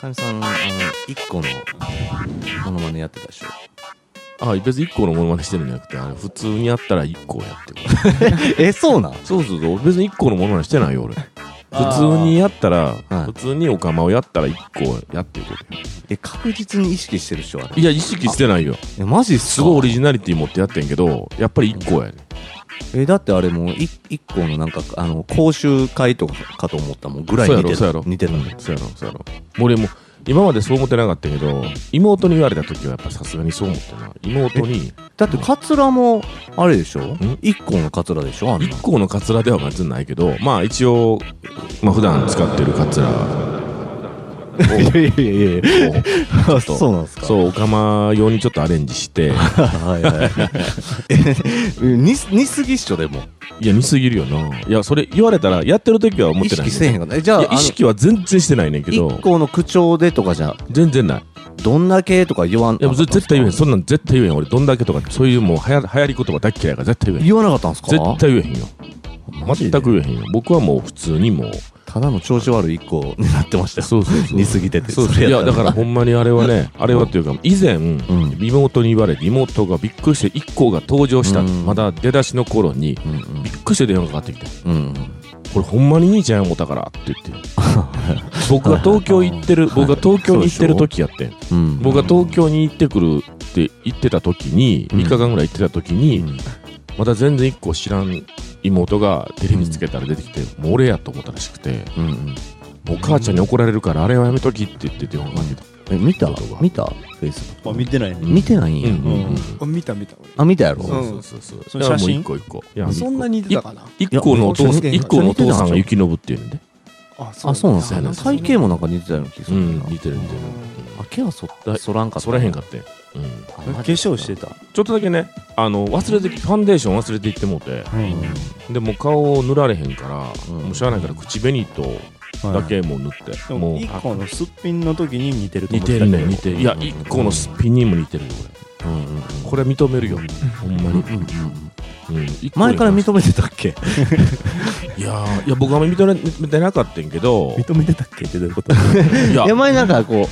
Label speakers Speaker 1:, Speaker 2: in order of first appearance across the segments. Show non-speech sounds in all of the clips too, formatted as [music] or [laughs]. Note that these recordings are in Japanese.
Speaker 1: かみさん、あの、一個のモノマネやってたでしょ。
Speaker 2: あ別に1個のものまねしてるんじゃなくてあの普通にやったら1個やってる
Speaker 1: え、そうなん
Speaker 2: そうそうそう別に1個のものまねしてないよ俺普通にやったら、普通にお釜をやったら1個やってることよ
Speaker 1: え、確実に意識してるっしょ、あれ。
Speaker 2: いや意識してないよ
Speaker 1: え、マジっすか
Speaker 2: すごいオリジナリティ持ってやってんけどやっぱり1個やね
Speaker 1: え、だってあれもう、い一個のなんか、あの、講習会とかかと思ったもんぐらい似て
Speaker 2: そう
Speaker 1: る
Speaker 2: やろそうやろ。
Speaker 1: 似てるの
Speaker 2: そうやろそうやろもう俺も今までそう思ってなかったけど妹に言われた時はやっぱさすがにそう思ったな妹に
Speaker 1: だって、カツラも、あれでしょ
Speaker 2: ん
Speaker 1: 一個のカツラでしょあんな
Speaker 2: 1。個のカツラでは別にないけどまあ一応まあ普段使ってるカツラ
Speaker 1: いやいやいやいや。
Speaker 2: を
Speaker 1: あそうなんですか。
Speaker 2: そう、おかま用にちょっとアレンジして、
Speaker 1: はいはい。 [laughs] え、似す似すぎっしょ、でも。
Speaker 2: いや、似すぎるよな。いや、それ言われたら、やってる時は思っ
Speaker 1: 意
Speaker 2: てない、
Speaker 1: 識せえへんかった。え、じ
Speaker 2: い
Speaker 1: ゃあ、
Speaker 2: や、意識は全然してないねんけ
Speaker 1: あの
Speaker 2: ど
Speaker 1: 一、個の口調でとかじゃ、
Speaker 2: 全然ない。
Speaker 1: どんだけとか言わん
Speaker 2: いや、ぜ絶対言えへん。
Speaker 1: そ
Speaker 2: そんなん絶対言えへん。俺、どんだけとか、そういうもう流行流行り言葉大っ嫌いやから、絶対言えへん。
Speaker 1: 言わなかったんですか
Speaker 2: 絶対言えへんよ。
Speaker 1: マジ
Speaker 2: 全
Speaker 1: で
Speaker 2: く言えへんよ。僕はもう普通にもう、
Speaker 1: ただの調子悪い一個になってましたよ。
Speaker 2: そうそうそう。
Speaker 1: 似すぎてて。
Speaker 2: そう
Speaker 1: そ
Speaker 2: そう
Speaker 1: れ
Speaker 2: い
Speaker 1: やった
Speaker 2: やだからほんまにあれはねあれはというか以前、
Speaker 1: ん
Speaker 2: 妹に言われて妹がびっくりして1個が登場した、
Speaker 1: うん
Speaker 2: まだ出だしの頃に
Speaker 1: うん
Speaker 2: びっくりして電話かかってきて
Speaker 1: うん。うん
Speaker 2: これほんまに兄ちゃんや思ったからって言って僕が東京行ってる僕が東京に行ってる時やってん
Speaker 1: うん。うん
Speaker 2: 僕が東京に行ってくるって言ってた時に
Speaker 1: うん
Speaker 2: 3日間ぐらい行ってた時
Speaker 1: う
Speaker 2: に
Speaker 1: ん
Speaker 2: まだ全然1個知らん妹がテレビつけたら出てきてもう俺やと思ったらしくて
Speaker 1: うんうん。
Speaker 2: お母ちゃんに怒られるからあれはやめときって言って電話かかってきた
Speaker 1: え、見た
Speaker 2: 弟が
Speaker 1: 見たフェイス。
Speaker 3: あ見てないね
Speaker 1: 見てないんや。
Speaker 2: うんうんうん
Speaker 4: あ見た見た俺
Speaker 1: あ、見たやろ
Speaker 4: うん
Speaker 2: そうそうそう
Speaker 3: その写真
Speaker 2: いやもう一個一個い
Speaker 4: そんな
Speaker 2: に
Speaker 4: に似てたかな
Speaker 2: 一個のお父さん
Speaker 4: いや
Speaker 2: 一個のお父さんが雪信っていうんで
Speaker 4: あ
Speaker 1: あ、そうなんです
Speaker 2: そう
Speaker 1: よ。
Speaker 2: なんです
Speaker 1: 体型もなんか似てたような気がす
Speaker 2: う
Speaker 1: る
Speaker 2: ん
Speaker 1: な。
Speaker 2: 似てる似てる
Speaker 1: あ、毛はそった、そらんかった。
Speaker 2: そらへんかったようん
Speaker 1: あ。
Speaker 3: 化
Speaker 1: マジ
Speaker 3: 粧してた
Speaker 2: ちょっとだけねあの忘れてきファンデーション忘れていってもうてでもう顔を塗られへんから、
Speaker 1: うん
Speaker 2: もうしゃあないから口紅とだけもう塗って、
Speaker 3: で
Speaker 2: も
Speaker 3: も
Speaker 2: う
Speaker 3: 一個のすっぴんの時に似てると
Speaker 2: 似
Speaker 3: 思って
Speaker 2: て
Speaker 3: た
Speaker 2: る
Speaker 3: けど
Speaker 2: ね似てるいや一個のすっぴんにも似てるよ
Speaker 1: うんうんうん
Speaker 2: 俺これは認めるよほんまに、
Speaker 1: うんうん
Speaker 2: うん、一個
Speaker 1: 前から
Speaker 2: い
Speaker 1: 認めてたっけ
Speaker 2: やーいや僕はあんまり認め認めてなかったんやけど
Speaker 3: 認めてたっけってどういうこと
Speaker 2: いや
Speaker 1: いや前なんかこう、
Speaker 3: うん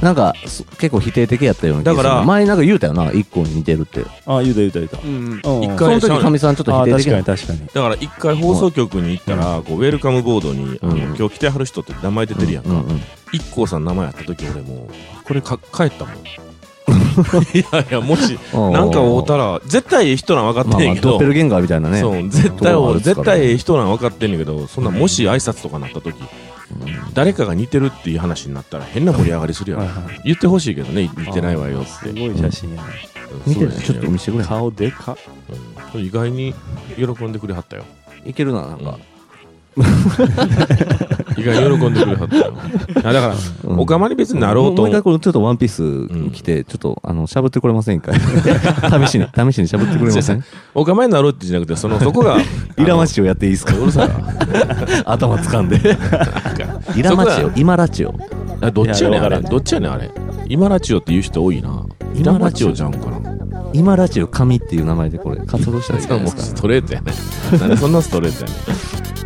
Speaker 1: なんかそ結構否定的やったような気がする
Speaker 2: だから
Speaker 1: 前なんか言うたよな一個に似てるって
Speaker 3: あ言うた言うた言うた
Speaker 4: うんうん
Speaker 3: うん
Speaker 1: そ
Speaker 2: 一回
Speaker 1: の時かみさんちょっと
Speaker 3: あ
Speaker 1: 否定
Speaker 3: 確
Speaker 1: 的
Speaker 3: か
Speaker 1: や
Speaker 3: に確か
Speaker 2: だ
Speaker 3: に
Speaker 2: から一回放送局に行ったら、こうウェルカムボードに、あ
Speaker 1: うん
Speaker 2: の今日来てはる人って名前出てるやんか、
Speaker 1: うんうんうん
Speaker 2: 一 k さんの名前あった時俺もうこれか帰ったも
Speaker 1: [laughs]
Speaker 2: んいやいやもしなんか会うたら絶対ええ人なん分かって
Speaker 1: まあ
Speaker 2: んね
Speaker 1: ま
Speaker 2: ん
Speaker 1: あ
Speaker 2: け
Speaker 1: ド
Speaker 2: ど、
Speaker 1: ッペルゲンガーみたいなね
Speaker 2: そう絶対
Speaker 1: そうなんですか
Speaker 2: 絶
Speaker 1: ら
Speaker 2: 対ええ人なん分かってんねんけどそんなもし挨拶とかなった時、誰かが似てるっていう話になったら変な盛り上がりするやん、
Speaker 3: はいはい
Speaker 2: 言ってほしいけどね似てないわよっ
Speaker 3: す
Speaker 2: て
Speaker 3: ごい写真やね
Speaker 1: 見てない
Speaker 2: そう
Speaker 1: ちょっと見せてくれ
Speaker 3: 顔でかっ
Speaker 2: うん意外に喜んでくれはったよ
Speaker 1: いけるななんか、
Speaker 2: 意外に喜んでくれ
Speaker 1: [laughs]
Speaker 2: はったよいやだから、
Speaker 1: うん
Speaker 2: おかまに別になろうと
Speaker 1: もう
Speaker 2: 思
Speaker 1: 一回このちょっとワンピース着て、ちょっとあのしゃぶってくれませんか [laughs] 試しに試しにしゃぶってくれませ [laughs] ん
Speaker 2: お構いになろうってじゃなくて、その、そこが、
Speaker 1: イラマチをや [laughs] っていいですか
Speaker 2: あのうるさいわ
Speaker 1: [laughs] 頭掴んでイラマチオイマラチオ
Speaker 2: あどっちやねん、あれ。
Speaker 3: いや
Speaker 2: どっちやねん、あれ。今ラチオって言う人多いな。イラマチオじゃうんかな。
Speaker 1: イマラチオ神っていう名前でこれ活動したらいいじゃない
Speaker 2: も
Speaker 1: で
Speaker 2: う
Speaker 1: すか
Speaker 2: ストレートやねん。なんでそんなストレート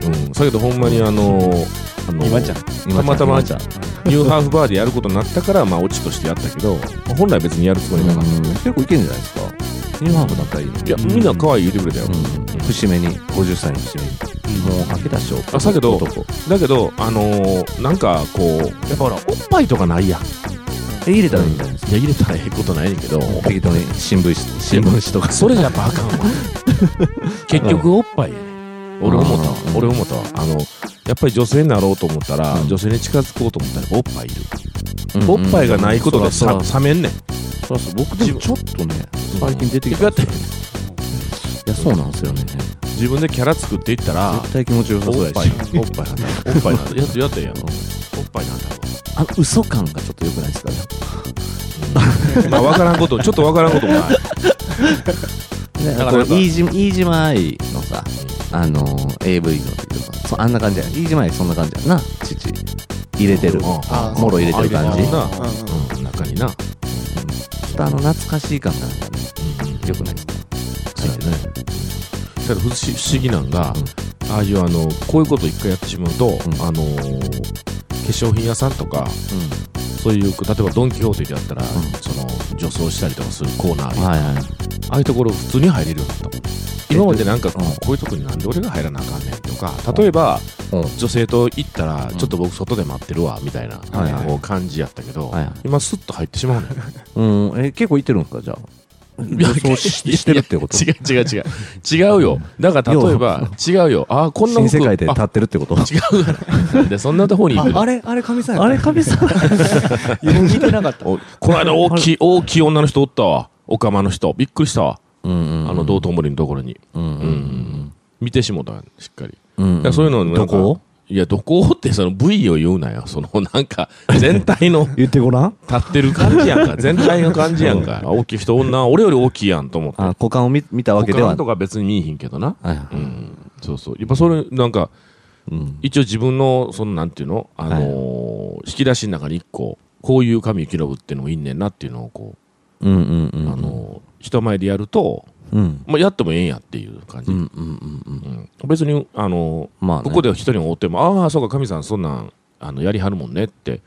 Speaker 2: やねん。うん。だけど、ほんまにあのー、あのー
Speaker 3: 今ちゃん
Speaker 2: たまたま
Speaker 1: 今ちゃん
Speaker 2: ニューハーフバーでやることになったから、まあ、オチとしてやったけど、本来別にやるつもりなかっ
Speaker 1: うん結構いけるんじゃないですかニューハーフだったらいいの
Speaker 2: た。いや、みんな可愛い言うてくれたよ。
Speaker 1: うん、節目に50歳の節目にもう明けたでしょ
Speaker 2: あだけど
Speaker 1: 男
Speaker 2: だけど、あのー、なんか、こう、やっぱほら、おっぱいとかないやん。い
Speaker 1: え入れたらいいんじゃないですか
Speaker 2: や、入れたらええことないねんけど、
Speaker 1: 適当に新聞紙新聞紙と [laughs] か
Speaker 2: それじゃやっぱあかん [laughs] わ結局おっぱいやね俺思ったわ
Speaker 1: うん
Speaker 2: 俺思ったわあのやっぱり女性になろうと思ったら、
Speaker 1: うん
Speaker 2: 女性に近づこうと思ったらおっぱいいる、おっぱいがないことでさ
Speaker 1: さ
Speaker 2: 冷めんねん
Speaker 1: 僕でもちょっとね最近出てき
Speaker 2: だ
Speaker 1: た
Speaker 2: っ
Speaker 1: ん
Speaker 2: て
Speaker 1: ですよいやそうなんですよね絶
Speaker 2: 自分でキャラ作っていったら
Speaker 1: 対気持ちよさ
Speaker 2: お
Speaker 1: そう
Speaker 2: っ
Speaker 1: や
Speaker 2: ぱい
Speaker 1: し
Speaker 2: おっぱいなんだおっぱいなんだやつやったんやんおっぱいなんだ
Speaker 1: あの嘘感がちょっと良くないですかね
Speaker 2: まあ分からんことちょっと分からんことも [laughs] ない
Speaker 1: ねこ
Speaker 2: だからな
Speaker 1: うん
Speaker 2: か
Speaker 1: 飯島飯島愛のさあのー AV の時とかそうあんな感じや飯島愛そんな感じやんな父入れてる
Speaker 2: あ
Speaker 1: もろ入れてる感じ
Speaker 2: 入れてるな
Speaker 4: うんうん
Speaker 2: うん中にな
Speaker 1: ちょっとあの懐かしい感がなんかね良くないですか
Speaker 2: そうやねただ不思不思議なんが、ああいうあのこういうこと一回やってしまうと、
Speaker 1: ん
Speaker 2: あのー化粧品屋さんとかそういう例えばドン・キホーテでやったら、
Speaker 1: ん
Speaker 2: その女装したりとかするコーナーあるやん
Speaker 1: はいはい。
Speaker 2: ああいうところ普通に入れるようになったもん今までなんかこういうとこになんで俺が入らなあかんねんとか例えば
Speaker 1: うん
Speaker 2: 女性と行ったら
Speaker 1: うん
Speaker 2: ちょっと僕外で待ってるわみたいな
Speaker 1: はいはい
Speaker 2: こう感じやったけど
Speaker 1: はいはい
Speaker 2: 今スッと入ってしまうね
Speaker 1: [laughs]
Speaker 2: ん
Speaker 1: うん、え、結構行ってるんですか、じゃあ。
Speaker 2: いや
Speaker 1: 予想ししてるってこと
Speaker 2: [laughs] 違う違う違う違うよだから例えば違うよああこんな
Speaker 1: 新
Speaker 2: 服
Speaker 1: 世界で立
Speaker 2: あ
Speaker 1: ってるってこと
Speaker 2: 違うからなんでそんなとこに行くの
Speaker 1: れ、あれ、神さん。あれ、神さん。
Speaker 2: [laughs]
Speaker 1: 聞いてなかった。
Speaker 2: おこの間大きい大きい女の人おったわオカマの人びっくりしたわ
Speaker 1: うんう
Speaker 2: あ
Speaker 1: ん。
Speaker 2: の道頓堀のところに
Speaker 1: うん
Speaker 2: う
Speaker 1: うん
Speaker 2: ん見てしもたんしっかり
Speaker 1: うん。
Speaker 2: いやそういうのなん
Speaker 1: ど
Speaker 2: か
Speaker 1: こ
Speaker 2: いや、どこってその部位を言うなよ。そのなんか、全体の立
Speaker 1: 言ってごらん。
Speaker 2: ってる感じやん
Speaker 1: [laughs]
Speaker 2: か。全体の感じやんか。あ大きい人女、俺より大きいやんと思って。
Speaker 1: あ、股間を見見たわけでは
Speaker 2: 他のとか別に見えへんけどな。
Speaker 1: はいは
Speaker 2: う
Speaker 1: い。
Speaker 2: ん。そうそう。やっぱそれ、なんか、
Speaker 1: うん。
Speaker 2: 一応自分の、そのなんていうのあのー、引き出しの中に一個、こういう髪を切ろうっていうのもいいねんなっていうのをこ
Speaker 1: うんうんう
Speaker 2: う、
Speaker 1: ん。
Speaker 2: あ、のー、人前でやると、
Speaker 1: うん。
Speaker 2: まあ、やってもええんやっていう感じ。
Speaker 1: う
Speaker 2: うん。
Speaker 1: うんんうんうん。
Speaker 2: 別に、あのー、
Speaker 1: まあね。
Speaker 2: ここで一人追っても、ああ、そうか、神さん、そんなん、あの、やりはるもんねって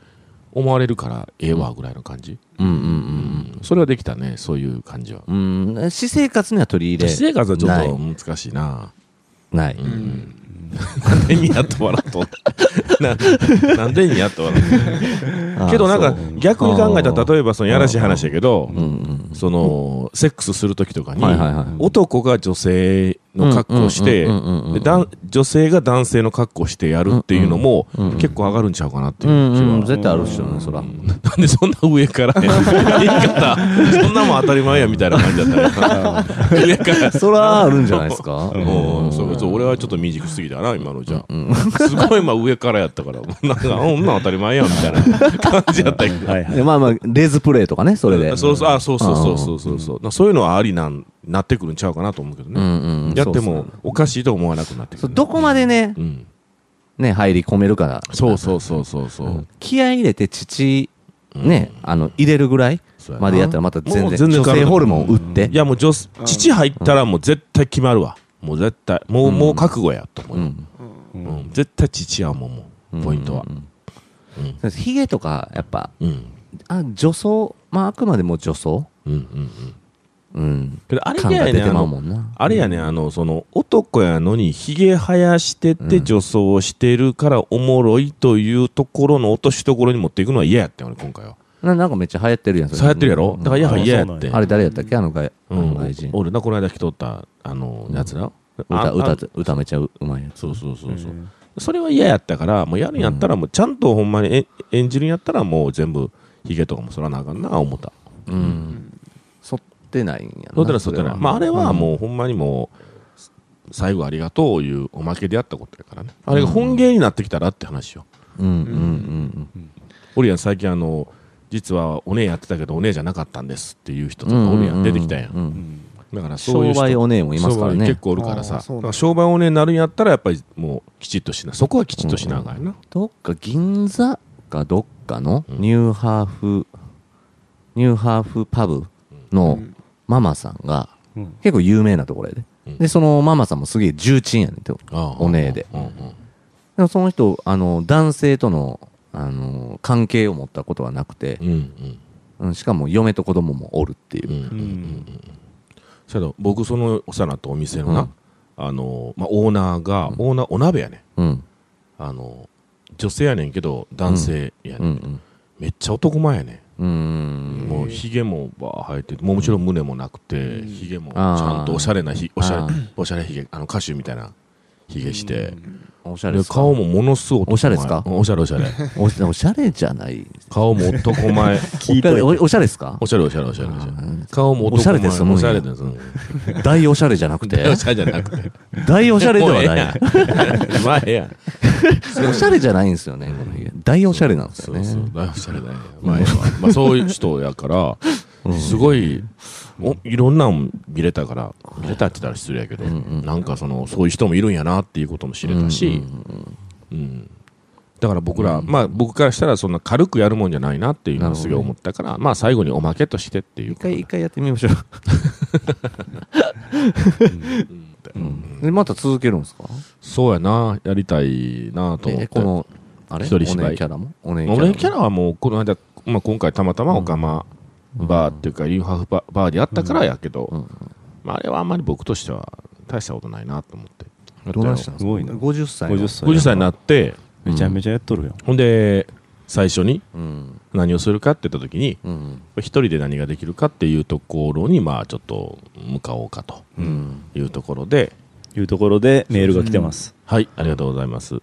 Speaker 2: 思われるから、ええわ、ぐらいの感じ。
Speaker 1: うんうん
Speaker 2: うん。それはできたね、そういう感じは。
Speaker 1: うんうん。うん。私生活には取り入
Speaker 2: 私
Speaker 1: れ
Speaker 2: 生活はちょっと難しいな。
Speaker 1: ない。
Speaker 2: うん。なんでにやっと笑っとん [laughs] ななんでにやっと笑っとんけどなんか
Speaker 1: あー、
Speaker 2: 逆に考えた
Speaker 1: あ
Speaker 2: ら、
Speaker 1: ー
Speaker 2: 例えばそのやらしい話やけど
Speaker 1: そう、うんうん。
Speaker 2: その、セックスするときとかに
Speaker 1: はいはいはい、
Speaker 2: 男が女性の格好をして、
Speaker 1: うんうんうんうんうん
Speaker 2: で男女性が男性の格好をしてやるっていうのも、結構上がるんちゃうかなっていうう気は。
Speaker 1: んうん。絶対あるっしょね、そら。
Speaker 2: なんでそんな上から [laughs] 言い方、そんなもん当たり前やみたいな感じだったな [laughs] 上から。
Speaker 1: そらあるんじゃないです
Speaker 2: [laughs]
Speaker 1: か。
Speaker 2: うん、そうそう俺はちょっと未熟すぎたな、今のじゃあ。すごい、まあ上からやったから、なんか、あ女当たり前やみたいな感じやったけど。
Speaker 3: はいはい。
Speaker 1: でまあまあ、レーズプレイとかね、それで。
Speaker 2: そうそう、あ、そうそうそうそうそうそう。そういうのはありなん、なってくるんちゃうかなと思うけど
Speaker 1: う
Speaker 2: ね。
Speaker 1: んうん。
Speaker 2: やって
Speaker 1: そう
Speaker 2: もおかしいと思わなくなって
Speaker 1: そ
Speaker 2: く
Speaker 1: う
Speaker 2: る。
Speaker 1: どこまでね
Speaker 2: う、ん。
Speaker 1: ね、入り込めるか
Speaker 2: そうそうそうそうそ
Speaker 1: ら
Speaker 2: う。、
Speaker 1: 気合い入れて乳、ね、あの、入れるぐらい
Speaker 2: そうやな
Speaker 1: までやったらまた全
Speaker 2: もう
Speaker 1: 然、
Speaker 2: 全然
Speaker 1: 女性ホルモンを打って
Speaker 2: い。やもう女子、父入ったらもう絶対決まるわ。もう絶対。もう、もう覚悟やと思う
Speaker 1: う
Speaker 2: よ。
Speaker 1: ん
Speaker 2: うん、絶対父はもうもうポイントは。
Speaker 1: そうですヒゲとか、やっぱ、
Speaker 2: うん。
Speaker 1: あ、女装、まあ、あくまでも女装
Speaker 2: うんうんうん。
Speaker 1: うん。
Speaker 2: けどあれ
Speaker 1: 感
Speaker 2: や
Speaker 1: が
Speaker 2: ね
Speaker 1: 出
Speaker 2: あ
Speaker 1: てまう
Speaker 2: の
Speaker 1: もんな。
Speaker 2: あれやね、あの、その、男やのに、ひげ生やしてて、女装をしてるからおもろいというところの落としどころに持っていくのは嫌やって、俺今回は。
Speaker 1: ななんかめっちゃ流行ってるやん、それ
Speaker 2: そうやってるやろだからやっぱ嫌や
Speaker 3: あ
Speaker 2: っ
Speaker 3: そう
Speaker 2: て
Speaker 3: なん。
Speaker 1: あれ誰やったっけあの外あ
Speaker 2: う
Speaker 1: の
Speaker 2: ん
Speaker 1: 外人。。
Speaker 2: 俺な、この間来とった、あの、やつな。あ
Speaker 1: 歌、
Speaker 2: あ
Speaker 1: 歌、歌めっちゃうまいやつ。
Speaker 2: そうそうそうそう
Speaker 3: う。ん
Speaker 2: それは嫌やったから、もうやるんやったら、もうちゃんとほんまにえ演じるんやったら、もう全部、ヒゲとかも剃らなあかんな、思った。
Speaker 1: うん。剃ってないんやな。
Speaker 2: 剃ってない、剃ってない。まあ、あれは
Speaker 1: うん
Speaker 2: もうほんまにもう、最後ありがとういうおまけであったことやからね。あれが本芸になってきたらって話よ。
Speaker 1: うんうんうん
Speaker 2: オリアン最近あの、実はお姉やってたけどお姉じゃなかったんですっていう人とか
Speaker 1: う
Speaker 2: オ
Speaker 1: ん。
Speaker 2: リアン出てきたや。
Speaker 1: うんん。
Speaker 2: だからそういう
Speaker 1: 商
Speaker 2: 人。
Speaker 1: 売お姉もいますから
Speaker 2: 商売
Speaker 1: ね
Speaker 2: 結。構おるからさ。
Speaker 4: あー
Speaker 2: だ
Speaker 4: そうなんだ
Speaker 2: から商売お姉になるんやったらやっぱりもうきちっとしな。そこはきちっとしなあかんやな。
Speaker 1: どっか銀座かどっかのニューハーフ、ニューハーフパブのママさんが
Speaker 3: うん
Speaker 1: 結構有名なところやで
Speaker 2: うん。
Speaker 1: で、そのママさんもすげえ重鎮やねんて。で
Speaker 2: ああ
Speaker 1: お姉で
Speaker 2: うんうん
Speaker 1: もその人、あの、男性との、あの、関係を持ったことはなくて
Speaker 2: う、んうん
Speaker 1: うんしかも嫁と子供もおるっていうう。
Speaker 2: ん。
Speaker 3: う
Speaker 2: うん
Speaker 3: ん
Speaker 2: そやけど僕そのお世話になったお店の
Speaker 1: うん
Speaker 2: な、あの、まあオーナーが、オーナーお鍋やね。
Speaker 1: うん。
Speaker 2: あの、女性やねんけど男性や
Speaker 1: う
Speaker 2: ねん。
Speaker 1: ん
Speaker 2: めっちゃ男前やねん。
Speaker 1: うん。うん。
Speaker 2: もうひげもばー生えててもうもちろん胸もなくてひげもちゃんとおしゃれなひ
Speaker 1: あー
Speaker 2: おしゃ
Speaker 1: あ
Speaker 2: れ
Speaker 1: ー
Speaker 2: おしゃれひげあの歌手みたいなひげして
Speaker 1: おしゃれ
Speaker 2: で
Speaker 1: ですか
Speaker 2: 顔もものすごい男前
Speaker 1: おしゃれっすか
Speaker 2: うんおしゃれおしゃれ
Speaker 1: おしおしゃれじゃない。
Speaker 2: 顔も男前
Speaker 3: 聞いといて
Speaker 1: おおしゃれですか
Speaker 2: おしゃれおしゃれおしゃれおしゃれ
Speaker 1: あー
Speaker 2: 顔も男前
Speaker 1: おしゃれですもんね
Speaker 2: おしゃれですもん
Speaker 1: 大おしゃれじゃなくて
Speaker 2: おしゃれじゃなくて
Speaker 1: 大おしゃれでは
Speaker 2: もうええ
Speaker 1: な
Speaker 2: や
Speaker 1: い。
Speaker 2: んまあええやん
Speaker 1: おしゃれじゃないんですよね、この髭大おしゃれなんですよね。
Speaker 2: そうそうだいぶおしゃれだね。まあ、ええわまあ、そういう人やから、すごい、おいろんなん見れたから、見れたって言ったら失礼やけど、なんかその、そういう人もいるんやなっていうことも知れたし、うんだから僕ら、まあ僕からしたらそんな軽くやるもんじゃないなっていうのをすごい思ったから、まあ最後におまけとしてっていう
Speaker 1: 一。回、一回やってみましょう。うんでまた続けるんですか
Speaker 2: そうやな、やりたいなと思っ
Speaker 1: え、
Speaker 2: て。
Speaker 1: この、あれ
Speaker 2: 一人芝居
Speaker 1: お姉キャラもお姉
Speaker 2: 俺キャ
Speaker 1: ラ
Speaker 2: ラはもうこの間、まあ、今回たまたまオカマバーっていうかリーフハーフババーでやったからやけど、
Speaker 1: うんうん
Speaker 2: まあ、あれはあんまり僕としては大したことないなと思って
Speaker 1: どうなんしたんです
Speaker 3: す
Speaker 1: か
Speaker 3: ごいな
Speaker 1: 50歳の
Speaker 3: 50歳
Speaker 2: 50歳になって
Speaker 3: めちゃめちゃやっとるやん
Speaker 2: ほんで最初に
Speaker 1: うん
Speaker 2: 何をするかって言った時に
Speaker 1: うん
Speaker 2: 一人で何ができるかっていうところにまあちょっと向かおうかと
Speaker 1: うん
Speaker 2: いうところで、
Speaker 3: いうところでメールが来てます
Speaker 2: はいありがとうございます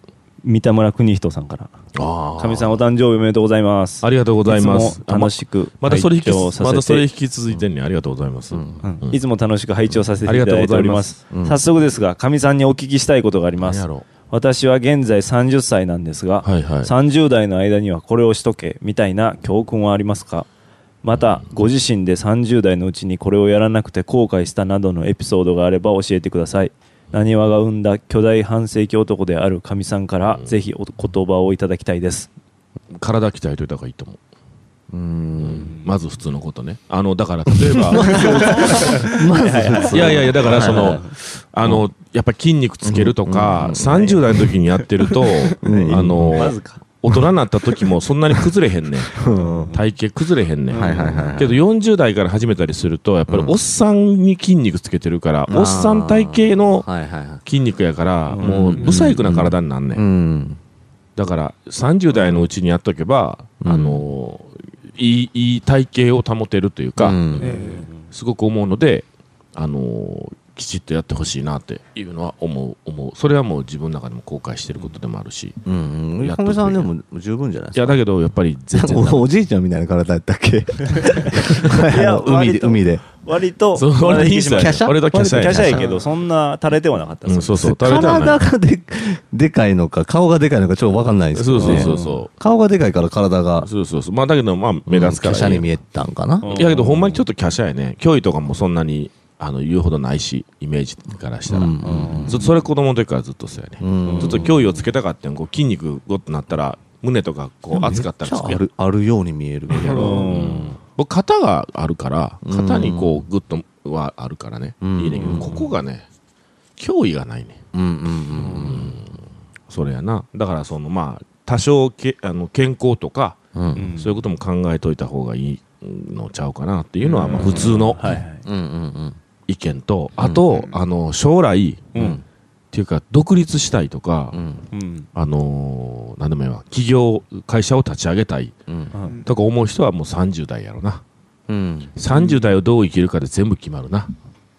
Speaker 3: 三田村邦人さんから
Speaker 2: あ
Speaker 3: かみさんお誕生日おめでとうございます
Speaker 2: ありがとうご
Speaker 3: ご
Speaker 2: ざいます
Speaker 3: 楽しく
Speaker 2: まだそれ引き、
Speaker 3: 拝聴させ
Speaker 2: ま
Speaker 3: て
Speaker 2: だそれ引き続いてんねんありがとうございます。
Speaker 1: うん
Speaker 3: うん
Speaker 2: うん
Speaker 3: いつも楽しく拝聴させていただいております
Speaker 1: うんありがとうございますうん
Speaker 3: 早速ですがかみさんにお聞きしたいことがありま
Speaker 2: 何や
Speaker 3: す
Speaker 2: ろ
Speaker 3: 私は現在30歳なんですが、
Speaker 2: はいはい
Speaker 3: 30代の間にはこれをしとけみたいな教訓はありますかまたご自身で30代のうちにこれをやらなくて後悔したなどのエピソードがあれば教えてくださいなにわが生んだ巨大半世紀男であるかみさんからぜひお言葉をいただきたいです
Speaker 2: う体鍛えといた方がいいと思う。
Speaker 1: うん
Speaker 2: まず普通のことね。あの、
Speaker 1: [laughs]
Speaker 2: だから、例えば。いやいやいや、だからその、あの、やっぱり筋肉つけるとか、30代の時にやってると、あの、大人になった時もそんなに崩れへんねん。体型崩れへんねん。
Speaker 1: はいはいはいはい
Speaker 2: けど40代から始めたりすると、やっぱりおっさんに筋肉つけてるから、おっさん体型の
Speaker 1: はいはいはい
Speaker 2: 筋肉やから、もう、不細工な体になんねん
Speaker 1: う。ん
Speaker 2: だから30代のうちにやっとけば、あのいいいい体型を保てるというか、
Speaker 1: うん
Speaker 2: すごく思うので、あのきちっとやってほしいなっていうのは思う思うそれはもう自分の中でも後悔してることでもあるし、
Speaker 1: うんうん
Speaker 2: やっ
Speaker 1: か
Speaker 2: とくべき
Speaker 1: みさんでも十分じゃない
Speaker 2: い
Speaker 1: です
Speaker 2: やだけどやっぱり全
Speaker 1: か
Speaker 2: 然ダメ
Speaker 1: お [laughs] じいちゃんみたいな体だったっけ
Speaker 3: い
Speaker 1: あ
Speaker 3: や
Speaker 1: の海
Speaker 3: 割
Speaker 1: で
Speaker 3: と
Speaker 1: 海で
Speaker 3: 割と
Speaker 2: そう俺いいっすよ
Speaker 1: キャシャ
Speaker 2: 俺とキャシャ
Speaker 3: キャシャやけ
Speaker 2: ど、
Speaker 3: どそんな垂れてはなかった
Speaker 2: う
Speaker 3: です
Speaker 2: ん、そうそう食べたら
Speaker 1: 体
Speaker 2: ない
Speaker 1: がででかいのか顔がでかいのかちょっと分かんないんですけ
Speaker 2: そ
Speaker 1: ど
Speaker 2: う
Speaker 1: ね
Speaker 2: そうそうそ
Speaker 1: 顔がでかいから体が
Speaker 2: うそうそうそうまあだけどまあ目立つから
Speaker 1: 華奢
Speaker 2: いい
Speaker 1: に見えたんかな
Speaker 2: うんいやけどほんまにちょっと華奢やね脅威とかもそんなにあの言うほどないしイメージからしたら、ずっとそれ子供の時からずっとそうやね、
Speaker 1: うん
Speaker 2: ちょっと脅威をつけたかってんこう筋肉ごっとなったら胸とかこう熱かったら
Speaker 1: め
Speaker 2: つ
Speaker 1: ち
Speaker 2: け
Speaker 1: ゃあるあるように見えるけ
Speaker 2: や
Speaker 1: ど
Speaker 2: ろ
Speaker 3: うん
Speaker 2: 僕肩があるから肩にこうグッとはあるからね、
Speaker 1: ん
Speaker 2: いいねんけどここがね脅威がないね
Speaker 1: うんうんうん
Speaker 2: それやなだからそのまあ多少けあの健康とか、
Speaker 1: うんうん
Speaker 3: うん
Speaker 2: そういうことも考えといた方がいいのちゃうかなっていうのはまあ普通の
Speaker 3: はいはい
Speaker 1: うんうん
Speaker 2: 意見と、あと、あの将来、
Speaker 3: うん
Speaker 2: っていうか独立したいとか、
Speaker 1: うん
Speaker 3: うん
Speaker 2: あのー、何でもいいわ企業会社を立ち上げたい
Speaker 1: うん
Speaker 3: うん
Speaker 2: とか思う人はもう30代やろな
Speaker 1: うん
Speaker 2: 30代をどう生きるかで全部決まるな、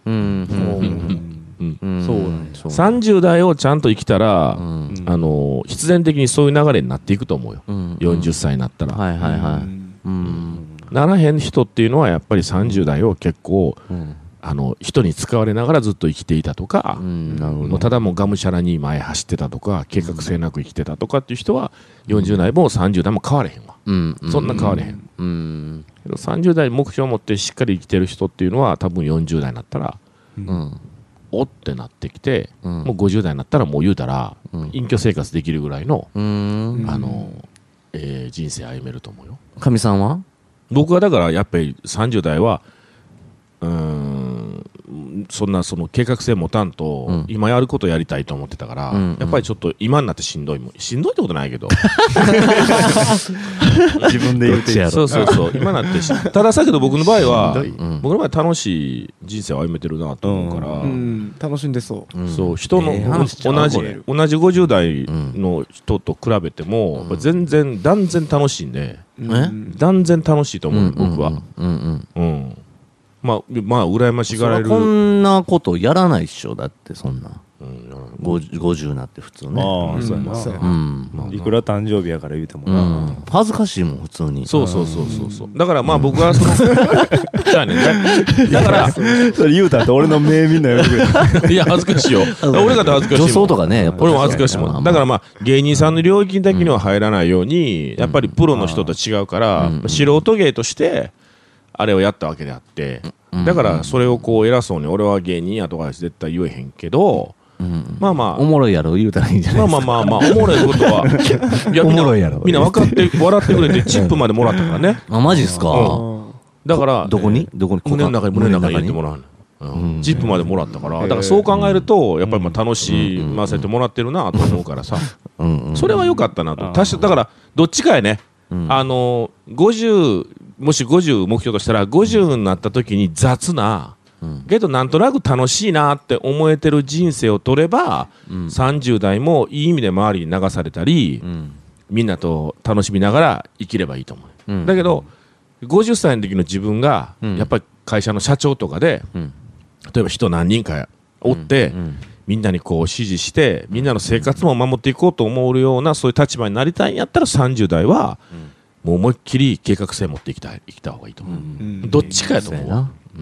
Speaker 1: うん
Speaker 2: うん
Speaker 1: うん
Speaker 3: そうなんで
Speaker 1: そう
Speaker 2: 30代をちゃんと生きたら、
Speaker 1: うん
Speaker 2: あのー必然的にそういう流れになっていくと思うよ、
Speaker 1: うん
Speaker 2: 40歳になったら、
Speaker 1: はいはいは
Speaker 3: う
Speaker 1: い
Speaker 3: ん
Speaker 1: うん
Speaker 2: ならへん人っていうのはやっぱり30代を結構
Speaker 1: うん
Speaker 2: あの人に使われながらずっと生きていたとか、
Speaker 1: うんなるほ
Speaker 2: もう
Speaker 1: ど
Speaker 2: ただもうがむしゃらに前走ってたとか計画性なく生きてたとかっていう人は40代も30代も変われへんわ、
Speaker 1: うんう
Speaker 2: そんな変われへん
Speaker 1: うん
Speaker 2: けど30代に目標を持ってしっかり生きてる人っていうのは多分40代になったら
Speaker 1: うん
Speaker 2: おってなってきて、
Speaker 1: うん
Speaker 2: もう50代になったらもう言うたら、
Speaker 1: うん
Speaker 2: 隠居生活できるぐらいの、
Speaker 1: うん
Speaker 2: あのえー人生歩めると思うよ
Speaker 1: かみさんは
Speaker 2: 僕はだからやっぱり30代はうーんそんなその計画性持たんと、
Speaker 1: うん
Speaker 2: 今やることやりたいと思ってたから、
Speaker 1: うんうん
Speaker 2: やっぱりちょっと今になってしんどいもんしんどいってことないけど
Speaker 1: 自分で言ってや
Speaker 2: そうそうそう今なってしたださけど僕の場合は、
Speaker 4: しん
Speaker 1: どいうん
Speaker 2: 僕の場合楽しい人生を歩めてるなと思うから、
Speaker 4: うん、楽しんでそう。
Speaker 2: そう人の、
Speaker 1: ええ話しちゃう
Speaker 2: 同じ
Speaker 1: これ
Speaker 2: 同じ50代の人と比べても、やっぱ全然断然楽しいんで、
Speaker 4: うん
Speaker 2: 断然楽しいと思う、
Speaker 1: うん
Speaker 2: 僕は、
Speaker 1: うんうん
Speaker 2: うんまあまあ羨まし
Speaker 1: そ
Speaker 2: がら
Speaker 1: ら
Speaker 2: れる
Speaker 1: こんなことやらないっしょだってそんな
Speaker 2: うんやらない
Speaker 1: 50 50なって普通ね
Speaker 3: ああそうやな
Speaker 4: そうや
Speaker 1: う
Speaker 4: な。
Speaker 1: ん
Speaker 2: まあない
Speaker 3: くら誕生日やから言うても
Speaker 1: う
Speaker 3: な、
Speaker 1: ん恥ずかしいもん普通に
Speaker 2: そうそうそうそうそうだからまあ僕はそ [laughs] のじゃあねだか
Speaker 3: それ言うたって俺の目みんなやめてくれ
Speaker 2: らいや恥ずかしいよ俺だって恥ずかしいも
Speaker 1: 女
Speaker 2: ん
Speaker 1: 装とかねやっぱ
Speaker 2: 俺も恥ずかしいもん。だからまあ、芸人さんの領域的には入らないように、やっぱりプロの人と違うから、素人芸として、あれをやったわけであって、だからそれをこう偉そうに、俺は芸人やとか絶対言えへんけど、まあま
Speaker 1: お
Speaker 2: あ、
Speaker 1: もろいやろ言うたらいいんじゃない
Speaker 2: まあ
Speaker 1: です
Speaker 2: ま
Speaker 1: か
Speaker 2: あまあまあ、おもろいこと
Speaker 1: [laughs]
Speaker 2: は、い
Speaker 1: おもろいやろ
Speaker 2: みんなみんな分かって、笑ってくれて、チップまでもらったからね。
Speaker 1: あマジっすか
Speaker 2: だから、
Speaker 1: どこにどこに
Speaker 2: 胸の中に、胸の中に入れても
Speaker 1: ら
Speaker 2: らうの。ジップまでもらったから、
Speaker 4: へえ
Speaker 2: だからそう考えると、やっぱりまあ楽しませてもらってるなと思うからさ、
Speaker 1: うんうん
Speaker 2: それは良かったなと
Speaker 3: あ、ー
Speaker 2: 確かだから、どっちかやね、あの50、もし50目標としたら、50になった時に雑な、けどなんとなく楽しいなって思えてる人生を取れば、30代もいい意味で周りに流されたり、
Speaker 1: うん
Speaker 2: みんなと楽しみながら生きればいいと思う、
Speaker 1: うん
Speaker 2: だけど50歳の時の自分が、やっぱり会社の社長とかで、
Speaker 1: ん
Speaker 2: 例えば人何人かおって、みんなにこう指示してみんなの生活も守っていこうと思うようなそういう立場になりたいんやったら30代は、もう思いっきり計画性持っていきたい生きた方がいいと思う、
Speaker 4: うん
Speaker 2: どっちかやと
Speaker 1: そうや
Speaker 2: 思う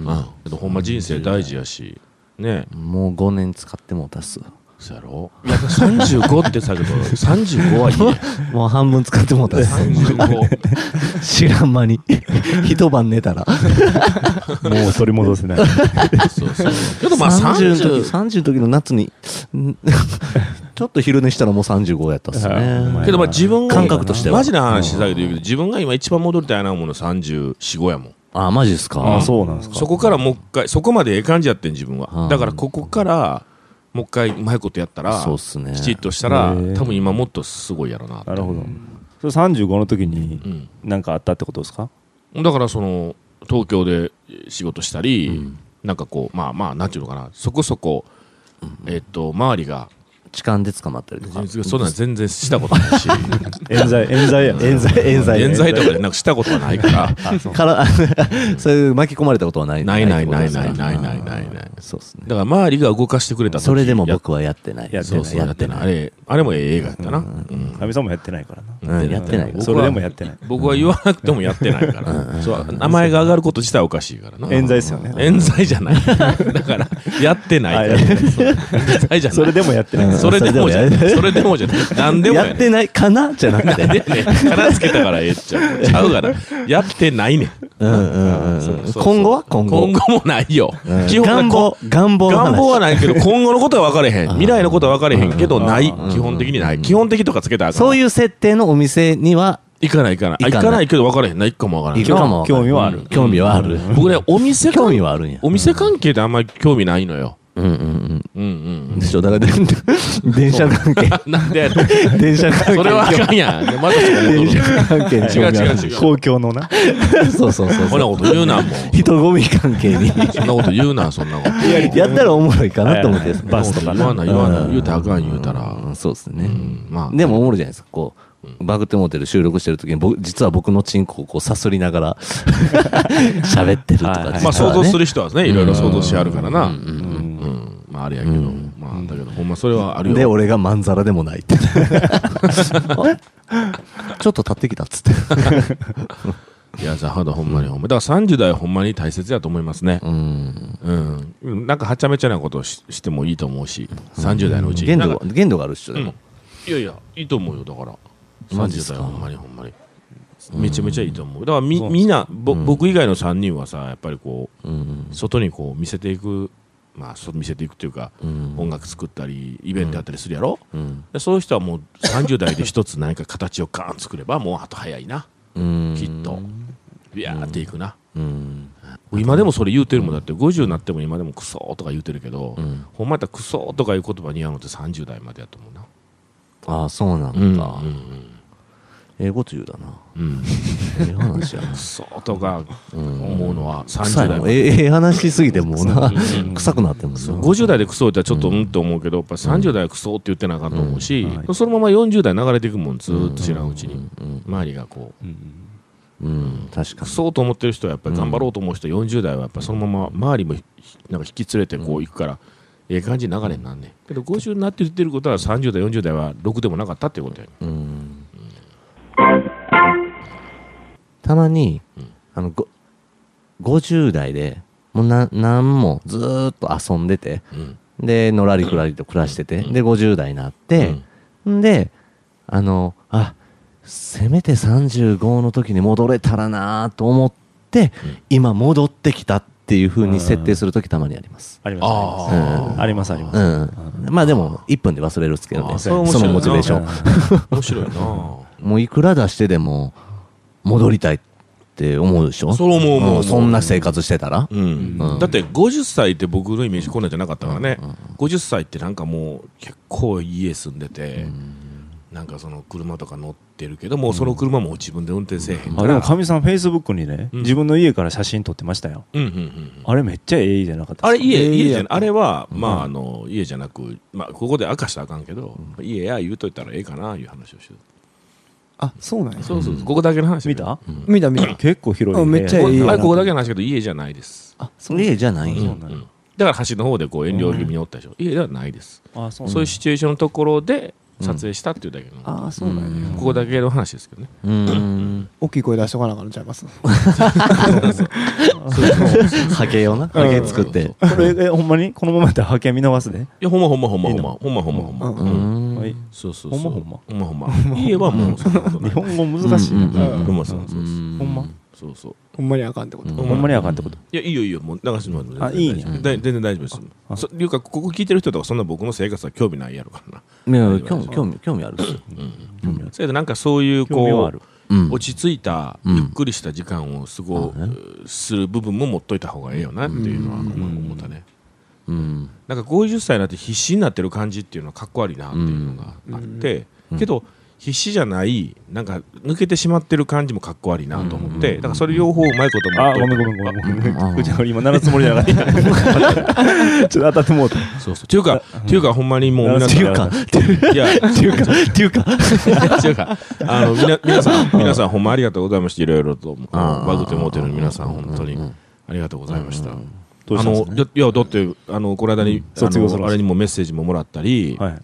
Speaker 1: な
Speaker 2: わ、うんけどほんま人生大事やしね
Speaker 1: もう5年使ってもう出す
Speaker 2: そうやろいや35って [laughs] さけど35はいいね
Speaker 1: もう半分使ってもう出す
Speaker 2: 35
Speaker 1: 知らん間に [laughs] 一晩寝たら
Speaker 3: もう取り戻せない。
Speaker 2: そうそう。けどまあ30
Speaker 1: 30の時30の時の夏に [laughs] んちょっと昼寝したらもう35やったっす
Speaker 3: あーほんま
Speaker 1: ね
Speaker 3: や
Speaker 2: けどまあ自分が
Speaker 1: 感覚としては
Speaker 2: マジな話だけど言うけど、自分が今一番戻りたいなもの34、5やもん。
Speaker 1: あーマジっすか
Speaker 3: あ、そうなんですか。
Speaker 2: そこからもう一回、そこまでええ感じやってん自分
Speaker 1: う
Speaker 2: は
Speaker 1: ん。
Speaker 2: だからここから、もう一回うまいことやったら、
Speaker 1: そうっすね
Speaker 2: きちっとしたら、
Speaker 3: へー
Speaker 2: 多分今もっとすごいやろな。
Speaker 3: なるほど。それ35の時に
Speaker 2: うん。
Speaker 3: 何かあったってことですか
Speaker 2: だからその、東京で仕事したり、なんかこう、まあまあ、なんていうのかな、そこそこ、えっと、周りが、
Speaker 1: 痴漢で捕まったりとか
Speaker 2: そんなん全然したことないし、
Speaker 3: 冤罪、冤罪や。
Speaker 1: 冤罪 [laughs] 冤罪
Speaker 2: 冤罪とかでなんかしたことはな
Speaker 1: [laughs]
Speaker 2: いから、
Speaker 1: からそういう巻き込まれたことはない
Speaker 2: ないないないない
Speaker 1: ってこと
Speaker 2: な
Speaker 1: です
Speaker 2: い
Speaker 1: ね
Speaker 2: ないないない
Speaker 1: そうっすね
Speaker 2: だから周りが動かしてくれた時
Speaker 1: それでも
Speaker 2: やっ
Speaker 1: 僕はやってない
Speaker 3: やっ
Speaker 2: そうそうやってないあ
Speaker 1: い
Speaker 2: れあれもええ映画やったな、うん
Speaker 3: 神さんもやってないからな。
Speaker 1: うんやってない
Speaker 2: 僕は
Speaker 3: それでもやってない。
Speaker 2: 僕は言わなくてもやってないからそう名前が上がること自体おかしいからな
Speaker 3: 冤罪ですよね。
Speaker 2: 冤罪じゃ [laughs] ないだからやってな
Speaker 3: あ
Speaker 2: い
Speaker 3: や
Speaker 2: から
Speaker 3: ってな
Speaker 2: 冤
Speaker 3: い
Speaker 2: 罪じゃない
Speaker 3: それでもやってない。
Speaker 2: それでもじゃないそれでもじゃない何でもや
Speaker 1: や
Speaker 2: ね
Speaker 1: っ
Speaker 2: ん
Speaker 1: てないかなじゃなくて
Speaker 2: [laughs] ねからつけたからええっちゃうちゃうがなやってないねん
Speaker 1: うんうんうん今後は今後
Speaker 2: 今後もないよ
Speaker 1: うん
Speaker 2: 基本が
Speaker 1: 願望願望の話
Speaker 2: 願望はないけど、今後のことは分かれへん。未来のことは分かれへんけど、ない。基本的にない。基本的とかつけたらあかん
Speaker 1: そういう設定のお店には
Speaker 2: 行かない行かない。あ
Speaker 1: 行かな
Speaker 2: 行
Speaker 1: い
Speaker 2: かないけど分かれへんな。一個も分からへん
Speaker 1: 行くかもわかんない
Speaker 3: 興味はある
Speaker 1: 興味はある
Speaker 2: 僕ね、お店
Speaker 1: 興
Speaker 2: 関
Speaker 1: 味はあるんや
Speaker 2: お店関係であんまり興味ないのよ。
Speaker 1: うんうん
Speaker 2: うん
Speaker 1: うんでしょだから [laughs] で電車関係
Speaker 2: うん。なんでやねん
Speaker 1: 電車関係
Speaker 2: それはあかんやん。でまたそこ戻
Speaker 1: 電
Speaker 2: る
Speaker 1: 車関係に興味ある
Speaker 2: 違う違う
Speaker 3: 公共のな。
Speaker 1: [laughs] そうそうそう
Speaker 2: そんなこと言うな、もう。
Speaker 1: [laughs] 人混み関係に
Speaker 2: そんなこと言うな、そんなこと。
Speaker 1: やったらおもろいかなと思って
Speaker 3: はいバスとか
Speaker 2: 言わな
Speaker 3: な。
Speaker 2: い言わない。言うたらあかん言うたら。
Speaker 1: うんそうですね
Speaker 2: うんまあ。
Speaker 1: でもおもろいじゃないですかこうバグってモテル収録してる時に僕実は僕のチンコをこうさすりなが [laughs] ら喋ってるとか
Speaker 2: まあ想像す
Speaker 1: る
Speaker 2: る人はね、いろいろ想像しあるからな。うん
Speaker 3: うん
Speaker 2: まああれやけど。まあだけど、ほんまそれはある
Speaker 1: で
Speaker 2: よ。
Speaker 1: 俺がまんざらでもないってあれちょっと立ってきたっつって
Speaker 2: いや、ザハドほんまにほんま。だから30代はほんまに大切やと思いますね。
Speaker 1: うん
Speaker 2: うん。なんかはちゃめちゃなことをししてもいいと思うし、30代のうち
Speaker 1: 限度
Speaker 2: なん
Speaker 1: は
Speaker 2: か
Speaker 1: 限度があるっしょ
Speaker 2: う
Speaker 1: で
Speaker 2: ん
Speaker 1: も、
Speaker 2: いやいや、いいと思うよ、だから。
Speaker 1: マジっ
Speaker 2: 30
Speaker 1: す
Speaker 2: 代
Speaker 1: か
Speaker 2: はほんまにほんまに。めちゃめちゃいいと思う。だからみ、みんな、ぼ僕以外の3人はさ、やっぱりこ
Speaker 1: うん
Speaker 2: う、外にこう見せていく、まあ、そ見せていくというか、
Speaker 1: うん
Speaker 2: 音楽作ったり、イベントやったりするやろ、
Speaker 1: うん
Speaker 2: でそういう人はもう30代で一つ何か形をガーン作れば、もうあと早いな、
Speaker 1: うん
Speaker 2: きっと。ビャーっていくな。
Speaker 1: うん
Speaker 2: 今でもそれ言うてるもんだって50になっても今でもクソーとか言うてるけど、
Speaker 1: ん
Speaker 2: ほんまやったらクソーとかいう言葉似合うのって30代までやと思うな
Speaker 1: ああそうな
Speaker 2: うん
Speaker 1: んだ、ええこと言うだ [laughs] な
Speaker 2: うん
Speaker 1: ええ話やな
Speaker 2: クソーとか思うのは30
Speaker 1: 臭いも
Speaker 2: 代
Speaker 1: ん
Speaker 2: まで、
Speaker 1: ええええ話しすぎてもうな
Speaker 2: うん
Speaker 1: 臭くなってんもんな
Speaker 2: 50代でクソーって言ったらちょっとうんって思うけどやっぱ30代はクソーって言ってなあかんと思うし、
Speaker 3: うんはい
Speaker 2: そのまま40代流れていくもんずーっと知らんうちに、周りがこう
Speaker 1: うん確か
Speaker 2: ク
Speaker 1: に
Speaker 2: ソーと思ってる人はやっぱり頑張ろうと思う人40代はやっぱそのまま周りもひなんか引き連れてこう行くから、ええ感じに流れになんねんけど50になって言ってることは30代40代はろくでもなかったってことやねん
Speaker 1: うんたまにあのご50代でもうな何もずーっと遊んでて
Speaker 2: うん
Speaker 1: でのらりくらりと暮らしててで50代になって、んであのあせめて35の時に戻れたらなと思って、今戻ってきたっていう風に設定する時たまにあります、
Speaker 3: あります
Speaker 2: あ
Speaker 1: うん
Speaker 3: あります。あります、あります。
Speaker 1: うん、まあでも1分で忘れるんですけどね
Speaker 2: あ
Speaker 1: そ
Speaker 2: そう
Speaker 1: のモチベーショ
Speaker 2: そ
Speaker 1: ン
Speaker 2: 面白いな
Speaker 1: もういくら出してでも戻りたいっって思うでしょ
Speaker 2: そう思う思う思うん
Speaker 1: そんな生活してたら
Speaker 2: うん
Speaker 1: うん
Speaker 2: だって50歳って僕のイメージこんなんじゃなかったからね、50歳ってなんかもう結構家住んでて、なんかその車とか乗ってるけどもうその車も自分で運転せえへんか
Speaker 3: あで
Speaker 2: ら、
Speaker 3: もかみさんフェイスブックにね、
Speaker 2: うん
Speaker 3: 自分の家から写真撮ってましたよ
Speaker 2: うんうんうんうん
Speaker 3: あれめっちゃええじゃなかった
Speaker 2: あれ家、
Speaker 4: えー
Speaker 2: 家じ
Speaker 4: や
Speaker 2: ゃ
Speaker 4: っ
Speaker 2: あれは、まああの家じゃなく、まあ、ここで明かしたらあかんけど、家や言うといたらええかないう話をして
Speaker 4: あ、そうなんや
Speaker 2: た。そうそうそうここだけの話
Speaker 3: 見た、
Speaker 4: 見た見た。
Speaker 3: 結構広い
Speaker 4: あ
Speaker 3: 部屋
Speaker 4: めっちゃええ
Speaker 2: こ
Speaker 4: いい
Speaker 2: こ
Speaker 4: よ
Speaker 2: あれここだけの話だけど家じゃないです
Speaker 4: あ、そ
Speaker 1: それじゃない
Speaker 3: うん
Speaker 1: よ
Speaker 3: なんや
Speaker 2: うんだから橋の方でこう遠慮気味におったでしょ、家ではないです、
Speaker 3: あそう
Speaker 2: そういうシチュエーションのところで撮影したっていうだけの、
Speaker 4: あー、そうなんや。
Speaker 2: ここだけの話ですけどね。
Speaker 1: うん
Speaker 4: 大きい声出しとかなあかんのちゃいます。
Speaker 1: ハゲよなハゲ作って
Speaker 3: これえほんまにこのままやったら派遣見直すで、
Speaker 2: いや、ほんまほんまほんまほんま。ほんまほんまほんま。
Speaker 4: うん
Speaker 1: う
Speaker 2: うん
Speaker 1: ん
Speaker 3: はい
Speaker 2: そうそうそう。
Speaker 3: ほんまほんま
Speaker 2: ほんまほんま。家はもうそんなことな
Speaker 3: 日
Speaker 2: い。
Speaker 3: 本語難しいな、
Speaker 1: うんうん
Speaker 2: うんうんそうそうそう
Speaker 3: ほんま
Speaker 2: そうそう。
Speaker 4: ほんまにあかんってこと。
Speaker 1: うん
Speaker 2: ほ
Speaker 3: ほんまにあかんってこと
Speaker 2: いや、いいよいいよ。もう流してもらっても
Speaker 3: あいいね
Speaker 2: 全然大丈夫全然大丈夫です
Speaker 3: あ。
Speaker 2: そいうか、ここ聞いてる人とかそんな僕の生活は興味ないやろからな。
Speaker 1: いや興味興味興味あるっすよ
Speaker 2: それでなんかそういう、
Speaker 3: 興味は
Speaker 2: こ
Speaker 3: ある
Speaker 1: う
Speaker 2: う、
Speaker 1: ん
Speaker 2: 落ち着いた、
Speaker 1: うん
Speaker 2: ゆっくりした時間を過ご
Speaker 1: まあね
Speaker 2: する部分も持っといた方がええよなっていうのは思ったね。
Speaker 1: うん
Speaker 2: なんか50歳になって必死になってる感じっていうのはかっこ悪いなっていうのがあって、けど必死じゃないなんか抜けてしまってる感じもかっこ悪いなと思って、だからそれ両方うまいことも
Speaker 3: あごめんごめんごめんごめん [laughs]
Speaker 1: あ
Speaker 3: うちの今鳴らすつもりじ
Speaker 2: [laughs]
Speaker 3: ゃないちょっと当たってもうた
Speaker 2: そうそうっていうか、っていうかほんまにもう皆
Speaker 3: [laughs]
Speaker 2: さ
Speaker 3: って
Speaker 2: ん
Speaker 3: いうか
Speaker 2: いや
Speaker 1: っていうかっていうか
Speaker 2: っていう
Speaker 3: [laughs]
Speaker 2: かあのみな皆さん皆さんほんまありがとうございましたいろいろと
Speaker 1: あー
Speaker 2: バグってもうてる皆さん本当にありがとうございました。
Speaker 3: どう
Speaker 2: あ
Speaker 3: したんで
Speaker 2: の
Speaker 3: すか
Speaker 2: いやいやだってあのこの間に、あ
Speaker 3: 卒業する
Speaker 2: のあれにもメッセージももらったり、
Speaker 3: はい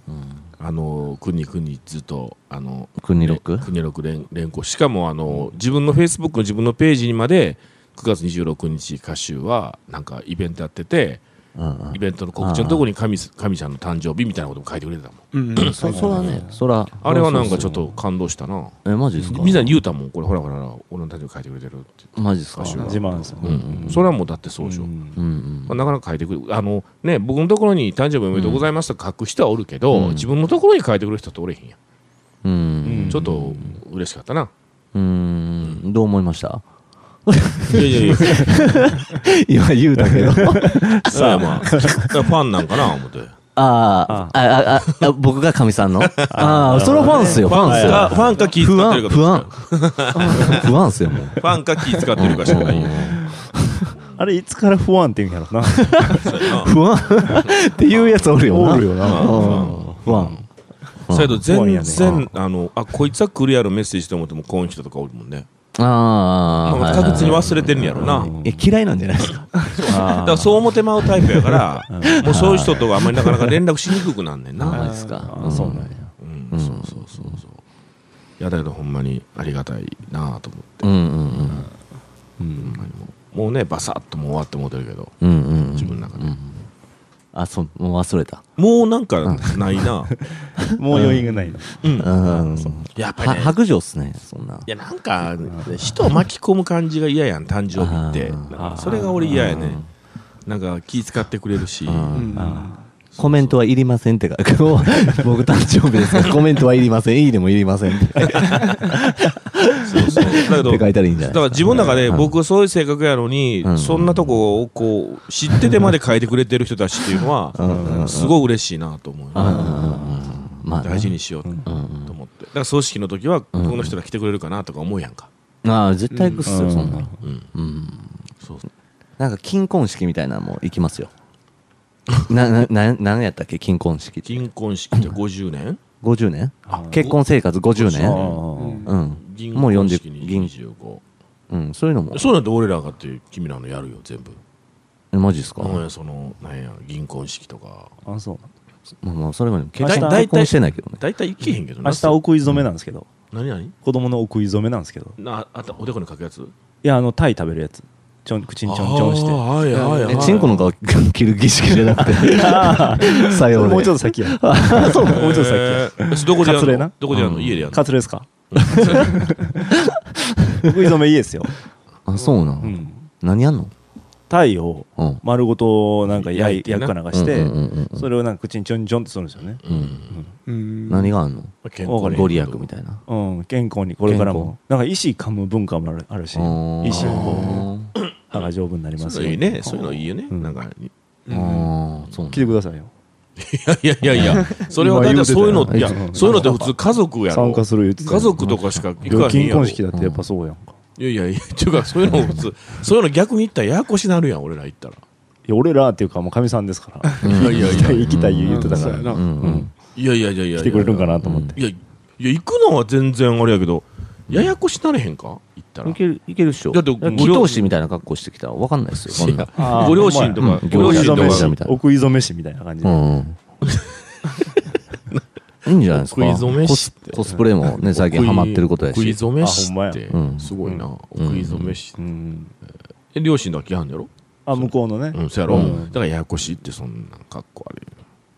Speaker 2: あのくにくにずっとあの
Speaker 1: 国六
Speaker 2: 国六連連行しかもあの自分のフェイスブックの自分のページにまで9月26日歌集はなんかイベントやってて
Speaker 1: うん
Speaker 2: イベントの告知のとこに神神ちゃんの誕生日みたいなことも書いてくれてたもん
Speaker 4: うん。
Speaker 1: そそらねそら
Speaker 2: あれはなんかちょっと感動したな
Speaker 1: えマジですか
Speaker 2: みんなに言うたもんこれほらほらほら俺の誕生日書いてくれてるって、
Speaker 1: マジですか
Speaker 2: 昔は
Speaker 3: 自慢ですよ、
Speaker 2: うんそれはもうだってそうでしょ、
Speaker 1: うんうん
Speaker 2: まあ、なかなか書いてくるあのね僕のところに誕生日おめでとうございますと書く人はおるけど、
Speaker 1: うん
Speaker 2: 自分のところに書いてくる人っておれへんやん、
Speaker 1: う
Speaker 3: うん
Speaker 1: ん
Speaker 2: ちょっと嬉しかったな
Speaker 1: うんどう思いました
Speaker 2: いやいやいや
Speaker 1: 今言うだけど
Speaker 2: さあまあファンなんかな思って
Speaker 1: あーああああ僕がかみさ [laughs] んのああそれはファンっすよファンっすよ
Speaker 2: かファンか気
Speaker 1: 不
Speaker 2: 使っ
Speaker 1: 安
Speaker 2: てるか
Speaker 1: 不安 [laughs] 不安っすよもう
Speaker 2: ファンか気使ってるかしかないよ。
Speaker 3: あれいつから不安って言うんやろな
Speaker 1: 不安っていうやつおるよな
Speaker 3: おるよな
Speaker 1: うん不安
Speaker 2: そやと
Speaker 3: 怖いや
Speaker 2: 全
Speaker 3: ね
Speaker 2: 然、あの、あ、こいつはクリアのメッセージと思っても、こういう人とかおるもんね。
Speaker 1: ああ
Speaker 2: まあ確実に忘れてるんやろな。
Speaker 1: え嫌いなんじゃないですか
Speaker 2: だからそう思ってまうタイプやから、もうそういう人とはあんまりなかなか連絡しにくくなんねん
Speaker 1: マジ
Speaker 2: な。
Speaker 1: ですか
Speaker 3: あそうなんや
Speaker 2: うん、そうそうそうそう。いやだけどほんまにありがたいなぁと思っ
Speaker 1: う
Speaker 2: て、
Speaker 1: んうんうん
Speaker 2: ほんまにもうもうねバサッともう終わってもうてるけど
Speaker 1: うんうんうん
Speaker 2: 自分の中で、
Speaker 1: あそうもう忘れた
Speaker 2: もうなんかないな、
Speaker 3: もう余韻がないの
Speaker 2: うん、
Speaker 1: うん
Speaker 2: やっぱり
Speaker 1: は
Speaker 2: ね
Speaker 1: 白状っすねそんない
Speaker 2: やなんか人を巻き込む感じが嫌やん誕生日って
Speaker 1: あ
Speaker 2: なんかそれが俺嫌やねなんか気使ってくれるし
Speaker 1: コメントはいりませんってか今日 [laughs] 僕誕生日ですからコメントはいりませんいいでもいりませんって
Speaker 2: そうそうだけど
Speaker 1: って書いたらいいんじゃ
Speaker 2: だ
Speaker 1: ないですか
Speaker 2: から自分の中で僕はそういう性格やのに
Speaker 1: うん
Speaker 2: そんなとこをこう知っててまで書いてくれてる人たちっていうのはすごい嬉しいなと思う
Speaker 1: まあね
Speaker 2: 大事にしようと思ってだから葬式の時はこの人が来てくれるかなとか思うやんか
Speaker 1: ああ絶対行くっすよ、
Speaker 3: うん
Speaker 1: そんな
Speaker 2: うん
Speaker 1: うん
Speaker 2: そう
Speaker 1: なんか金婚式みたいなのも行き [laughs] ますよななななんやったっけ金婚式って
Speaker 2: 金婚式って50年
Speaker 1: 50年
Speaker 3: あ
Speaker 1: 結婚生活50
Speaker 3: あ
Speaker 1: 年
Speaker 3: ー
Speaker 1: うん
Speaker 2: 銀
Speaker 1: もう
Speaker 2: 婚
Speaker 1: 40
Speaker 2: 式に
Speaker 1: 銀
Speaker 2: 25
Speaker 1: うんそういうのも
Speaker 2: そうなんて俺らがって君らのやるよ全部
Speaker 1: えマジですか、
Speaker 2: うん、そのなんや銀婚式とか
Speaker 3: あそう
Speaker 1: まあまあそれまでも
Speaker 3: 明
Speaker 1: 結
Speaker 3: 日
Speaker 1: 婚結婚してないけどね
Speaker 2: 大体行けへんけどな
Speaker 3: 明日お食い初めなんですけど
Speaker 2: 何何
Speaker 3: 子供のお食い初めなんですけど
Speaker 2: なあったおでこに書くやつ
Speaker 3: いやあのタイ食べるやつちょん口にちょんちょんして
Speaker 2: あーはいはいはい
Speaker 1: えチンコの顔切る儀式じゃなくてさ
Speaker 3: そ
Speaker 1: よ
Speaker 3: れ
Speaker 1: うで
Speaker 3: もうちょっと先やそうもうちょっと先や
Speaker 2: えーどこでや
Speaker 3: カツ
Speaker 2: る
Speaker 3: レ
Speaker 2: の
Speaker 3: な
Speaker 2: どこでやるの家でやるの
Speaker 3: カツレですかお食い初めいいですよ
Speaker 1: あそうなの、
Speaker 3: うん
Speaker 1: 何やんの
Speaker 3: 鯛を
Speaker 1: うん
Speaker 3: 丸ごとなんか焼い
Speaker 2: 焼いて
Speaker 3: 焼
Speaker 2: な
Speaker 3: くかなんかして
Speaker 1: うんうんうんうん
Speaker 3: それをなんか口にちょんちょんってするんですよね、
Speaker 2: うん
Speaker 4: うん
Speaker 1: 何があんの
Speaker 2: 健
Speaker 3: わか
Speaker 2: 康
Speaker 3: る
Speaker 2: に
Speaker 1: ご利益みたいな。
Speaker 3: うん、健康にこれからもなんか石噛む文化もあるあるし石をこう
Speaker 1: あ
Speaker 3: 歯が丈夫になりま
Speaker 2: そ
Speaker 3: す
Speaker 2: う
Speaker 3: よ
Speaker 2: いうのいいねそういうのいいよね、
Speaker 3: うん
Speaker 2: なんかい
Speaker 1: ーあー、そうなんだ
Speaker 3: 聞いてくださいよ
Speaker 2: やいやいやいやそれはだってそういうの
Speaker 3: 今
Speaker 2: いや
Speaker 3: 言うてたよ
Speaker 2: そういうのって普通家族やろ
Speaker 3: 参加する言ってた
Speaker 2: 家族とかしか行
Speaker 3: 料
Speaker 2: かへん
Speaker 3: 金
Speaker 2: やろ
Speaker 3: 婚
Speaker 2: い
Speaker 3: 式だってやっぱそうやんか、
Speaker 2: やいやいやっていうかそういうの普通そういうの逆に言ったらややこしなるやん俺ら行ったら
Speaker 3: いや俺らっていうかもうかみさんですから
Speaker 2: いやいやいや
Speaker 3: 行きたい言ってたか
Speaker 4: そう
Speaker 3: ら、
Speaker 4: やな
Speaker 1: うんうん
Speaker 2: いやいやいやいや
Speaker 3: 来てくれるんかなと思って、
Speaker 2: いやいや行くのは全然あれやけどややこしなれへんか行ったら
Speaker 1: いけるいけるっしょ。
Speaker 2: だって
Speaker 1: 祈祷師みたいな格好してきたら分かんないですよ、こん
Speaker 2: い
Speaker 1: な
Speaker 2: やご両親とか
Speaker 1: うん
Speaker 2: ご
Speaker 1: う
Speaker 2: 両
Speaker 1: ん
Speaker 2: 親
Speaker 3: 奥染
Speaker 2: と
Speaker 3: め
Speaker 1: う
Speaker 2: か
Speaker 1: ん
Speaker 3: 師奥染め師みたいな感じ
Speaker 1: う
Speaker 3: で、
Speaker 1: ん。
Speaker 2: [laughs]
Speaker 1: いいんじゃないですか。
Speaker 2: 食い初め
Speaker 1: コ
Speaker 2: し
Speaker 1: ス
Speaker 2: って
Speaker 1: コスプレもね、最近ハマってることや
Speaker 2: 食い
Speaker 1: し。
Speaker 2: 初めし
Speaker 3: あほんま
Speaker 2: っ
Speaker 3: や
Speaker 2: て
Speaker 1: うん
Speaker 2: すごいな
Speaker 1: ん
Speaker 2: 食い初めし
Speaker 3: うん
Speaker 2: え両親だけ来はんのやろ
Speaker 3: あ向こうのね、
Speaker 2: うんそやろ
Speaker 3: うん
Speaker 2: だからややこしいってそんなん格好悪い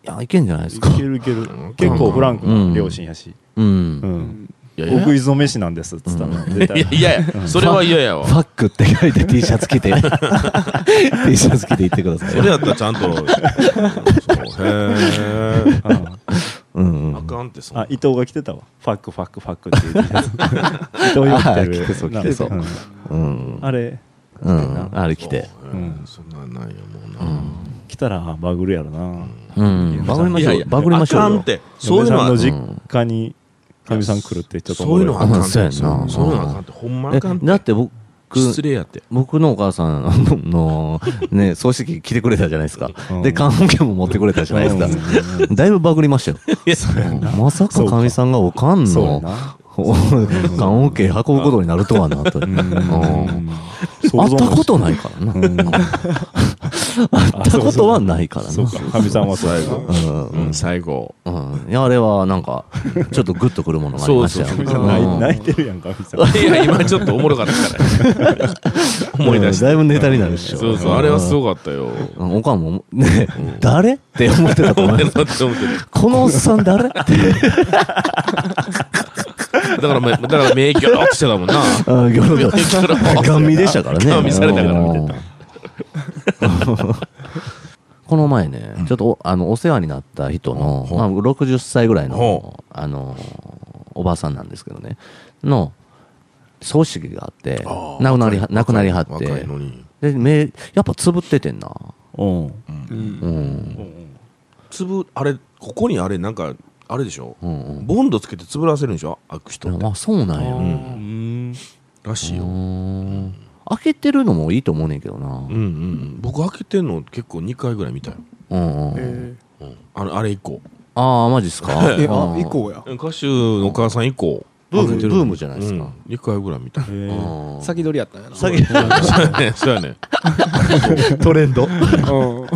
Speaker 1: いや、いけんじゃないですか。
Speaker 3: いけるいける結構フランクな両親やし、
Speaker 1: う。
Speaker 3: うんん
Speaker 2: いやいや
Speaker 3: 奥染め師なんですっつったら絶対
Speaker 2: いやいやそれは嫌やわ
Speaker 1: ファックって書いて T シャツ着
Speaker 2: [laughs]
Speaker 1: て、T シャツ着て行ってください
Speaker 2: それ。やったらちゃん
Speaker 1: [laughs]
Speaker 2: とそうへえ
Speaker 3: うん
Speaker 1: うん
Speaker 2: あかんってそんな
Speaker 3: あ伊藤が来てたわファックファックファックって言ってた伊藤よく来てる
Speaker 1: あ来てそう
Speaker 3: なん
Speaker 1: 来
Speaker 3: か
Speaker 1: てそうんうん。
Speaker 3: あれ
Speaker 1: うん。あれ着て。
Speaker 2: そうへえそんなんなんやもうな
Speaker 3: 来たらバグるやろな
Speaker 1: うん。バグりま
Speaker 2: い
Speaker 1: し
Speaker 2: や
Speaker 1: ょ
Speaker 2: いうや
Speaker 1: よ。バグりましょう
Speaker 2: あかん
Speaker 1: よ
Speaker 2: っ。てそういうのは
Speaker 3: 嫁さんの実家にかみさん来るって言っちゃった
Speaker 2: そういうのはあかん
Speaker 1: うんそうやんな
Speaker 2: そうそういうのはあかんってほんまあかん
Speaker 1: えだって僕、
Speaker 2: 失礼やって
Speaker 1: 僕のお母さんあの、ね、葬式来てくれたじゃないですか。
Speaker 3: うん
Speaker 1: で、棺桶も持ってくれたじゃないですか。だいぶバグりましたよ。まさかかみさんがおかん
Speaker 3: そうや
Speaker 1: の
Speaker 3: な
Speaker 1: お棺桶運ぶことになるとはなと。うん
Speaker 3: 想
Speaker 1: 会
Speaker 3: 像
Speaker 1: っ
Speaker 3: も
Speaker 1: たことないからな。会ったことはないからな。
Speaker 3: そうかかみさんはそう
Speaker 2: 最後うん最後
Speaker 1: うん。いや、あれはなんか、ちょっとグッとくるものがありましたよ。
Speaker 2: そうそう
Speaker 1: うん
Speaker 3: 泣い泣いてるやんかみさん
Speaker 2: いや今ちょっとおもろかったから思い出し
Speaker 1: うん
Speaker 2: た
Speaker 1: だいぶネタになるっしょ。
Speaker 2: [laughs] そうそうあれはすごかったよ
Speaker 1: うんおかんも、ね、誰って思ってたと思います。
Speaker 2: だって思ってる
Speaker 1: このおっさん [laughs] 誰って。
Speaker 2: だからめだから名曲ってしてたもんな
Speaker 1: うん、ギョロだ
Speaker 2: ギョロ
Speaker 1: [laughs]
Speaker 2: だ
Speaker 1: ガン見でしたからね。
Speaker 2: ガン見されたから見てた
Speaker 1: うんこの前ね、ちょっとおあのお世話になった人の、
Speaker 2: ほう
Speaker 1: まあ、60歳ぐらい
Speaker 2: ほ
Speaker 1: の、あの、おばさんなんですけどね、の、葬式があって、亡くなりは、亡くなりはっ
Speaker 2: 若い
Speaker 1: て
Speaker 2: の、に
Speaker 1: で、目、やっぱつぶっててんな。
Speaker 3: うん
Speaker 4: うん
Speaker 1: うん。
Speaker 2: 粒あれここにあれなんかあれでしょ
Speaker 1: うんうん
Speaker 2: ボンドつけてつぶらせるんでしょ開く人って
Speaker 1: あ、そうなんや。
Speaker 2: ん
Speaker 3: うん
Speaker 2: らしいよ
Speaker 1: う
Speaker 2: うん
Speaker 1: ん開けてるのもいいと思うねんけどな
Speaker 2: うんう。ん僕開けてんの結構2回ぐらい見たよ
Speaker 1: うんうん。
Speaker 4: え
Speaker 2: うんあのあれ以降
Speaker 1: ああ、マジっすか [laughs]
Speaker 4: ーえあ
Speaker 1: うん
Speaker 4: 以降や
Speaker 2: 歌手のお母さん以降
Speaker 1: ブーム
Speaker 2: 開けてる
Speaker 1: ブームじゃないですか
Speaker 2: うん2回ぐらい見た
Speaker 3: へえ
Speaker 1: うん
Speaker 4: 先取りやったんやな
Speaker 1: 先
Speaker 2: そうやね [laughs] そうやね
Speaker 1: トレンド
Speaker 4: うん
Speaker 2: そう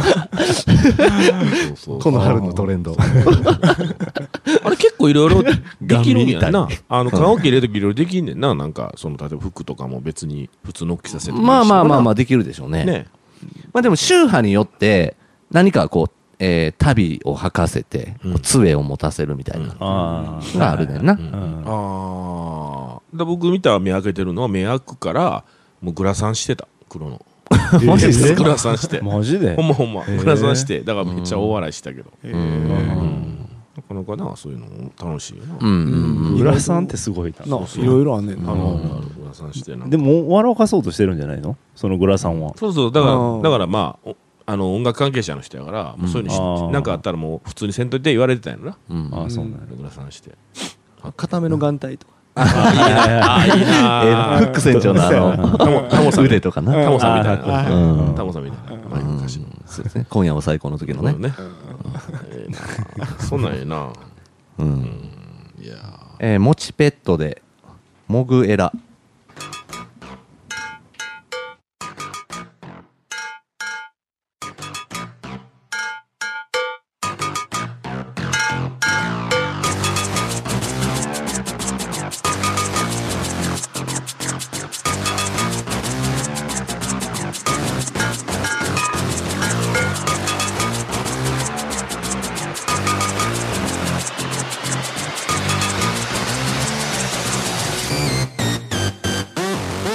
Speaker 2: そう
Speaker 1: この春のトレンド。
Speaker 2: あれ結構いろい [laughs] ろできるんやん
Speaker 1: ガン
Speaker 2: な
Speaker 1: 見み。
Speaker 2: あの、カラオケ入れるときいろいろできんねんな。なんか、その、例えば服とかも別に普通の着させてもいいし
Speaker 1: まあまあまあまあできるでしょうね。
Speaker 2: ね。
Speaker 1: まあでも宗派によって何かこう、えー旅を吐かせて、
Speaker 2: うん
Speaker 1: こう杖を持たせるみたいなの
Speaker 3: ああ
Speaker 1: があるねんな。
Speaker 2: うん
Speaker 3: うん
Speaker 2: ああ。で僕見た目開けてるのは目開くから、もうグラサンしてた。黒の。
Speaker 1: マジっす
Speaker 2: グラサンして。
Speaker 3: マジで
Speaker 2: ほんまほんま。
Speaker 3: へー
Speaker 2: グラサンして。だからめっちゃ大笑いしたけど。
Speaker 4: え
Speaker 1: うん
Speaker 4: ー
Speaker 2: うんなかなかな、そういうのも楽しいよな。
Speaker 1: うんうん
Speaker 3: 浦さんってすごいな
Speaker 4: なあいろいろあんねん
Speaker 2: あ
Speaker 4: な
Speaker 2: の、あるグラサンしてな。
Speaker 3: でも笑かそうとしてるんじゃないのそのグラさんは
Speaker 2: そうそう、だか
Speaker 4: あ
Speaker 2: ら、
Speaker 4: ー
Speaker 2: だからまあ、おあの音楽関係者の人やから、もうそういうの
Speaker 3: あ
Speaker 2: し
Speaker 3: ー
Speaker 2: なんかあったらもう普通にせんといて言われてたんやろな。
Speaker 1: うん。
Speaker 3: ああそうなんや
Speaker 2: グラサンして。
Speaker 4: 固めの眼帯とか
Speaker 2: ああ、いい
Speaker 1: [laughs] えー、フッ
Speaker 2: な
Speaker 1: ク船長のあ
Speaker 2: タモタモさ
Speaker 1: の、
Speaker 2: ん
Speaker 1: 腕とかな。
Speaker 2: タモさんみたい
Speaker 1: あ
Speaker 2: な。
Speaker 1: ー
Speaker 2: タモさんみたいな。前昔の。
Speaker 1: そうですね。今夜は最高の時のね。
Speaker 2: ね。ええなそんなんええな。
Speaker 1: うん。
Speaker 2: いやー
Speaker 1: えー、もちペットで、モグエラ。
Speaker 5: 「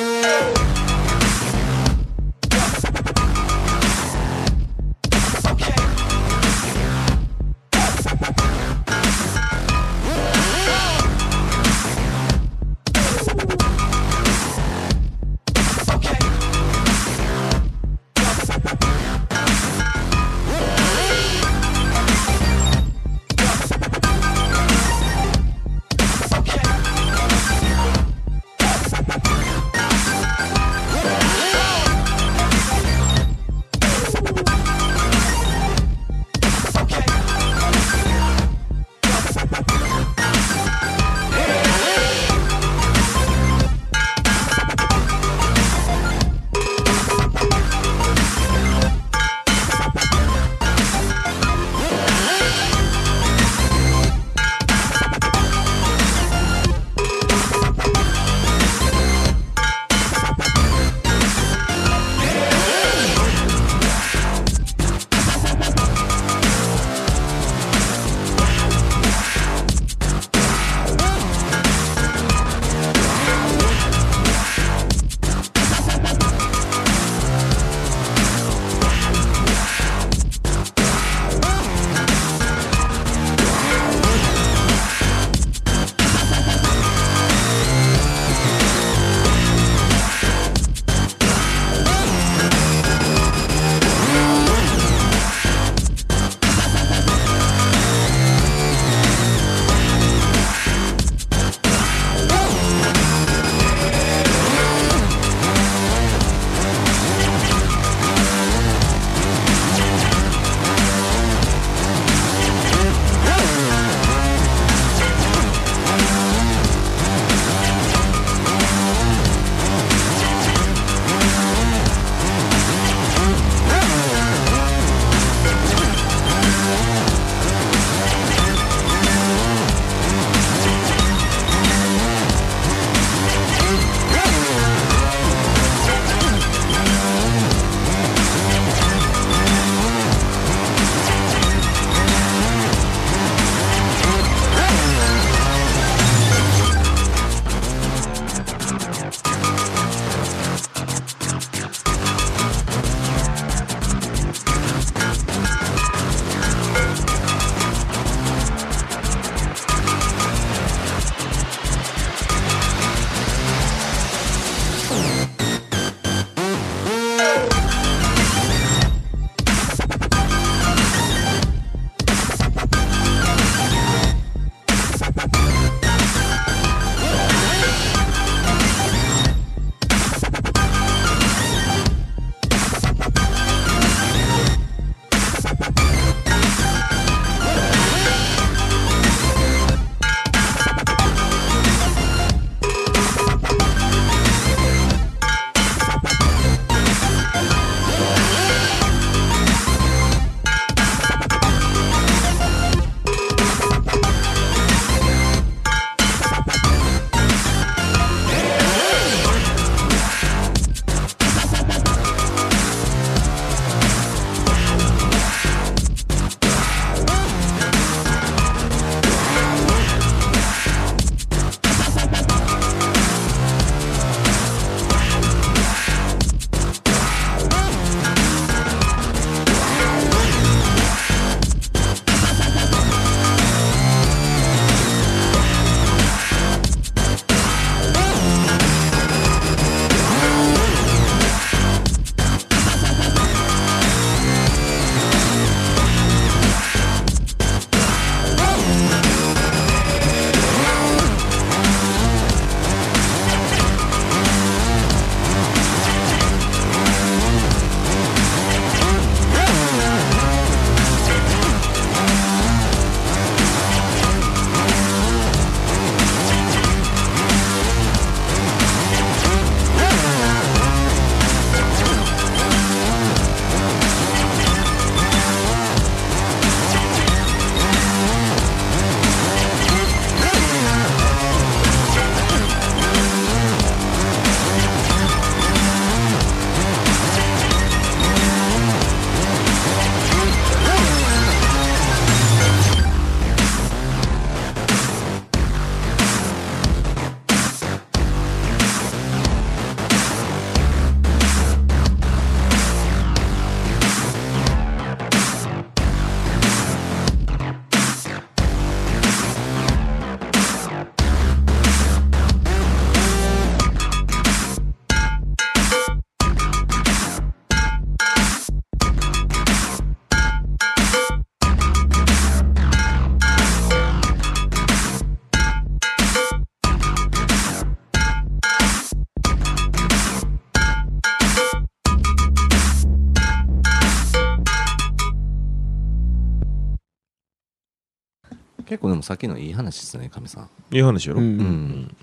Speaker 1: 結構でもさっきのいい話ですねかみさん
Speaker 2: いい話やろ、
Speaker 4: うん
Speaker 1: うん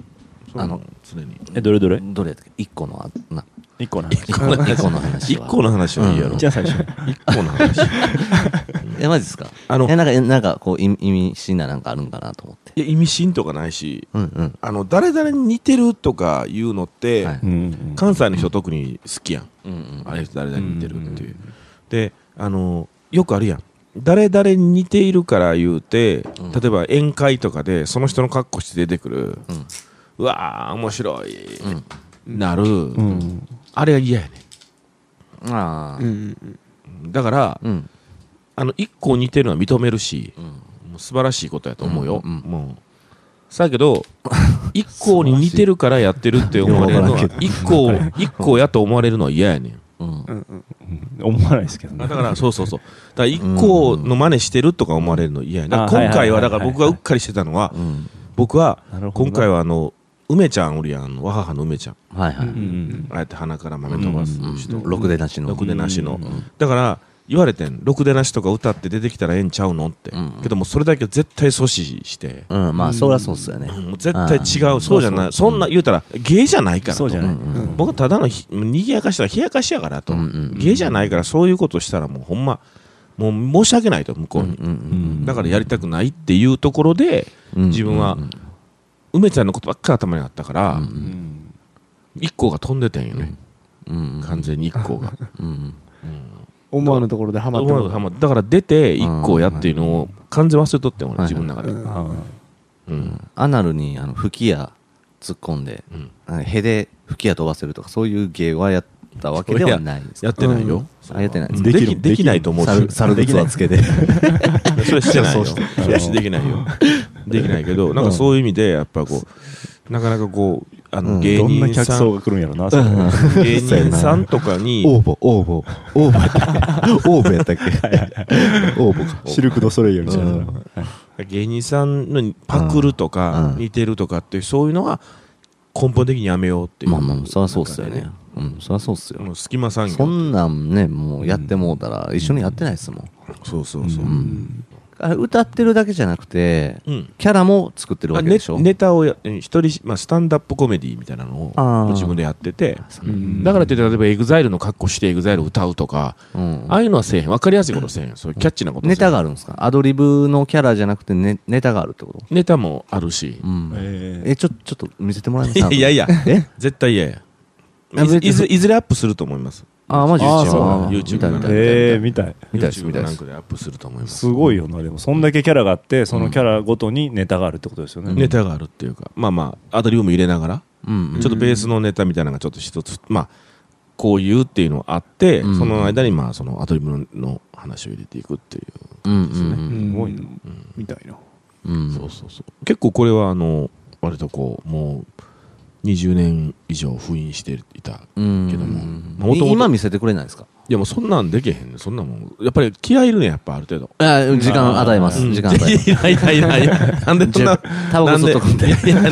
Speaker 2: そう
Speaker 1: あの
Speaker 2: 常に
Speaker 3: え、どれどれ
Speaker 1: どれやったっけ一個のあ [laughs] な
Speaker 3: 一個な。
Speaker 1: 一個の話
Speaker 2: [laughs] 一
Speaker 1: は
Speaker 2: 個の話はいいやろ、
Speaker 1: うん
Speaker 3: じゃあ最初。
Speaker 2: 一個
Speaker 1: [laughs]
Speaker 2: の話
Speaker 1: えマジですか
Speaker 2: あの
Speaker 1: えなんかえなんかこう意味意味深ななんかあるんかなと思って
Speaker 2: いや意味深とかないし
Speaker 1: うんうん
Speaker 2: あの誰々に似てるとかいうのって、
Speaker 1: はい
Speaker 3: うんうん。
Speaker 2: 関西の人特に好きやん、
Speaker 1: うんうん
Speaker 2: あれ誰々に似てるっていう、
Speaker 3: うん
Speaker 2: であのよくあるやん誰々に似ているから言うて、
Speaker 1: ん
Speaker 2: 例えば宴会とかでその人の格好して出てくる、
Speaker 1: う
Speaker 2: うんわー面白い、
Speaker 1: ん
Speaker 2: なる、
Speaker 3: うん。
Speaker 2: あれが嫌やね
Speaker 1: ああ
Speaker 4: うん
Speaker 2: んだから、
Speaker 1: うん
Speaker 2: あの一個似てるのは認めるし、
Speaker 1: うん
Speaker 2: もう素晴らしいことやと思うよ、
Speaker 1: うんうん
Speaker 2: もうさや
Speaker 1: [laughs]
Speaker 2: けど一個に似てるからやってるって思われる
Speaker 3: [laughs]
Speaker 2: のは
Speaker 3: よくわからん
Speaker 2: 一個一個やと思われるのは嫌やねん
Speaker 1: うん
Speaker 4: うんうん
Speaker 3: 思わないですけど
Speaker 2: あ
Speaker 3: ね
Speaker 2: だ。から、そうそうそう。だから、一個の真似してるとか思われるの嫌やな。だ
Speaker 3: あ
Speaker 2: から今回は、
Speaker 3: はいは
Speaker 2: だ
Speaker 3: いはいはい
Speaker 2: から僕がうっかりしてたのは
Speaker 1: う、ん
Speaker 2: 僕は
Speaker 3: なる、ほどな
Speaker 2: 今回はあの、梅ちゃんおるやんあの、わははの梅ちゃん。
Speaker 1: はいはい
Speaker 3: うんうん。
Speaker 2: ああやって鼻から豆飛ばす人。
Speaker 1: ろくでなしの
Speaker 2: ろくでなしの
Speaker 1: うん。
Speaker 2: だから、言われてん。ろくでなしとか歌って出てきたらええんちゃうのって
Speaker 1: うん。
Speaker 2: けども、それだけは絶対阻止して。
Speaker 1: うん、まあそりゃそうっすよね、
Speaker 2: もう絶対
Speaker 1: あ
Speaker 2: 違う。そうじゃない。そんな、言うたら、芸じゃないからと。
Speaker 3: そうじゃない。
Speaker 1: うん
Speaker 4: うん
Speaker 2: 僕はただのひにぎやかしたら冷やかしやからと、
Speaker 1: うんうん
Speaker 2: 芸じゃないからそういうことしたらもうほんまもう申し訳ないと向こうに、
Speaker 1: ん
Speaker 2: だからやりたくないっていうところで、
Speaker 1: うん
Speaker 2: 自分は梅ちゃんのことばっかり頭にあったから、一個が飛んでてんよね、
Speaker 1: うん
Speaker 2: 完全に一
Speaker 1: [laughs]
Speaker 2: 個が
Speaker 1: うん
Speaker 4: 思わぬところでハマって
Speaker 2: 思わず
Speaker 4: る
Speaker 2: はまだから出て一個やっていうのを完全忘れとってん俺
Speaker 1: はい
Speaker 2: 自分の中で、
Speaker 4: うん
Speaker 3: あ
Speaker 2: うん
Speaker 1: アナルにあの吹き矢突っ込んで、
Speaker 2: うん
Speaker 1: あのヘで吹き矢飛ばせるとかそういう芸はやったわけではないです
Speaker 2: やってないよ、
Speaker 1: あやってないです
Speaker 2: で
Speaker 3: でき
Speaker 2: き
Speaker 3: る
Speaker 2: できないと思う
Speaker 1: 猿猿靴はつけて
Speaker 2: [laughs] それしてない
Speaker 1: そ
Speaker 2: よ。
Speaker 1: うして
Speaker 2: いやしできないよ。できないけど、なんかそういう意味で、やっぱこう、なかなかこう、あ
Speaker 1: う
Speaker 2: の、
Speaker 1: ん
Speaker 2: 芸
Speaker 3: どんな
Speaker 2: 人
Speaker 3: 客
Speaker 2: さん
Speaker 3: 層、が来るんやろな、それ
Speaker 2: 芸人さんとか
Speaker 1: [laughs]
Speaker 2: に、
Speaker 1: 応募応募応募やったっけ応募や
Speaker 2: [laughs]
Speaker 1: ったっけ応募か
Speaker 3: シルク・ド・ソレイユみたいな。はい
Speaker 2: 芸人さんのパクると
Speaker 1: うん
Speaker 2: か
Speaker 1: う、ん
Speaker 2: 似てるとかっていう、そういうのは根本的にやめようっていう。
Speaker 1: まあまあそりゃそうっすよね
Speaker 2: なんか
Speaker 1: うんそりゃそうっすよ、
Speaker 2: もう隙間産業。
Speaker 1: そんなんねもうやってもうたら一緒にやってないっすもん、
Speaker 2: そうそうそう
Speaker 3: う。
Speaker 1: うんあれ歌ってるだけじゃなくて、
Speaker 2: うん
Speaker 1: キャラも作ってるわ
Speaker 2: あ
Speaker 1: け
Speaker 2: ね
Speaker 1: でしょ、
Speaker 2: ネタをや一人し、まあ、スタンダップコメディみたいなの
Speaker 1: あー
Speaker 2: を自分でやってて、
Speaker 3: うん
Speaker 2: だからって例えばエグザイルの格好してエグザイル歌うとか、
Speaker 1: うん
Speaker 2: ああいうのはせえへん。わかりやすいことせえへん。そういうキャッチなことせえ
Speaker 1: ネ
Speaker 2: へん
Speaker 1: タがあるんですかアドリブのキャラじゃなくてネネタがあるってこと
Speaker 2: ネタもあるし
Speaker 1: う。ん
Speaker 3: え
Speaker 1: えちょちょっと見せてもらえま
Speaker 2: い
Speaker 1: す
Speaker 2: や
Speaker 1: か
Speaker 2: いやいや、
Speaker 1: え
Speaker 2: 絶対嫌や。
Speaker 1: あ
Speaker 2: いず
Speaker 1: 別に
Speaker 2: いずいずれアップすると思います。
Speaker 1: あーマジ
Speaker 3: あー
Speaker 1: です
Speaker 3: そう
Speaker 1: か
Speaker 2: YouTube
Speaker 1: 見た見た見た
Speaker 2: なんで
Speaker 3: ええ、みたい。
Speaker 1: 見たです
Speaker 2: YouTube
Speaker 1: 見たで
Speaker 2: なん
Speaker 1: す
Speaker 2: かでアップすると思います。
Speaker 3: すごいよな、でも、そんだけキャラがあって、そのキャラごとにネタがあるってことですよね。
Speaker 2: ネタがあるっていうか、まあまあ、アドリブも入れながら、
Speaker 1: うんうん
Speaker 2: ちょっとベースのネタみたいなのがちょっと一つ、まあ、こういうっていうのがあって、
Speaker 1: うん
Speaker 2: その間にまあ、そのアドリブのの話を入れていくっていう。
Speaker 1: うんうん
Speaker 4: す
Speaker 3: ごいな
Speaker 4: みたいな
Speaker 1: うん
Speaker 2: そうそうそう。結構これは、あの、割とこう、もう、20年以上封印していた
Speaker 1: うん
Speaker 2: けども
Speaker 1: うん
Speaker 2: 元々
Speaker 1: い今見せてくれないですか
Speaker 2: いやもうそんなんできへんねそんなもん。やっぱり気合いいるね、やっぱある程度。
Speaker 1: あー時間与えます時間与えます
Speaker 2: いやいやいやいや。 [laughs] なんでそんな。
Speaker 1: タバコ吸っとくんで
Speaker 2: なんでいやい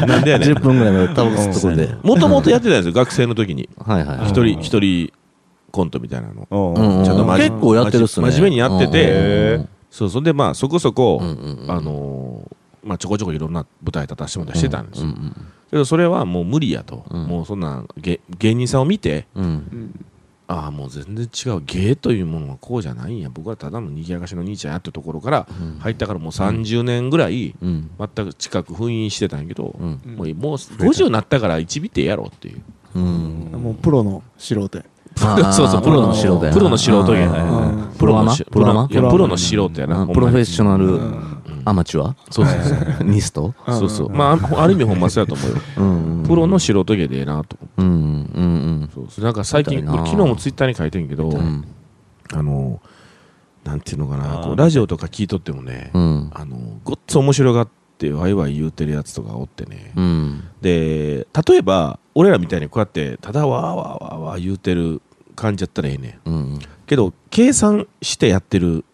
Speaker 2: やなんでやねん
Speaker 1: 10 。分ぐらいまでタバコ吸っとくんで
Speaker 2: もともとやってたんですよ、学生の時に。
Speaker 1: はいはいはい
Speaker 2: 一人、一人コントみたいなの。
Speaker 3: うん
Speaker 1: うんうん
Speaker 2: ちゃんと真面目
Speaker 1: 結構やってるっすね
Speaker 2: 真面目にやってて
Speaker 1: うん
Speaker 2: そう、そんでまあそこそこ、
Speaker 1: うんうんうん
Speaker 2: あのー、まあちょこちょこいろんな舞台立たせてもらったりしてたんです
Speaker 1: う
Speaker 2: よ。
Speaker 1: ん
Speaker 2: けどそれはもう無理やと。
Speaker 1: うん
Speaker 2: もうそんなん、芸芸人さんを見て、
Speaker 1: うんうん
Speaker 2: ああもう全然違う芸というものはこうじゃないんや僕はただの賑やかしの兄ちゃんやってところから
Speaker 1: うん
Speaker 2: 入ったからもう30年ぐらい
Speaker 1: うん
Speaker 2: 全く近く封印してたんやけど、
Speaker 1: うん
Speaker 2: もうもう50になったから一尾てやろうっていう
Speaker 1: うん
Speaker 4: もうプロの素人や
Speaker 1: あー
Speaker 2: [laughs] そうそう
Speaker 1: プロの素人やな
Speaker 2: プロの素人や
Speaker 1: あ
Speaker 4: ー
Speaker 2: うん
Speaker 1: プロアマ
Speaker 2: プロの
Speaker 1: プロアマ
Speaker 2: いやプロの素人やな
Speaker 1: うんプロフェッショ
Speaker 2: ナ
Speaker 1: ナ
Speaker 4: う
Speaker 1: ル
Speaker 4: ん
Speaker 1: アマチュア
Speaker 2: そうそうそう
Speaker 1: ニスト
Speaker 4: うん
Speaker 2: そうそうまあある意味ほんまそうやと思うよ
Speaker 1: うん
Speaker 2: プロの素人芸でええなと
Speaker 1: う
Speaker 2: 思
Speaker 1: んうん
Speaker 2: うそうなんか最近
Speaker 1: みたいな
Speaker 2: 昨日もツイッターに書いてんけど
Speaker 1: うんうん
Speaker 2: あのなんていうのかな
Speaker 3: あー
Speaker 2: こうラジオとか聞いとってもね
Speaker 1: うん
Speaker 2: あのごっつ面白がってワイワイ言うてるやつとかおってね、
Speaker 1: うん
Speaker 2: で例えば俺らみたいにこうやってただわーわーわーわー言うてる感じやったらええねん
Speaker 1: うん
Speaker 2: けど計算してやってる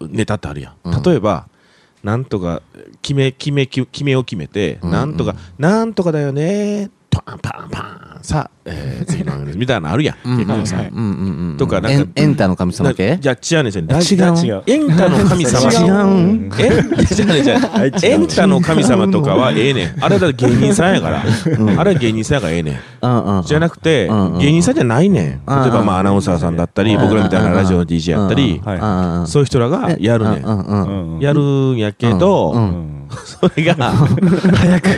Speaker 2: ネタってあるやん、
Speaker 1: うん
Speaker 2: 例えばなんとか決め決め決め決めを決めて、
Speaker 1: うん
Speaker 2: なんとかなんとかだよねパンパンパさあ、
Speaker 1: [laughs]
Speaker 2: えー、次の話ですみたいなのあるやん。結構さ
Speaker 4: はい
Speaker 1: うんうんうんうん
Speaker 2: とかなんか
Speaker 1: エンエンタの神様系
Speaker 2: じゃあ違うねん
Speaker 1: あ違う
Speaker 3: 違う
Speaker 2: エンタの神様
Speaker 1: 違うん
Speaker 2: [laughs] え違うね
Speaker 1: [laughs]
Speaker 2: ん違うねんエンタの神様とかはええねんあれだって芸人さんやからあれは芸人さんやからええねん
Speaker 1: うんうん
Speaker 2: じゃなくて
Speaker 1: うんうん
Speaker 2: 芸人さんじゃないねん例えばまあアナウンサーさんだったり
Speaker 1: うん
Speaker 2: 僕らみたいなラジオの DJ やったり
Speaker 3: はい
Speaker 1: ああ
Speaker 2: そういう人らがやるね
Speaker 1: うんんうんうん
Speaker 2: やるんやけ
Speaker 1: うんう
Speaker 2: ど
Speaker 3: うん
Speaker 2: それ
Speaker 1: [laughs]
Speaker 2: が早く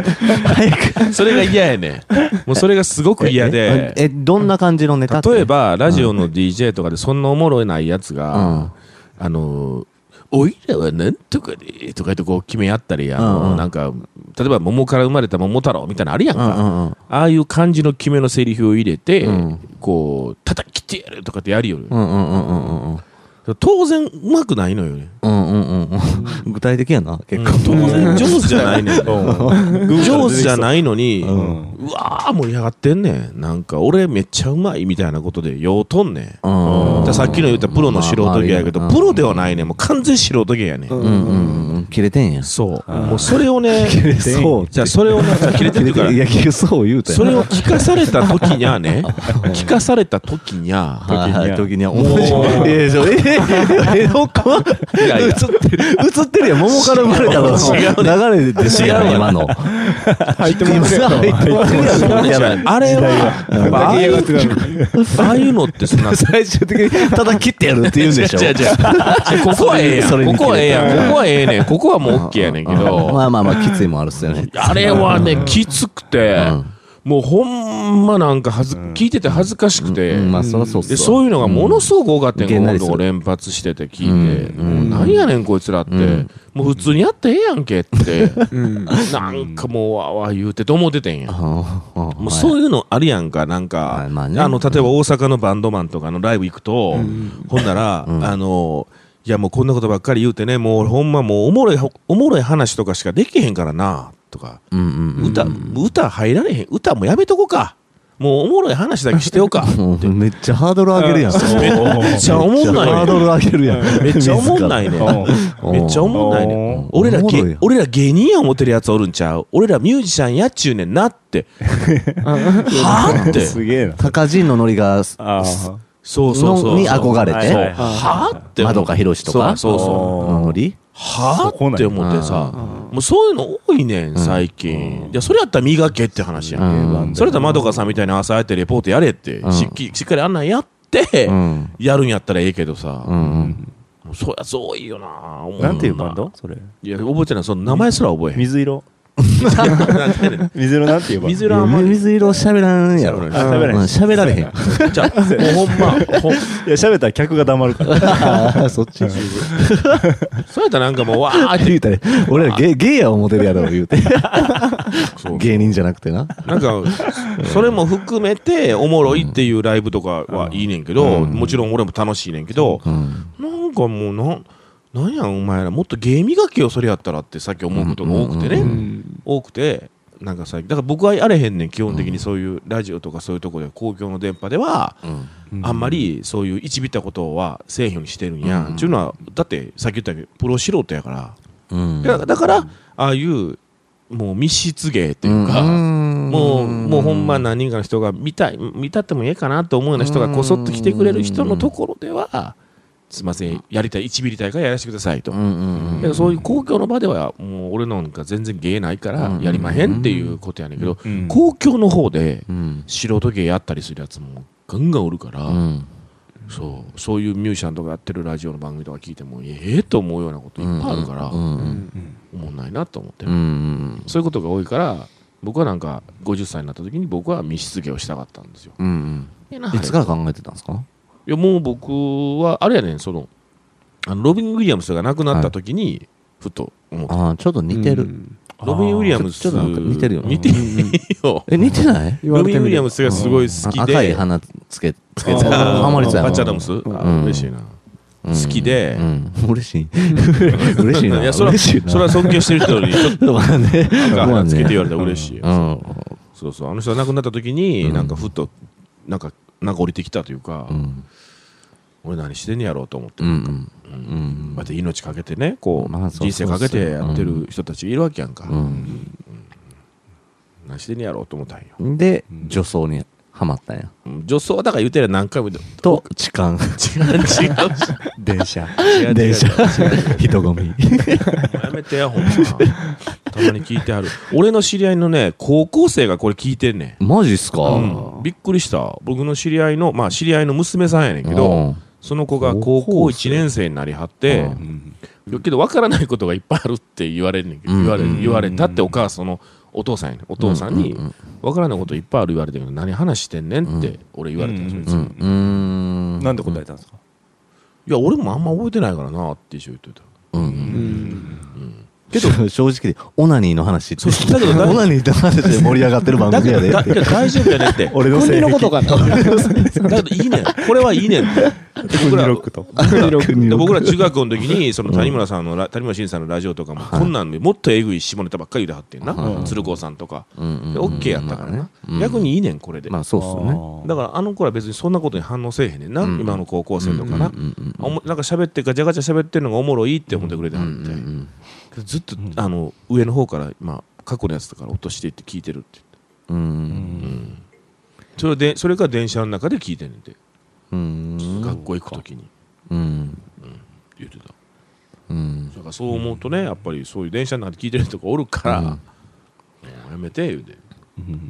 Speaker 2: 早くそれが嫌やねんもうそれがすごく嫌で
Speaker 1: えどんな感じのネタって
Speaker 2: 例えばラジオの DJ とかでそんなおもろいないやつが、あのおいらはなんとかでとか言ってこう決め合ったりあの、
Speaker 1: うんうん
Speaker 2: なんか例えば桃から生まれた桃太郎みたいなのあるやん
Speaker 1: う
Speaker 2: か、
Speaker 1: んうんうん
Speaker 2: ああいう感じの決めのセリフを入れて、
Speaker 1: うん
Speaker 2: こう叩き切ってやるとかってやるよ、
Speaker 1: うんうんうんうんうん
Speaker 2: 当然うまくないのよね
Speaker 1: うんうんうんうん具体的やな結構
Speaker 2: 当然上手じゃないねん上手じゃないのに、う
Speaker 3: うん
Speaker 2: わー盛り上がってんねんなんか俺めっちゃうまいみたいなことでようとんね
Speaker 1: う
Speaker 2: ん
Speaker 1: ん
Speaker 2: だからさっきの言ったプロの素人芸やけ
Speaker 1: ま
Speaker 2: ど、
Speaker 1: あまあ
Speaker 2: プロではないね。もう完全素人芸やね。
Speaker 4: う
Speaker 1: うんうんうん切れてんや
Speaker 2: そう。もうそれを [laughs] ね、
Speaker 1: そう
Speaker 2: じゃあそれをなん [laughs] か切れてるから、
Speaker 1: いや結局そう言うとや
Speaker 2: そ
Speaker 1: な
Speaker 2: れを聞かされた時にゃね、聞かされた時にゃ、
Speaker 1: はいはい時
Speaker 3: 時
Speaker 1: には
Speaker 2: もう
Speaker 1: [laughs] いやいやちょえええどこ
Speaker 2: いやいや
Speaker 1: 映ってる映ってるやん桃から生まれたの流れでしょ今の入ってます入ってますやん
Speaker 2: あれは、やっぱああいうああいうのって [laughs] そんな、
Speaker 1: 最終的にただ切ってやるって言うんでしょ
Speaker 2: 違う違う違う [laughs] ここはええやん。
Speaker 1: それに切れた
Speaker 2: ここはええやん。ここはええねん。ここはもう OK やねんけど
Speaker 1: ま、あまあまあきついもあるっすよね
Speaker 2: あれはね、きつくて
Speaker 1: うん、
Speaker 2: もうほんまなんかはず、聞いてて恥ずかしくて、
Speaker 1: うんまあそりゃそうっす
Speaker 2: で
Speaker 1: わ
Speaker 2: そういうのがものすごく多かったん
Speaker 1: げ
Speaker 2: や
Speaker 1: ん
Speaker 2: ん
Speaker 1: な
Speaker 2: か、
Speaker 1: りす
Speaker 2: 今
Speaker 1: る
Speaker 2: 度連発してて聞いて、
Speaker 1: う
Speaker 2: もう何やねんこいつらって、
Speaker 1: ん
Speaker 2: もう普通にやってええやんけって、
Speaker 4: うん
Speaker 2: なんかもうわーわー言うてと思っててんや。も
Speaker 1: も
Speaker 2: うそうういうのあるやんか、なんか、
Speaker 1: あ
Speaker 2: あ
Speaker 1: まあね
Speaker 2: の、例えば大阪のバンドマンとかのライブ行くと、ほんなら、あの、いやもうこんなことばっかり言うてね、もうほんまもうおもろい、おもろい話とかしかできへんからな、とか。
Speaker 1: うんうん
Speaker 2: 歌、歌入られへん。歌もやめとこか。もうおもろい話だけして
Speaker 1: [laughs]
Speaker 2: よか。
Speaker 1: うんめっちゃハードル上げるやん
Speaker 2: めっちゃおもんない
Speaker 1: ハー
Speaker 2: ね
Speaker 1: ドル上げるやん
Speaker 2: めっちゃおもんないね
Speaker 1: うん
Speaker 2: めっちゃおもんない
Speaker 1: うん
Speaker 2: ね俺ら
Speaker 1: おもろい
Speaker 2: げ
Speaker 1: やん
Speaker 2: 俺ら芸人や思ってるやつおるんちゃう俺らミュージシャンやっちゅうねんなってはあって
Speaker 3: [laughs] すげえな
Speaker 1: 高人のノリが
Speaker 3: あ
Speaker 2: そうそうそう
Speaker 1: のに憧れ
Speaker 3: はいはいはい
Speaker 1: て
Speaker 2: はあって
Speaker 1: 窓かひろしとか
Speaker 2: そうそうそう
Speaker 1: のノリ
Speaker 2: はあって思ってさもうそういうの多いねん最近いやそれやったら磨けって話や
Speaker 1: うんん
Speaker 2: それやったらまどかさんみたいな朝やってレポートやれって
Speaker 1: うん
Speaker 2: しっきしっかりあんなんやって
Speaker 1: うん
Speaker 2: やるんやったらええけどさ
Speaker 1: うんうん
Speaker 2: もうそりゃそう多いよな思う
Speaker 3: なんていうバンドそれ
Speaker 2: いや覚えてないその名前すら覚えへん
Speaker 3: 水色 [laughs]
Speaker 2: [laughs]
Speaker 3: 水色なんていうバンド [laughs]
Speaker 2: 水色あんまり
Speaker 1: 水色喋らんやろ
Speaker 2: 喋ら
Speaker 3: ない
Speaker 1: うん喋られへん
Speaker 2: じゃあもうほんまほん
Speaker 3: いや喋ったら客が黙るから
Speaker 1: あーそっち
Speaker 2: そうやったらなんかもうわーって
Speaker 1: 言うたら俺らゲゲイや思てるやろ言うて
Speaker 2: そう
Speaker 1: 芸人じゃなくてな
Speaker 2: なんかそれも含めておもろいっていうライブとかはいいねんけどもちろん俺も楽しいねんけど
Speaker 1: うん
Speaker 2: なんかもうなんなんやお前らもっと芸磨きをそれやったらってさっき思うことが多くて
Speaker 1: うんうん
Speaker 2: ね多くてなんか最近だから僕はやれへんねん基本的にそういうラジオとかそういうとこで公共の電波では
Speaker 1: うん
Speaker 2: あんまりそういういちびったことはせえへんようにしてるんやっていうのはだってさっき言ったけどプロ素人やから
Speaker 1: うん
Speaker 2: だからだからああいうもう密室芸っていうか、
Speaker 1: ん
Speaker 2: もうもうほんま何人かの人が見たい見たってもええかなと思うような人がこそっと来てくれる人のところでは、すいませんやりたい1ミリ大会やらせてくださいと、
Speaker 1: うんうん
Speaker 2: だからそういう公共の場ではもう俺なんか全然芸ないからやりまへんっていうことやねんけど、
Speaker 3: うん
Speaker 2: 公共の方で
Speaker 1: うん
Speaker 2: 素人芸やったりするやつもガンガンおるから、
Speaker 1: うん
Speaker 2: そうそういうミュージシャンとかやってるラジオの番組とか聞いてもええと思うようなこといっぱいあるから、
Speaker 1: う
Speaker 2: お
Speaker 1: ん
Speaker 2: もんないなと思って
Speaker 1: うんう。ん
Speaker 2: そういうことが多いから、僕はなんか、50歳になった時に僕は密室芸をしたかったんですよ。
Speaker 1: うんうんいつ
Speaker 2: か
Speaker 1: から考えてたんですか
Speaker 2: いや、もう僕は、あれやねん、その、あのロビン・ウィリアムスが亡くなった時に、ふと思った。
Speaker 1: ああちょっと似て
Speaker 4: う
Speaker 1: る
Speaker 4: ん
Speaker 2: ロビン・ウィリアムス、
Speaker 1: ちょっとなんか似てるよね
Speaker 2: 似てる [laughs] よ。
Speaker 1: え似てない
Speaker 4: 言わ
Speaker 2: ロビ
Speaker 4: れて
Speaker 2: ン・ウィ
Speaker 4: み
Speaker 2: リ
Speaker 4: れ
Speaker 2: ア
Speaker 4: ば
Speaker 2: ムスがすごい好
Speaker 1: あ
Speaker 2: きで、
Speaker 1: 赤い花つけつけて
Speaker 2: あ
Speaker 1: た
Speaker 2: ー
Speaker 1: ハマりつや
Speaker 2: パッチアダムス、
Speaker 1: ん
Speaker 2: あ嬉しいな。
Speaker 1: うん
Speaker 2: 好きで
Speaker 1: う、ん嬉しい嬉しいない
Speaker 2: や、それは、
Speaker 1: 嬉しいな
Speaker 2: それは尊敬してる
Speaker 1: [laughs]
Speaker 2: 人に、ちょっ
Speaker 1: とかね
Speaker 2: と
Speaker 1: まあ
Speaker 2: 赤
Speaker 1: ね
Speaker 2: つけて言われたら嬉しいよ。
Speaker 1: うん
Speaker 2: そうそう、あの人が亡くなった時に、
Speaker 1: うん
Speaker 2: なんかふっと、なんか、なんか降りてきたというか、
Speaker 1: うん
Speaker 2: 俺何してんねやろうと思って、
Speaker 1: うんうん
Speaker 2: う
Speaker 1: うんん
Speaker 2: だって命かけてねこう、
Speaker 1: まあそう
Speaker 2: 人生かけてやって
Speaker 1: そう
Speaker 2: る人たちいるわけやんか、
Speaker 1: うん
Speaker 2: 何してんねやろうと思ったんよ
Speaker 1: で、女装にハマったんや。
Speaker 2: うん女装はだから言うてる
Speaker 1: [laughs]
Speaker 2: 何回も言うて
Speaker 1: と、痴漢。
Speaker 2: 違う違う違う
Speaker 1: [laughs] 電車
Speaker 2: 違う違う。
Speaker 1: 電車。人混み。
Speaker 2: もうやめてやほんまたまに聞いてはる俺の知り合いのね高校生がこれ聞いてんね
Speaker 1: マジっすか
Speaker 2: ん、うん、びっくりした僕の知り合いのまあ知り合いの娘さんやねんけど
Speaker 1: うん
Speaker 2: その子が高校1年生になりはって、うんけど分からないことがいっぱいあるって言われるねんけど、
Speaker 1: うん
Speaker 2: 言われ
Speaker 3: うん
Speaker 2: 言われたってお母さんのお父さんやねんお父さんに
Speaker 1: うんうん
Speaker 2: 分からないこといっぱいある言われてるけど何話してんねんっ
Speaker 1: う
Speaker 2: て俺言われたんですよ、
Speaker 1: うん。うん。
Speaker 3: なんて答えたんですか
Speaker 2: いや俺もあんま覚えてないからなって一緒に言って
Speaker 1: う
Speaker 2: た
Speaker 1: ん。う
Speaker 4: うんん。
Speaker 1: けど、正直で、オナニーの話って。
Speaker 2: そうだけどだ
Speaker 1: オナニーの話で盛り上がってる番
Speaker 2: だ
Speaker 1: 組
Speaker 2: け
Speaker 1: や
Speaker 2: ど
Speaker 1: で
Speaker 2: だ。けど大丈夫やねん
Speaker 1: [laughs]
Speaker 2: って
Speaker 3: 俺の
Speaker 4: 国
Speaker 3: 性
Speaker 4: の
Speaker 3: 癖
Speaker 4: ことかな。
Speaker 2: [laughs] だけどいいねんこれはいいね
Speaker 1: [laughs]
Speaker 2: んって僕
Speaker 3: 国
Speaker 2: ら
Speaker 3: ロックと
Speaker 4: 国
Speaker 2: で
Speaker 4: の
Speaker 2: 僕ら中学校の時にその谷村さんのラ、谷村新司さんのラジオとかも、こんなんでもっとえぐい下ネタばっかり言うてはってんな、
Speaker 1: はい
Speaker 2: 鶴光さんとか、
Speaker 1: うんうん
Speaker 2: でオッケーやったからな、
Speaker 1: まあね
Speaker 2: 逆にいいねんこれで、
Speaker 1: まあ、そうっすよね。
Speaker 2: だからあの子ら別にそんなことに反応せえへんねんな、
Speaker 1: うん
Speaker 2: 今の高校生とかな、
Speaker 1: うんうん
Speaker 2: おもなんか喋ってガチャガチャ喋ってるのがおもろいって思ってくれては
Speaker 1: う
Speaker 2: る
Speaker 1: ん
Speaker 2: み
Speaker 1: う
Speaker 2: たい、
Speaker 1: ん
Speaker 2: けどずっと、あの上の方から、まあ、過去のやつとかから落としていって聞いてるって
Speaker 1: うんうん
Speaker 2: 言って、それでそれから電車の中で聞いてんねんて、
Speaker 1: うん
Speaker 2: 学校行く時に
Speaker 1: うん
Speaker 2: 言ってた
Speaker 1: うん
Speaker 2: だからそう思うとねやっぱりそういう電車の中で聞いてる人がおるから、
Speaker 1: うん
Speaker 2: もうやめて言うて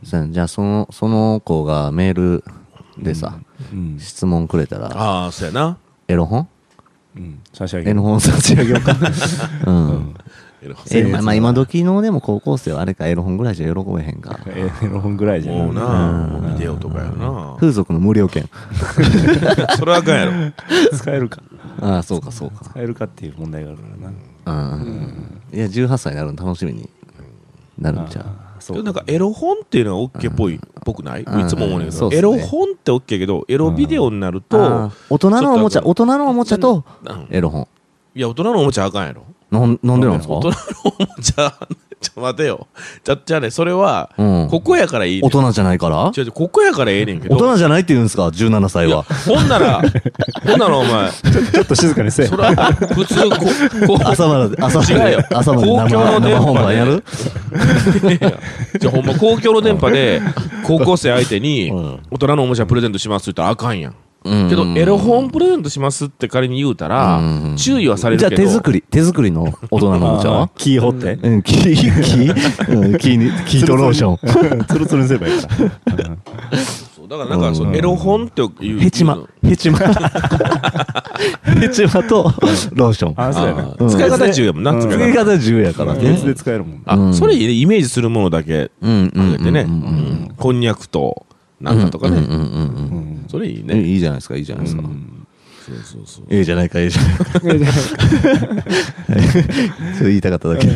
Speaker 1: そうやねじゃあそのその子がメールでさ、
Speaker 3: うん
Speaker 1: 質問くれたら
Speaker 2: ああそうやな
Speaker 1: エロ本
Speaker 3: うん差し上げ
Speaker 1: エ
Speaker 3: る
Speaker 1: ロ本差し上げよう [laughs] かうん、
Speaker 2: エロ
Speaker 1: えまあまあ今時のでも高校生はあれかエロ本ぐらいじゃ喜べへんか
Speaker 3: えエロ本ぐらいじゃ
Speaker 2: もう
Speaker 3: な
Speaker 2: なもうビデオとかやな
Speaker 1: 風俗の無料券
Speaker 2: [laughs] それはあかんや
Speaker 3: 使えるか
Speaker 1: ああそうかそうか
Speaker 3: 使えるかっていう問題があるからな
Speaker 1: うん、いや18歳になるの楽しみになるんちゃう
Speaker 3: あそ
Speaker 2: ろ
Speaker 3: う
Speaker 2: なんかエロ本っていうのはオッケーっぽいっぽくないい
Speaker 1: うん
Speaker 2: つも思うねんだけ
Speaker 1: そうっ
Speaker 2: ど
Speaker 1: すね
Speaker 2: エロ本ってオッケーやけどエロビデオになる
Speaker 1: あ
Speaker 2: と
Speaker 1: あ大人のおもちゃ
Speaker 2: ちょ
Speaker 1: 大
Speaker 2: っ
Speaker 1: 人のおもちゃと
Speaker 2: うん
Speaker 1: エロ本
Speaker 2: いや大人のおもちゃあかんやろ
Speaker 1: なんなんでなんですか
Speaker 2: 大人のお [laughs] もちゃちょ待てよじゃじゃあねそれは
Speaker 1: うん
Speaker 2: ここやからいいね
Speaker 1: 大
Speaker 2: ん
Speaker 1: 人じゃないから
Speaker 2: 違う違うここやからええねんけど
Speaker 1: 大人じゃないって言うんですか17歳
Speaker 2: いや
Speaker 1: は
Speaker 2: ほんならほんなら
Speaker 1: [laughs]
Speaker 2: お前
Speaker 3: ちょっと静かにせえ
Speaker 2: そら、普通こ、こ
Speaker 1: 朝まで、朝ま
Speaker 2: 違うよ
Speaker 1: で、朝まで
Speaker 2: 公共
Speaker 1: 生
Speaker 2: の電波で
Speaker 1: 生本番やる
Speaker 2: いやじゃあほんま公共の電波で、高校生相手に
Speaker 1: うん、
Speaker 2: 大人のおもちゃプレゼントしますって言ったらあかんやん。
Speaker 1: うん
Speaker 2: けど、エロ本プレゼントしますって仮に言うたら
Speaker 1: うん、
Speaker 2: 注意はされ
Speaker 1: じゃ
Speaker 2: る
Speaker 1: あ
Speaker 2: けど。
Speaker 1: 手作り、手作りの大人のおもちゃ
Speaker 3: あ
Speaker 1: は
Speaker 3: ーキー掘って
Speaker 1: うん、キー、キー、うんキーに、キーとローション。
Speaker 3: ツルツルにすればいいからうん
Speaker 2: そうだからなんか、そのエロ本っていう。
Speaker 1: ヘチマ、ヘチマ。ヘチマとローション。
Speaker 3: あそうやな
Speaker 2: あー使い方自由やもんな、
Speaker 3: うん
Speaker 2: 使
Speaker 1: 使
Speaker 2: い
Speaker 1: い
Speaker 2: 方。
Speaker 1: 方自由やから
Speaker 3: 別
Speaker 1: ね。
Speaker 3: で使えるもんな
Speaker 2: あ、それいいねイメージするものだけ
Speaker 1: うん、う
Speaker 2: あ
Speaker 1: ん。
Speaker 2: げてね。う
Speaker 1: うん
Speaker 2: んこんにゃくと、なんかとか
Speaker 1: うん、
Speaker 2: ね。
Speaker 1: うん、
Speaker 3: うん
Speaker 2: それいい
Speaker 1: うん。
Speaker 2: ね。
Speaker 1: いいじゃないですか、いいじゃないですか。
Speaker 2: そうそうそう。
Speaker 1: ええじゃないか、ええじゃないか。ちょっと言いたかっただけ。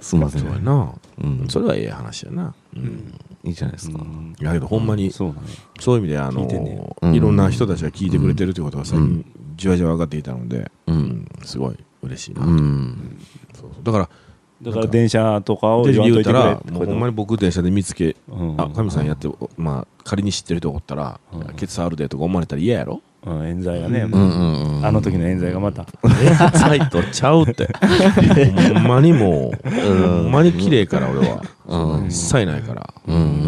Speaker 1: すんませ
Speaker 2: そうや
Speaker 1: ん。
Speaker 2: な。
Speaker 1: うん、
Speaker 2: それはええ話やな。うん。
Speaker 1: いいじゃないですか。
Speaker 2: いやけど、ほんまに、
Speaker 3: そうなのよ
Speaker 2: そういう意味で、あの
Speaker 3: 聞いてんねや
Speaker 1: うん
Speaker 2: いろんな人たちが聞いてくれてるということが最
Speaker 1: う
Speaker 2: 近、じわじわ分かっていたので、
Speaker 1: うん
Speaker 2: うんすごい嬉しいな、
Speaker 1: うん。
Speaker 2: そうそうだから、
Speaker 3: だから電車とかを
Speaker 2: テレ
Speaker 3: 言
Speaker 2: ビ
Speaker 3: わん
Speaker 2: 言
Speaker 3: と
Speaker 2: う
Speaker 3: い
Speaker 2: た
Speaker 3: てく
Speaker 2: ら、も
Speaker 3: れってこ
Speaker 2: うほ
Speaker 3: と
Speaker 2: んまに僕、電車で見つけ、
Speaker 3: うん
Speaker 2: あ神さんやって、おまあ、仮に知ってる人がおったら、
Speaker 3: うん
Speaker 2: ケツあるでとか思われたら嫌やろ、
Speaker 3: うん冤罪がね
Speaker 1: うんうんうん。
Speaker 3: あの時の冤罪がまた
Speaker 2: サイトちゃうって、ほんまにもう、ほんまに綺麗から、俺は、
Speaker 1: うん
Speaker 2: 一切ないから。
Speaker 1: うん。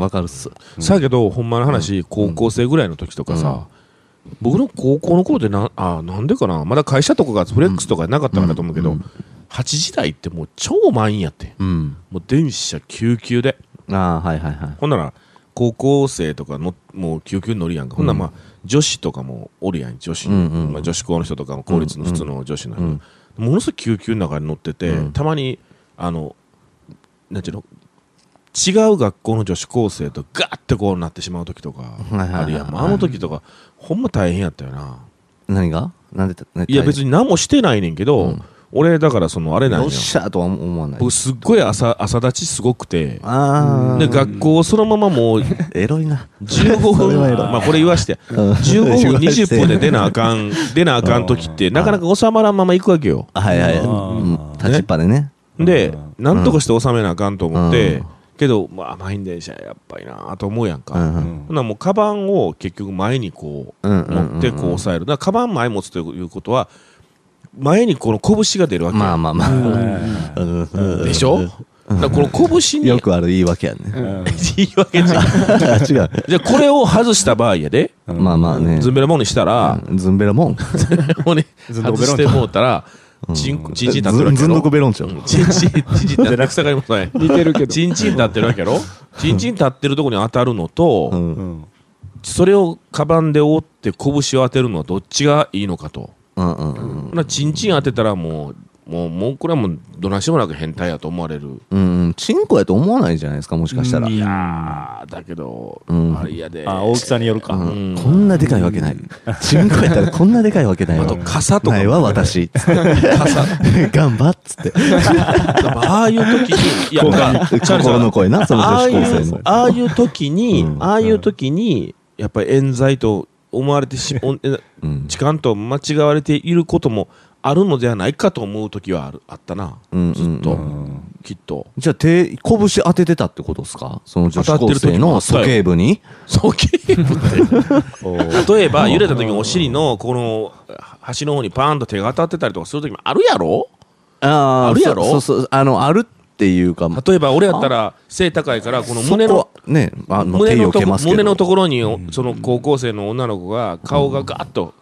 Speaker 1: わかるっす。
Speaker 2: さやけど、ほんまの話、高校生ぐらいの時とかさ、僕の高校の頃でな、あなんでかな、まだ会社とかがフレックスとかなかったからと思うけど、8時台ってもう超満員やって、
Speaker 1: うん。
Speaker 2: もう電車救急で、
Speaker 1: ああ、はいはいはい。
Speaker 2: ほんなら、高校生とかのもう救急に乗るやんか、ほんならまあ、女子とかもおるやん、女子、
Speaker 1: うんうん
Speaker 2: まあ、女子校の人とかも、公立の普通の女子の、ものすごい救急の中に乗ってて、
Speaker 1: うん
Speaker 2: たまに、あの、なんていうの、違う学校の女子高生とガーってこうなってしまう時とか、
Speaker 1: はいはいはい
Speaker 2: あるやん。まああの時とか、ほんま大変やったよな。
Speaker 1: 何がなんでた、
Speaker 2: いや、別
Speaker 1: に。
Speaker 2: に何もしてないねんけど、俺、だからその、あれなん
Speaker 1: よ
Speaker 2: や
Speaker 1: っ。しゃーとは思わない。
Speaker 2: 僕、すっごい朝、朝立ちすごくて、
Speaker 1: ああ。
Speaker 2: で、学校をそのままもう、
Speaker 1: エロいな。
Speaker 2: 15
Speaker 1: それはエ
Speaker 2: 分、
Speaker 1: ロい
Speaker 2: まあこれ言わして、15分、20分
Speaker 1: [laughs]
Speaker 2: で出なあかん、 [laughs] 出なあかん時って、なかなか収まらんまま行くわけよ。
Speaker 1: はいはい
Speaker 3: あー
Speaker 1: うん。立ちっぱでね。
Speaker 2: で
Speaker 3: うん、
Speaker 2: なんとかして収めなあかんと思って、
Speaker 1: うん
Speaker 2: けど、まあ、満員電車やっぱりなあと思うやんか。
Speaker 1: うんう
Speaker 3: うん
Speaker 2: ほん
Speaker 3: ん
Speaker 2: ならもう、カバンを結局前にこう、
Speaker 1: うんうんうんうん
Speaker 2: 持ってこう押さえる。だから、カバン前持つということは、前にこの拳が出るわけよ。
Speaker 1: まあまあまあ。
Speaker 3: はい
Speaker 1: うんうん
Speaker 2: でしょ、だからこの拳に、
Speaker 1: よくある言い訳やね。
Speaker 2: 言い訳じゃん。
Speaker 1: 違う。
Speaker 2: じゃあこれを外した場合やで、
Speaker 1: まあまあね。
Speaker 2: ズンベラモンにしたら、
Speaker 1: うんズンベラモン。
Speaker 2: もうね、
Speaker 3: ズンドコ
Speaker 2: 外し
Speaker 3: ベロ
Speaker 2: て
Speaker 3: ンチ
Speaker 2: もうたら、チン、チンチン立ってるわけやろ。
Speaker 1: ズンドコベロンチョ
Speaker 2: うんチンチン、チンチ
Speaker 1: [laughs]
Speaker 2: ン立ってる。草刈りもさ
Speaker 4: 似てるけど
Speaker 2: チンチン立ってるわけやろ。チンチン立ってるとこに当たるの
Speaker 1: う
Speaker 2: と、
Speaker 1: ん。
Speaker 3: ん
Speaker 2: それをカバンで覆って拳を当てるのはどっちがいいのかと。
Speaker 1: うんうんうん。
Speaker 2: ほなチンチン当てたらもう、もう、もうこれはもう、どないしてもなく変態やと思われる。
Speaker 1: うんうん。チンコやと思わないじゃないですか、もしかしたら。
Speaker 2: いやー、だけど、
Speaker 1: うん
Speaker 2: あれやで。
Speaker 3: あ大きさによるか、
Speaker 1: う
Speaker 2: うん
Speaker 1: んこんなでかいわけない。チンコやったらこんなでかいわけないわ。
Speaker 2: あと傘とか
Speaker 1: ないわ、私。傘。頑張っつって。
Speaker 2: ああいう時に、いや、まあ
Speaker 1: 心の声な、その
Speaker 2: ああい
Speaker 1: 女子高生
Speaker 2: う
Speaker 1: の、。
Speaker 2: ああいう時に、
Speaker 1: うん
Speaker 2: ああいう時に、やっぱり冤罪と思われてし、おんえ
Speaker 1: うん
Speaker 2: 痴漢と間違われていることもあるのではないかと思う時はあるあったな。
Speaker 1: うんうんう
Speaker 2: ず
Speaker 1: ん
Speaker 2: っと。きっと。
Speaker 1: じゃあ手、拳当ててたってことですかその女子高生の鼠径部に
Speaker 2: そう、ゲーム
Speaker 3: お
Speaker 2: って例えば、揺れた時にお尻の、この、端の方にパーンと手が当たってたりとかする時もあるやろ
Speaker 1: あ
Speaker 2: あるやろ
Speaker 1: そうそうそう、あの、あるっていうか、
Speaker 2: 例えば、俺やったら、背高いから、この
Speaker 1: そ
Speaker 2: 胸
Speaker 1: こ
Speaker 2: の
Speaker 1: は、ね、あの、手
Speaker 2: 胸の
Speaker 1: を
Speaker 2: と
Speaker 1: け
Speaker 2: こ
Speaker 1: ますけど。
Speaker 2: 胸のところに、その高校生の女の子が顔がガーッと
Speaker 1: はい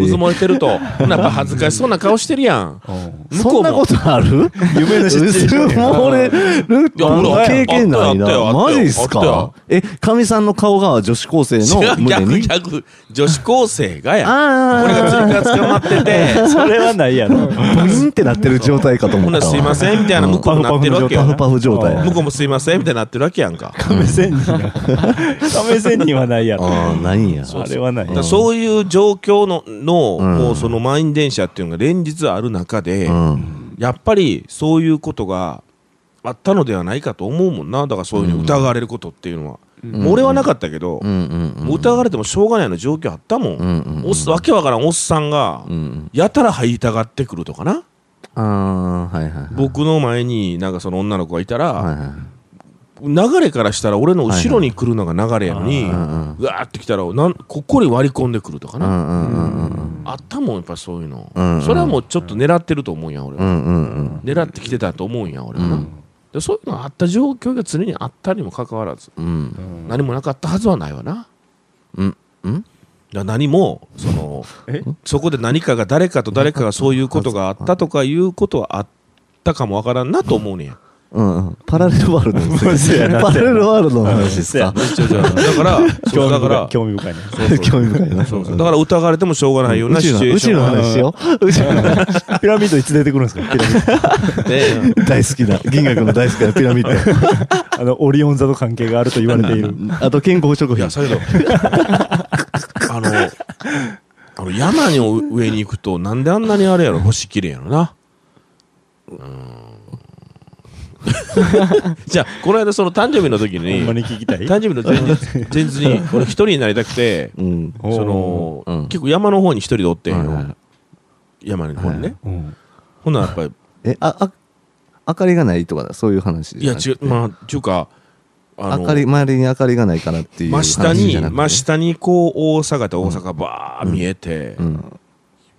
Speaker 1: う
Speaker 2: ずもれてると、ほなやっぱ恥ずかしそうな顔してるやん。向こ
Speaker 1: そ
Speaker 2: うん
Speaker 1: な
Speaker 2: も
Speaker 1: こ。とある夢のシチュエー [laughs] ション。もう俺、ル
Speaker 2: いや俺あった
Speaker 1: 経
Speaker 2: よ
Speaker 1: 験ない
Speaker 2: あったよあ
Speaker 1: な。
Speaker 2: った
Speaker 1: マ
Speaker 2: よ
Speaker 1: ジっす
Speaker 2: あった
Speaker 1: か
Speaker 2: よ
Speaker 1: え、かみさんの顔が女子高生の
Speaker 2: 違う
Speaker 1: 胸
Speaker 2: 逆
Speaker 1: に。
Speaker 2: 逆、女子高生がや。
Speaker 1: あー
Speaker 2: 俺が釣りから捕まってて、
Speaker 3: それはないやろ
Speaker 1: ブリンってなってる状態かと思
Speaker 2: ほ
Speaker 1: った
Speaker 2: な
Speaker 1: わ。
Speaker 2: すいませんみたいな向こうもなってるわけ
Speaker 1: パフ
Speaker 2: よ。
Speaker 1: パフ状態。
Speaker 2: 向こうもすいませんみたいになってるわけやんか。
Speaker 3: 亀仙人や亀仙人はないやろ
Speaker 1: ああ、ないんや。
Speaker 3: あれはない
Speaker 2: だからそういう状況の、の、
Speaker 1: うん
Speaker 2: もうその満員電車っていうのが連日ある中で、
Speaker 1: うん。
Speaker 2: やっぱりそういうことがあったのではないかと思うもんな、だからそういうふうに疑われることっていうのは、もう俺はなかったけど、
Speaker 1: うんうんうん。
Speaker 2: もう疑われてもしょうがないような状況あったもん、
Speaker 1: うんうん
Speaker 2: おっわけわからんおっさんが、
Speaker 1: うん。
Speaker 2: やたら入りたがってくるとかな、
Speaker 1: ああ、はいはいはい。
Speaker 2: 僕の前になんかその女の子がいたら、
Speaker 1: はいはい。
Speaker 2: 流れからしたら俺の後ろに来るのが流れやのに、
Speaker 1: はいは
Speaker 2: うわーって来たらなんここに割り込んでくるとか
Speaker 1: う
Speaker 2: な、
Speaker 1: んうんうんうん
Speaker 2: あったもんやっぱそういうの、
Speaker 1: うんうん
Speaker 2: それはもうちょっと狙ってると思うんや俺は、
Speaker 1: うんうんうん
Speaker 2: 狙ってきてたと思うんや俺はな、
Speaker 1: うん
Speaker 2: でそういうのあった状況が常にあったにもかかわらず
Speaker 1: うん
Speaker 2: 何もなかったはずはないわな
Speaker 1: うんうん
Speaker 2: だから何もその
Speaker 3: え
Speaker 2: そこで何かが誰かと誰かがそういうことがあったとかいうことはあったかもわからんなと思うねん
Speaker 1: うんうんパラレルワールドの
Speaker 3: そうやな
Speaker 1: パラレルワールドの話ですか
Speaker 2: 違う違うだからそ
Speaker 3: 興
Speaker 2: う
Speaker 3: 味
Speaker 2: だか
Speaker 3: 深い
Speaker 2: ら
Speaker 3: 興味深いね
Speaker 1: 興味深いな
Speaker 2: そうそうだから疑われてもしょうがないような
Speaker 1: 宇
Speaker 2: シ
Speaker 1: 宙
Speaker 2: チ
Speaker 1: の
Speaker 2: ュエー
Speaker 1: 宇
Speaker 2: シ
Speaker 1: 宙
Speaker 2: ョ
Speaker 1: の
Speaker 2: ン
Speaker 1: 話しよう宇宙の話
Speaker 3: ピラミッドいつ出てくるんですかピラミッド
Speaker 2: で
Speaker 1: 大好きな銀河君の大好きなピラミッ
Speaker 3: あのオリオン座と関係があると言われ
Speaker 2: [laughs]
Speaker 3: ている
Speaker 1: ドあと健康食
Speaker 2: い
Speaker 1: 品
Speaker 2: や、それだ [laughs] あの、あの山にお上に行くと、なんであんなにあれやろ、星綺麗やろな。うーん [laughs] じゃあ、この間、その誕生日の時
Speaker 3: ほんま
Speaker 2: に、
Speaker 3: に聞きたい
Speaker 2: 誕生日の前日、前日に、
Speaker 1: [laughs]
Speaker 2: 俺一人になりたくて、
Speaker 1: うん
Speaker 3: おー
Speaker 2: その、
Speaker 1: うん
Speaker 2: 結構山の方に一人でおってんよ、
Speaker 1: はいはい
Speaker 2: 山の方にね。
Speaker 3: うん
Speaker 2: ほな、やっぱり、
Speaker 1: えああ明かりがないとかだそういう話
Speaker 2: いや、ちゅまあ、ちゅうか、あ
Speaker 1: 明かり周りに明かりがないからっていう
Speaker 2: 真
Speaker 1: 話
Speaker 2: 下
Speaker 1: じ
Speaker 2: に
Speaker 1: ゃなくて
Speaker 2: 真下にこう大阪と大阪バー見えて、
Speaker 1: ん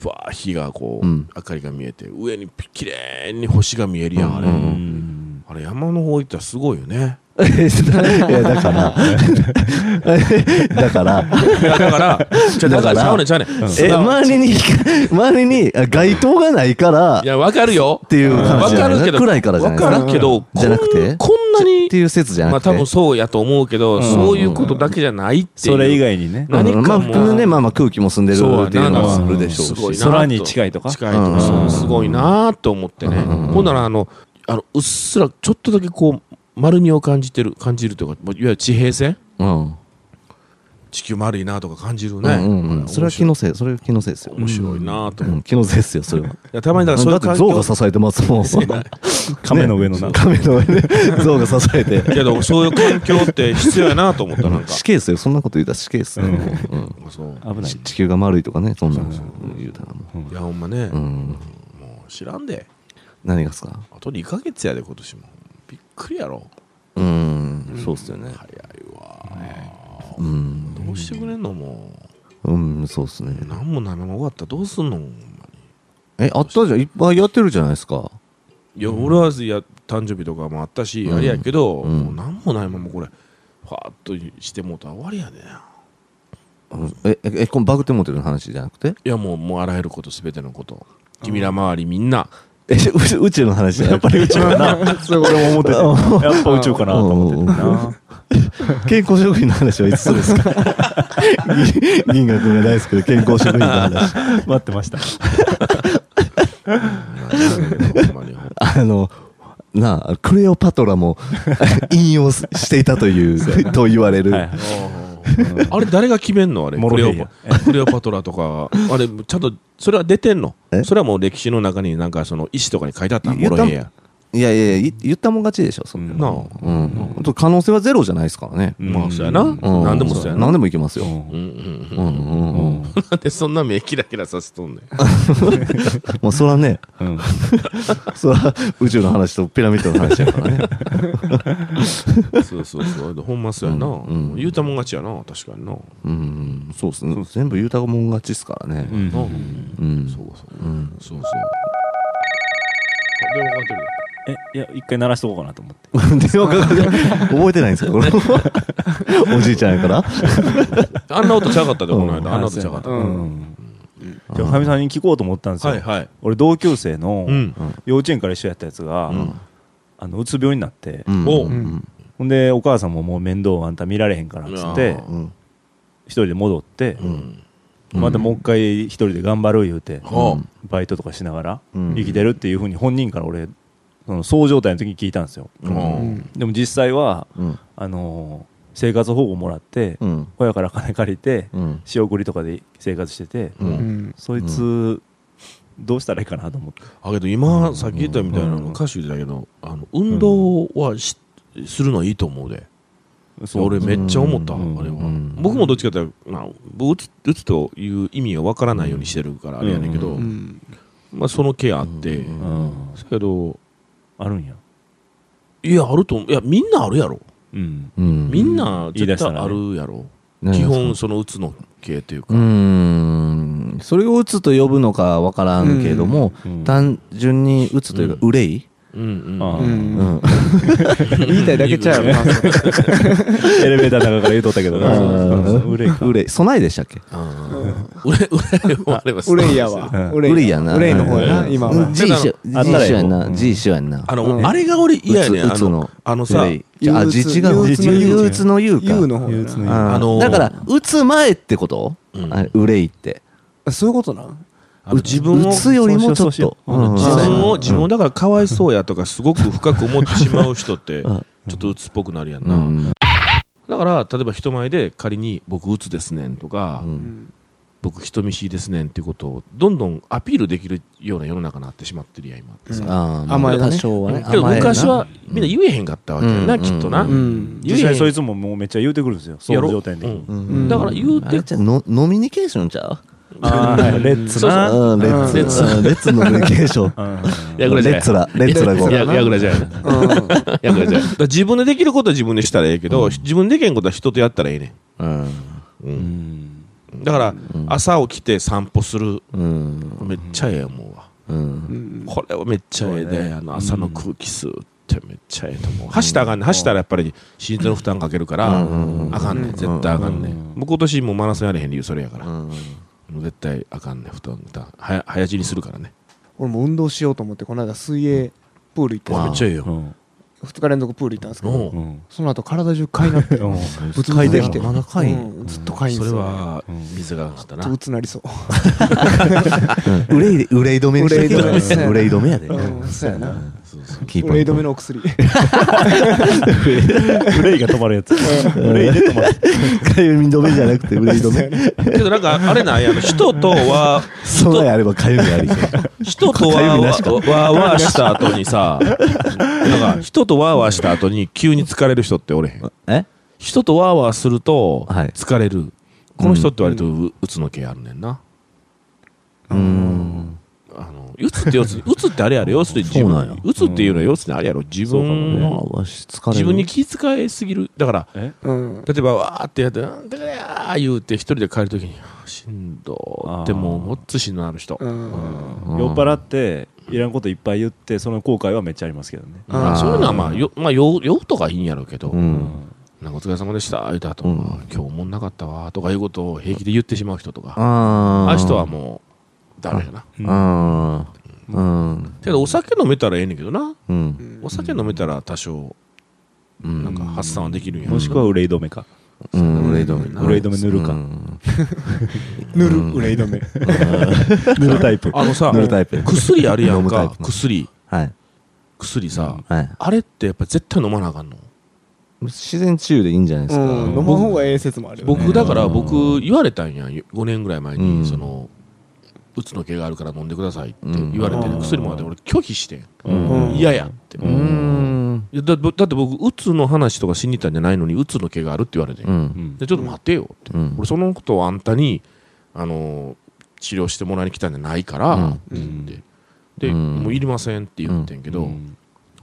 Speaker 2: バー火がこう、
Speaker 1: うん
Speaker 2: 明かりが見えて上にピ綺麗に星が見えるやんあれ、
Speaker 3: うん
Speaker 2: あれ山の方行ったらすごいよね
Speaker 1: [laughs] いやだからだから
Speaker 2: いやだ
Speaker 1: [laughs]
Speaker 2: からじゃあだからちゃうねんちゃうね
Speaker 1: え
Speaker 2: んえま
Speaker 1: 周りに [laughs] 周りにあ街灯がないから
Speaker 2: いやわかるよ
Speaker 1: っていう話
Speaker 2: わ
Speaker 1: じゃ
Speaker 2: か
Speaker 1: ない
Speaker 2: るけど
Speaker 1: 暗いからじゃ
Speaker 2: わ
Speaker 1: ない
Speaker 2: かるけど
Speaker 1: じゃなくて
Speaker 2: こんな
Speaker 1: って
Speaker 2: に
Speaker 1: いう説じゃ
Speaker 2: ま
Speaker 1: な
Speaker 2: あ
Speaker 1: くて
Speaker 2: 多分そうやと思うけどそういうことだけじゃないっていう
Speaker 3: それ以外にね
Speaker 2: な何かも
Speaker 1: まあ普通ねまあまあ空気も澄んでる
Speaker 2: そう
Speaker 1: っていうのもするでしょ
Speaker 2: す
Speaker 1: う
Speaker 2: ごい
Speaker 1: し
Speaker 2: な
Speaker 3: 空に近いとか
Speaker 2: 近いとか、
Speaker 1: うん
Speaker 2: そうすごいなと思ってね、ほんならあのあのうっすらちょっとだけこう丸みを感じてる感じるというかもういわゆる地平線
Speaker 1: うん
Speaker 2: 地球丸いなとか感じる
Speaker 1: う
Speaker 2: ね、
Speaker 1: んうんうんそれは気のせいそれは気のせいですよ
Speaker 2: 面白いな
Speaker 1: う
Speaker 2: と思って、
Speaker 1: ん気のせいですよそれはい
Speaker 2: やたまにだからそう
Speaker 1: だ
Speaker 2: いう
Speaker 1: って
Speaker 2: 環
Speaker 1: 象が
Speaker 2: 境
Speaker 1: 支えてますもんそんな
Speaker 3: 亀の上のな
Speaker 1: 亀の上で象が支えて
Speaker 2: けどそういう環境って必要やなと思ったなんか
Speaker 1: 死刑っすよそんなこと言うたら死刑っすようん
Speaker 2: そう
Speaker 3: 危ないね
Speaker 1: 地球が丸いとかねそんなの言うたらも
Speaker 2: いやほんまね、
Speaker 1: ううん
Speaker 2: もう知らんで
Speaker 1: 何がっすか
Speaker 2: あと2ヶ月やで今年もびっくりやろ
Speaker 1: うんそうっすよね
Speaker 2: 早いわ
Speaker 1: うん
Speaker 2: どうしてくれんのも
Speaker 1: うんそうっすね
Speaker 2: う何もないまま終わったらどうすんのほんまに
Speaker 1: えあったじゃんいっぱいやってるじゃないですか
Speaker 2: いや、俺はいや誕生日とかもあったし、あれやけど、
Speaker 1: うん
Speaker 2: もう何もないままこれファーっとしてもうたら終わりやで
Speaker 1: え、え、えこのバグってモテルの話じゃなくて
Speaker 2: いやもうもうあらゆることすべてのこと君ら周りみんな
Speaker 1: え、 [laughs] う宇宙の [laughs] 話やっぱり宇宙
Speaker 4: な。
Speaker 3: [laughs]
Speaker 4: そう、俺も思ってた。
Speaker 3: やっぱ宇宙かなと思ってたな。
Speaker 1: 健康食品の話はいつですか [laughs] 銀銀河君が大好きで健康食品の話。
Speaker 3: 待ってました。
Speaker 2: ほんまにほんまに
Speaker 1: [laughs] あの、なあ、クレオパトラも [laughs] 引用すしていたという、と言われる。
Speaker 3: はいはい
Speaker 2: あれ誰が決めんのあれ
Speaker 3: モ
Speaker 2: ク
Speaker 3: ロ
Speaker 2: レ
Speaker 3: ヘ
Speaker 2: オ
Speaker 3: イヤ
Speaker 2: パクレオパトラとかあれちゃんとそれは出てんの
Speaker 1: え
Speaker 2: それはもう歴史の中になんかその意思とかに書いてあったの
Speaker 1: 言
Speaker 2: モ
Speaker 1: っ
Speaker 2: ロ
Speaker 1: た
Speaker 2: ヘイヤ
Speaker 1: いやいやいやい言ったもん勝ちでしょ、そんな
Speaker 2: なあ
Speaker 1: の。うん。ほんと可能性はゼロじゃないですからね。
Speaker 3: うん
Speaker 2: まあそうやな
Speaker 1: う
Speaker 2: 何でもそうやな
Speaker 1: 何でもいけますよ。
Speaker 2: うんうん
Speaker 1: うんうんうん。
Speaker 3: うん
Speaker 2: なんでそんな目キラキラさせとんねん
Speaker 1: もうそらね、
Speaker 3: うん
Speaker 1: そら宇宙の話とピラミッドの話やからね。
Speaker 2: [laughs] そうそうそう。ほんまそうやな。
Speaker 1: うんうん
Speaker 2: 言うたもん勝ちやな、確かにな。
Speaker 1: うん、そうですね。全部言うたもん勝ちですからね。
Speaker 2: な
Speaker 1: うん。
Speaker 2: そうそ
Speaker 1: う
Speaker 2: う。
Speaker 1: ん。
Speaker 2: そうそう。電話かかってる
Speaker 3: え、いや、一回鳴らしとこうかなと思って。
Speaker 1: 電話かかって覚えてないんですかこれおじいちゃんやから。
Speaker 2: あんな音ちゃうかったで、
Speaker 1: うん
Speaker 2: この間。あんな音ちゃうかった。
Speaker 3: うん。じゃあ、かみさんに聞こうと思ったんですよ。
Speaker 2: はいはい。
Speaker 3: 俺、同級生の
Speaker 2: うん。
Speaker 3: 幼稚園から一緒やったやつが、あの、うつ病になって、
Speaker 1: うん
Speaker 2: お
Speaker 1: うん
Speaker 3: ほんで、お母さんももう面倒あんた見られへんからっつって
Speaker 2: う、
Speaker 1: うん
Speaker 3: 一人で戻って、
Speaker 2: うん。
Speaker 3: またもう一回一人で頑張る言うて、
Speaker 2: はあ
Speaker 3: バイトとかしながら
Speaker 1: うん
Speaker 3: 生きてるっていうふうに本人から俺、その、そう状態の時に聞いたんですよ。
Speaker 2: うん
Speaker 4: うん
Speaker 3: でも実際は、
Speaker 1: うん
Speaker 3: あのー生活保護もらって、
Speaker 1: うん
Speaker 3: 親から金借りて、
Speaker 1: うん
Speaker 3: 仕送りとかで生活してて、
Speaker 1: う
Speaker 2: うん
Speaker 4: ん。
Speaker 3: そいつ、どうしたらいいかなと思って。
Speaker 2: あけど今、さっき言ったみたいな
Speaker 3: うん
Speaker 2: 歌手だけど、あの運動はしするのはいいと思うで。俺めっちゃ思った、
Speaker 3: うん
Speaker 2: あれは、
Speaker 1: うん
Speaker 2: 僕もどっちかというと、まあ、僕打つ打つという意味をわからないようにしてるからあれやねんけど、
Speaker 3: う
Speaker 4: うん。
Speaker 2: まあ、そのケアあって、
Speaker 1: うん
Speaker 3: うん
Speaker 2: だけど
Speaker 3: あるんや。
Speaker 2: いやあると思ういやみんなあるやろ
Speaker 3: うん。
Speaker 1: うん
Speaker 2: みんな
Speaker 3: 言い出
Speaker 2: 絶
Speaker 3: した
Speaker 2: 対
Speaker 3: らね
Speaker 2: あるやろ、
Speaker 1: ね
Speaker 2: 基本その打つの系というか、
Speaker 1: うーんそれを打つと呼ぶのかわからんけども、
Speaker 3: うん
Speaker 1: 単純に打つというか
Speaker 2: う
Speaker 1: 憂い、
Speaker 2: うん
Speaker 3: あ
Speaker 2: う
Speaker 3: ー
Speaker 1: うん
Speaker 4: うん言いたいだけちゃうよな。
Speaker 3: エレベーターの中から言うとったけどな。
Speaker 1: うん
Speaker 3: そう憂い
Speaker 1: [laughs]
Speaker 3: か。
Speaker 1: 憂い備えでしたっけ
Speaker 2: 俺俺もあれば
Speaker 4: ウレイやわ。
Speaker 1: 憂いやな
Speaker 4: ウレイの方やな、今は。
Speaker 1: G 一緒
Speaker 3: あったらええ
Speaker 1: やんな
Speaker 3: うん
Speaker 1: G 一緒やんな
Speaker 2: あの、
Speaker 4: うん
Speaker 2: あれが俺嫌やねん
Speaker 1: 打
Speaker 2: あ
Speaker 1: つ打つ
Speaker 2: の
Speaker 1: の
Speaker 2: あのさ
Speaker 1: 憂いじゃあ
Speaker 4: 憂
Speaker 1: あ
Speaker 4: 鬱
Speaker 1: じ違う
Speaker 4: 憂鬱の憂
Speaker 1: 憂鬱の憂うか
Speaker 4: U の方
Speaker 3: 憂
Speaker 4: や
Speaker 3: 鬱の
Speaker 4: な。
Speaker 1: あー
Speaker 2: あのー
Speaker 1: だから打つ前ってこと、
Speaker 2: うん
Speaker 1: あれ憂いって
Speaker 4: あそういうことなん
Speaker 2: あの自分を
Speaker 1: 打つよりもちょ
Speaker 3: そう
Speaker 1: っ
Speaker 3: しよ
Speaker 1: と
Speaker 3: うそうしよう
Speaker 1: うんそう
Speaker 2: 自
Speaker 1: やな
Speaker 2: 分を自分をだからかわいそうやとかすごく深く思ってしまう人ってちょっと鬱っぽくなるやんな、
Speaker 1: うん
Speaker 2: だから例えば人前で仮に僕鬱ですねんとか、
Speaker 1: うん
Speaker 4: うん
Speaker 2: 僕人見知りですねんっていうことをどんどんアピールできるような世の中になってしまってるやん今ってさ、
Speaker 1: あーまあ
Speaker 4: 甘えだ
Speaker 1: 多
Speaker 4: ね
Speaker 1: 少はね
Speaker 2: けど
Speaker 1: 甘えやな
Speaker 2: 昔はみんな言えへんかったわけやな、
Speaker 1: うん
Speaker 2: きっとな、
Speaker 1: うん
Speaker 4: うん。
Speaker 3: 実際そいつももうめっちゃ言うてくるんですよ。そ
Speaker 2: や
Speaker 3: の
Speaker 2: ろ
Speaker 3: 状態の時に。
Speaker 2: うん
Speaker 1: うん
Speaker 2: だから言う
Speaker 1: あ
Speaker 2: て
Speaker 1: れじゃのノミニケーションちゃう
Speaker 3: あーはいレッツな。
Speaker 1: うんレッツレ
Speaker 2: レ
Speaker 1: ッ
Speaker 2: ッ
Speaker 1: ツ
Speaker 2: ツ
Speaker 1: レッツのノミニケーション
Speaker 2: やぐらじゃ
Speaker 1: レッツラレッツラゴー
Speaker 2: ややぐらじゃやなやぐらじゃやだから自分でできることは自分でしたらええけど、自分でできへんことは人とやったらええね
Speaker 1: うん
Speaker 3: うん
Speaker 2: んだから、朝起きて散歩する
Speaker 1: うん
Speaker 2: めっちゃええ思うわ、
Speaker 1: うん
Speaker 2: これはめっちゃええで、あの朝の空気吸うってめっちゃええと思う、走ったらあかんねん走ったらやっぱり心臓の負担かけるから、あかんねん絶対あかんねん、もう今年もうマラソンやれへん理由それやから、もう絶対あかんねん負担負担はや早死にするからね
Speaker 4: 俺も運動しようと思って、この間水泳、プール行ったん
Speaker 2: めっ
Speaker 4: です
Speaker 2: ちゃええよ、
Speaker 3: うん
Speaker 4: けど、2日連続プール行ったんですけ
Speaker 2: う
Speaker 4: ど、
Speaker 2: ん
Speaker 3: うん
Speaker 4: その後体中かいなって、
Speaker 3: うん
Speaker 4: ぶつかいてきて。
Speaker 1: まだかい
Speaker 4: うんずっとかいん
Speaker 2: そ
Speaker 4: で
Speaker 2: れ
Speaker 4: すよ。
Speaker 2: は水がなかったな、
Speaker 4: ずっとうつなりそう。
Speaker 1: 憂い憂い止めにして
Speaker 4: 憂い止めですね
Speaker 1: 憂い止めやで
Speaker 4: うん、そうやな。
Speaker 2: そうそう
Speaker 1: キーパ
Speaker 4: 憂い
Speaker 1: ー
Speaker 4: 止めのお薬。
Speaker 3: 憂いが止まるやつ。憂いで止まる。
Speaker 1: かゆみ止めじゃなくて憂い止 [laughs] め
Speaker 2: けどなんかあれなんやの人と [laughs] は
Speaker 1: 備えあればかゆみありそう
Speaker 2: 人とわーわーわーわーした後にさ [laughs] なんか人とわーわーした後に急に疲れる人っておれへん
Speaker 1: え
Speaker 2: 人とわーわーすると
Speaker 1: はい
Speaker 2: 疲れる、この人って割とううつの系あるねんな
Speaker 1: うん
Speaker 2: あのうつって要するにう [laughs] つってあれやろ要するに自
Speaker 1: そうなんや
Speaker 2: 分うつっていうのは要するにあれやろ自分
Speaker 1: まあ
Speaker 2: の
Speaker 1: わし疲れる
Speaker 2: 自分に気遣いすぎるだから
Speaker 3: え
Speaker 4: うん。
Speaker 2: 例えばわーってやってなんだかやー言うて一人で帰るときにしんどーってもうもっつしんどなる人
Speaker 4: うん。
Speaker 3: 酔っ払っていらんこといっぱい言ってその後悔はめっちゃありますけどね、
Speaker 2: まあ、そういうのはまあよ、まあ、酔う酔うとかいいんやろうけど、
Speaker 1: うん。
Speaker 2: なんかお疲れ様でした、言うた後、
Speaker 1: うん
Speaker 2: 今日おもんなかったわとかいうことを平気で言ってしまう人とか、
Speaker 1: あ
Speaker 2: あ
Speaker 1: あ。
Speaker 2: あ人はもう、ダメだな。
Speaker 1: ああ。うん。
Speaker 2: けど、お酒飲めたらええねんけどな。
Speaker 1: う。
Speaker 4: うんん
Speaker 2: お酒飲めたら多少、
Speaker 1: うん。
Speaker 2: なんか発散はできるんや
Speaker 3: もしくは憂い止めか
Speaker 1: うん、憂い止めな。
Speaker 3: 憂い止め塗るか
Speaker 1: うん
Speaker 4: 塗る憂い止め
Speaker 3: 塗るタイプ
Speaker 2: あのさ
Speaker 1: [laughs] 塗、るタイプ。
Speaker 2: 薬あるやん
Speaker 1: 飲むタ
Speaker 2: か
Speaker 1: イ、プ
Speaker 2: 薬、
Speaker 1: はい。
Speaker 2: 薬さ、
Speaker 1: はい。
Speaker 2: あれってやっぱ絶対飲まなあかんの。
Speaker 1: 自然治癒でいいんじゃないです
Speaker 4: う
Speaker 1: か。
Speaker 4: ん飲まん方がええ説もあるよね
Speaker 2: 僕、だから
Speaker 1: うん
Speaker 2: 僕、言われたんや、5年ぐらい前
Speaker 1: うん
Speaker 2: に、その、うつの毛があるから飲んでくださいって言われて
Speaker 3: う、ん
Speaker 2: 薬もらって俺拒否してん。
Speaker 1: うん
Speaker 2: 嫌やって。
Speaker 1: うーん。
Speaker 2: いやだだって僕、うつの話とかしに行ったんじゃないのに、うつの毛があるって言われて、
Speaker 1: う。
Speaker 3: うんん
Speaker 2: でちょっと待てよって、
Speaker 1: うん
Speaker 2: 俺、そのことをあんたに、あのー治療してもらいに来たんじゃないから、
Speaker 1: うん
Speaker 2: って言ってで、
Speaker 1: うん
Speaker 2: もういりませんって言ってんけど、
Speaker 3: うん